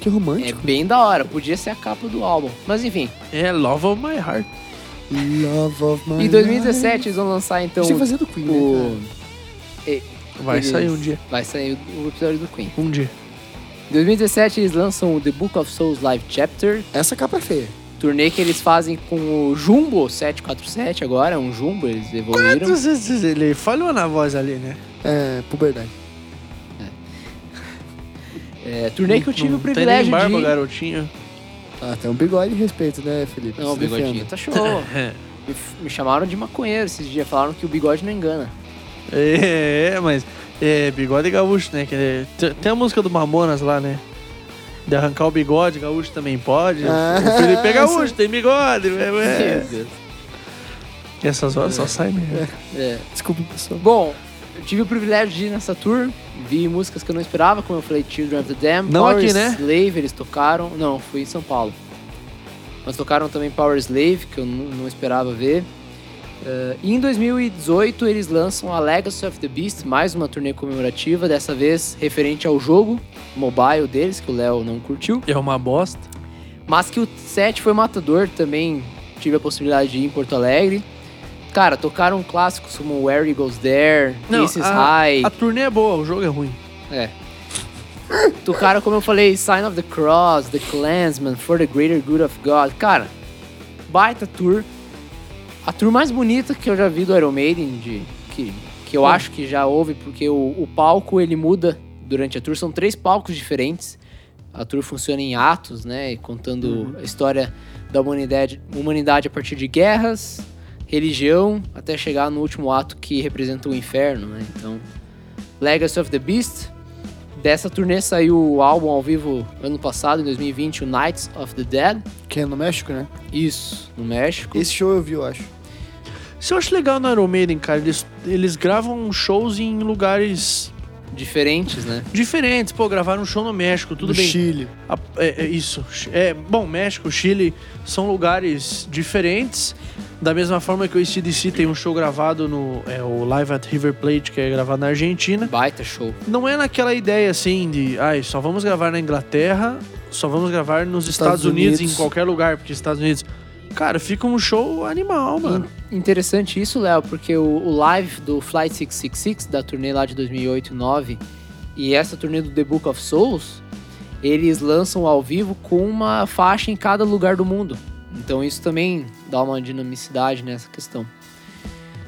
S2: Que
S1: É
S2: romântico.
S1: bem da hora, podia ser a capa do álbum. Mas enfim.
S3: É Love of My Heart.
S1: É.
S2: Love of my
S1: Em 2017 eles vão lançar então.
S2: Então, Tem que fazer do Queen, né,
S1: o...
S3: Vai
S1: Beleza.
S3: sair um dia.
S1: Vai sair o episódio do Queen.
S3: Um dia.
S1: Em 2017 eles lançam o The Book of Souls Live Chapter,
S2: cara? Essa capa é feia.
S1: turnê que eles fazem com o Jumbo 747 agora, é um Jumbo, eles evoluíram.
S3: Ele falhou na voz ali, né?
S2: É, puberdade.
S1: É, turnê que eu tive
S3: Não
S1: o
S3: tem nem
S1: privilégio
S3: barba,
S1: de...
S3: garotinho.
S2: Ah, tem um bigode e respeito, né, Felipe?
S1: Não,
S2: Se defenda.
S1: bigodinho, tá
S3: [laughs]
S1: show. Me f- Me chamaram de maconheiro esses dias, falaram que o bigode não engana.
S3: É, mas... É, bigode gaúcho, né? Que é- te- tem a música do Mamonas lá, né? De arrancar o bigode, gaúcho também pode.
S2: Ah,
S3: o Felipe é gaúcho,
S2: sim.
S3: tem bigode. É,
S1: Meu Deus.
S3: é. Essas horas só sai mesmo.
S1: É.
S2: Desculpa, pessoal.
S1: Bom, eu tive o privilégio de ir nessa tour, vi músicas que eu não esperava, como eu falei, Children of the Dam,
S3: Não
S1: Power
S3: aqui, né?
S1: Slave, eles tocaram. Não, fui em São Paulo. Mas tocaram também Power Slave, que eu nu- não esperava ver. Eh, e em 2018 eles lançam a Legacy of the Beast, mais uma turnê comemorativa, dessa vez referente ao jogo mobile deles, que o Léo não curtiu.
S3: É uma bosta.
S1: Mas que o set foi matador também. Tive a possibilidade de ir em Porto Alegre. Cara, tocaram clássicos como Where He Goes There,
S3: Não,
S1: This Is High.
S3: A turnê é boa, o jogo é ruim.
S1: É. Tocaram, como eu falei, Sign of the Cross, The Clansman, For the Greater Good of God. Cara, baita tour. A tour mais bonita que eu já vi do Iron Maiden, de, que, que eu acho que já houve, porque o, o palco ele muda durante a tour. São três palcos diferentes. A tour funciona em atos, né? e Contando a história da humanidade, humanidade a partir de guerras, religião, até chegar no último ato que representa o inferno, né? Então, Legacy of the Beast. Dessa turnê saiu o álbum ao vivo ano passado, em 2020, o Knights of the Dead.
S2: Que é no México, né?
S1: Isso, no México.
S2: Esse show eu vi, eu acho.
S3: Isso eu acho legal no Iron Maiden, cara. Eles, eles gravam shows em lugares
S1: Diferentes, né?
S3: diferentes. Pô, gravaram um show no México, tudo
S2: no
S3: bem.
S2: Chile.
S3: A- é, é isso. É, bom, México, Chile são lugares diferentes. Da mesma forma que o ACDC tem um show gravado no é, o Live at River Plate, que é gravado na Argentina.
S1: Baita show.
S3: Não é naquela ideia assim de, ai, só vamos gravar na Inglaterra, só vamos gravar nos Estados,
S2: Estados
S3: Unidos,
S2: Unidos.
S3: em qualquer lugar, porque Estados Unidos. Cara, fica um show animal, mano.
S1: In- Interessante isso, Léo, porque o, o live do Flight 666, da turnê lá de 2008 e 2009, e essa turnê do The Book of Souls, eles lançam ao vivo com uma faixa em cada lugar do mundo. Então isso também dá uma dinamicidade nessa questão.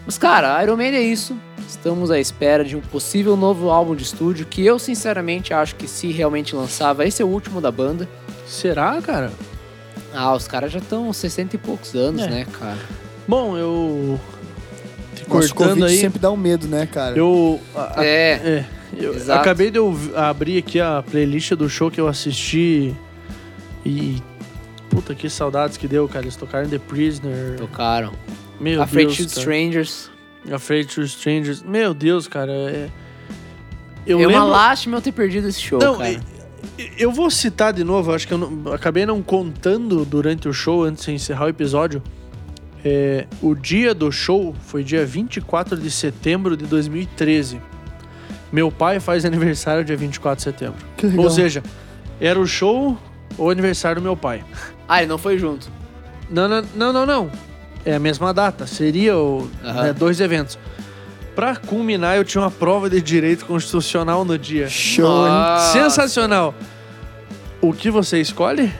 S1: Mas cara, Iron Maiden é isso. Estamos à espera de um possível novo álbum de estúdio que eu sinceramente acho que se realmente lançar vai ser o último da banda.
S3: Será, cara?
S1: Ah, os caras já estão 60 e poucos anos,
S3: É.
S1: né, cara?
S3: Bom, eu. te
S2: Nosso
S3: Cortando
S2: Covid
S3: aí.
S2: sempre dá um medo, né, cara?
S3: Eu. a- a-
S1: É.
S3: é, eu
S1: Exato.
S3: acabei de ouv- abrir aqui a playlist do show que eu assisti e. Puta, que saudades que deu, cara. Eles tocaram The Prisoner.
S1: Tocaram.
S3: Meu
S1: a Afraid to
S3: Deus, cara.
S1: Strangers.
S3: Afraid to Strangers. Meu Deus, cara. É, eu
S1: é uma
S3: lembro...
S1: lástima eu ter perdido esse show,
S3: Não,
S1: cara.
S3: e- e- eu vou citar de novo, acho que eu não- acabei não contando durante o show, antes de encerrar o episódio. É, o dia do show foi dia 24 de setembro de 2013. Meu pai faz aniversário dia 24 de setembro.
S2: Que legal.
S3: Ou seja, era o show ou aniversário do meu pai.
S1: Ah, ele não foi junto.
S3: Não, não, não, não, não. É a mesma data. Seria o,
S1: Aham.
S3: né, dois eventos. Pra culminar, eu tinha uma prova de direito constitucional no dia.
S2: Show, hein?
S1: Nossa.
S3: Sensacional. O que você escolhe?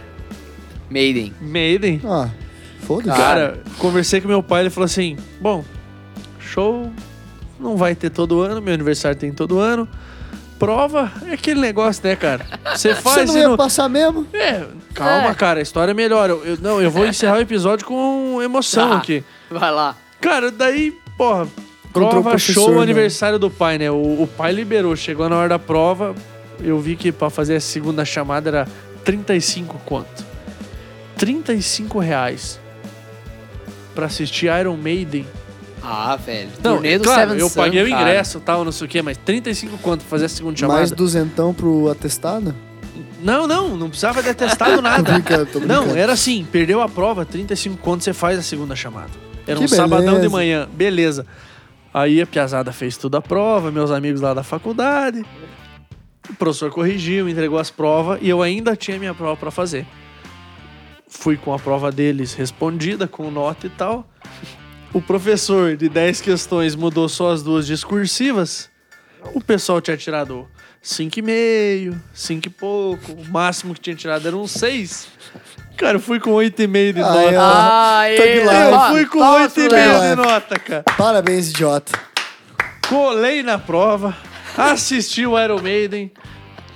S1: Maiden.
S3: Maiden.
S2: Ah, foda-se.
S3: Cara, conversei com meu pai, ele falou assim: Bom, show não vai ter todo ano, meu aniversário tem todo ano. Prova é aquele negócio, né, cara? Você
S2: Você
S3: faz
S2: não
S3: e
S2: ia
S3: não.
S2: passar mesmo?
S3: É, calma,
S1: É.
S3: cara, a história melhora. Eu, eu- não, eu [laughs] vou encerrar o episódio com emoção
S1: Tá.
S3: aqui.
S1: Vai lá.
S3: Cara, daí, porra,
S2: Encontrou o
S3: prova,
S2: professor,
S3: show,
S2: né?
S3: aniversário do pai, né? O, o pai liberou, chegou na hora da prova, eu vi que pra fazer a segunda chamada era 35 quanto? 35 reais pra assistir Iron Maiden.
S1: Ah, velho.
S3: Não,
S1: Turnê
S3: é
S1: do
S3: claro,
S1: Seven
S3: eu
S1: Sun,
S3: paguei o
S1: cara.
S3: ingresso e tal, não sei o quê, mas 35 quanto pra fazer a segunda chamada?
S2: Mais duzentão pro
S3: [laughs]
S2: atestado?
S3: Não, não, não precisava de [laughs] atestado
S2: Tô
S3: nada.
S2: brincando, tô brincando.
S3: Não, era assim, perdeu a prova, 35 conto, você faz a segunda chamada. Era
S2: Que
S3: um sabadão de
S2: beleza.
S3: manhã, beleza. Aí a piazada fez tudo a prova, meus amigos lá da faculdade. O professor corrigiu, entregou as provas e eu ainda tinha minha prova pra fazer. Fui com a prova deles respondida, com nota e tal. O professor de 10 questões mudou só as duas discursivas. O pessoal tinha tirado 5,5, 5 e pouco. O máximo que tinha tirado era um 6. Cara, eu fui com 8,5 de
S2: Ah,
S3: nota.
S2: é.
S1: Ah,
S2: Tag
S1: ele.
S2: lá.
S3: Eu
S2: Palma-
S3: fui com
S1: palma pro
S3: 8,5
S1: Léo.
S3: de
S2: Léo.
S3: nota, cara.
S2: Parabéns, idiota.
S3: Colei na prova, assisti o Iron Maiden,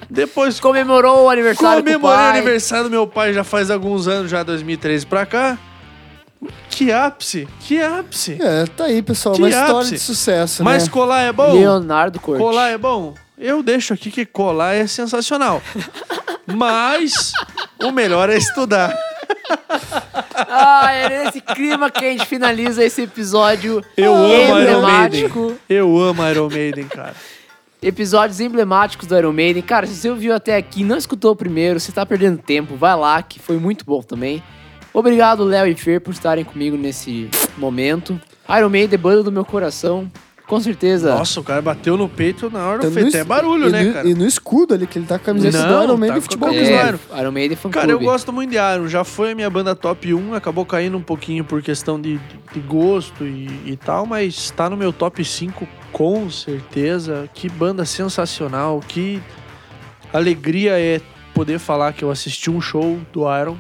S3: depois
S1: Comemorou o aniversário
S3: comemorei
S1: com o
S3: o
S1: pai.
S3: aniversário do meu pai já faz alguns anos, já 2013 pra cá. Que ápice, que ápice.
S2: É, tá aí, pessoal.
S3: Que
S2: uma história
S3: ápice.
S2: de sucesso,
S3: Mas
S2: né?
S3: colar é bom?
S1: Leonardo Corte.
S3: Colar é bom? Eu deixo aqui que colar é sensacional. Mas o melhor é estudar.
S1: Ah, é nesse clima que a gente finaliza esse episódio
S3: Eu amo Iron Maiden.
S1: É emblemático.
S3: Eu amo Iron Maiden, cara.
S1: episódios emblemáticos do Iron Maiden. Cara, se você ouviu até aqui e não escutou o primeiro, você tá perdendo tempo, vai lá, que foi muito bom também. Obrigado, Léo e Fer, por estarem comigo nesse momento. Iron Maiden, é banda do meu coração. Com certeza.
S3: Nossa, o cara bateu no peito na hora,
S2: Tá
S3: fez
S2: no
S3: até
S2: es-
S3: barulho,
S2: e
S3: né,
S2: no-
S3: cara?
S2: E no escudo ali, que ele tá com a camiseta
S3: Não,
S2: do Iron Man
S3: tá
S2: do
S3: com a
S2: futebol
S3: camisa-
S2: brasileiro.
S3: Claro.
S1: é, Iron Maiden Fan
S3: Cara, eu
S1: Club.
S3: gosto muito de Iron. Já foi a minha banda top 1, acabou caindo um pouquinho por questão de, de gosto e, e tal, mas tá no meu top 5 com certeza. Que banda sensacional, que alegria é poder falar que eu assisti um show do Iron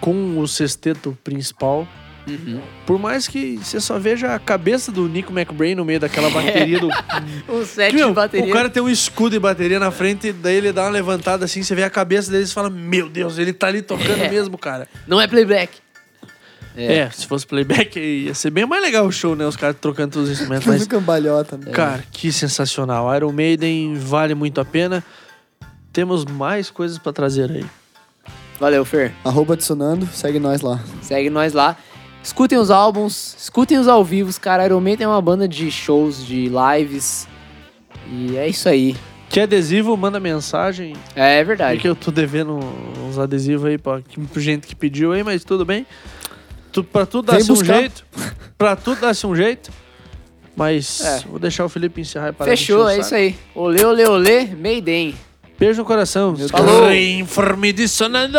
S3: com o sexteto principal.
S1: Uhum.
S3: Por mais que você só veja a cabeça do Nico McBrain no meio daquela bateria do
S1: Um set
S3: Que, meu,
S1: de bateria.
S3: O cara tem um escudo e bateria na frente, daí ele dá uma levantada assim, você vê a cabeça dele e você fala: Meu Deus, ele tá ali tocando
S1: É.
S3: mesmo, cara.
S1: Não é playback.
S3: É. se fosse playback ia ser bem mais legal o show, né? Os caras trocando todos os instrumentos.
S2: Fez
S1: [laughs]
S3: Mas,
S2: o cambalhota,
S1: É.
S2: né?
S3: cara, que sensacional. Iron Maiden vale muito a pena. Temos mais coisas pra trazer aí.
S1: Valeu, Fer.
S2: Arroba Tsunando, segue nós lá.
S1: Segue nós lá. Escutem os álbuns, escutem os ao vivo, cara. Iron Maiden é uma banda de shows, de lives. E é isso aí.
S3: Quer adesivo, manda mensagem.
S1: É, é
S3: É
S1: verdade.
S3: que eu tô devendo uns adesivos aí pra, pra gente que pediu aí, mas tudo bem. Tu, pra tudo
S2: Vem
S3: dar-se um
S2: buscar.
S3: jeito. Pra tudo dar-se um jeito. Mas
S1: É.
S3: vou deixar o Felipe encerrar e parar né? de
S1: Fechou,
S3: encher o
S1: é
S3: saco.
S1: isso aí. Olê, olê, olê, Maiden.
S3: Beijo no coração.
S2: Meu Deus.
S1: Falou.
S3: Informe de sonando.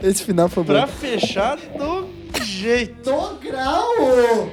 S2: Esse final foi bom.
S3: fechar do jeito.
S2: grau!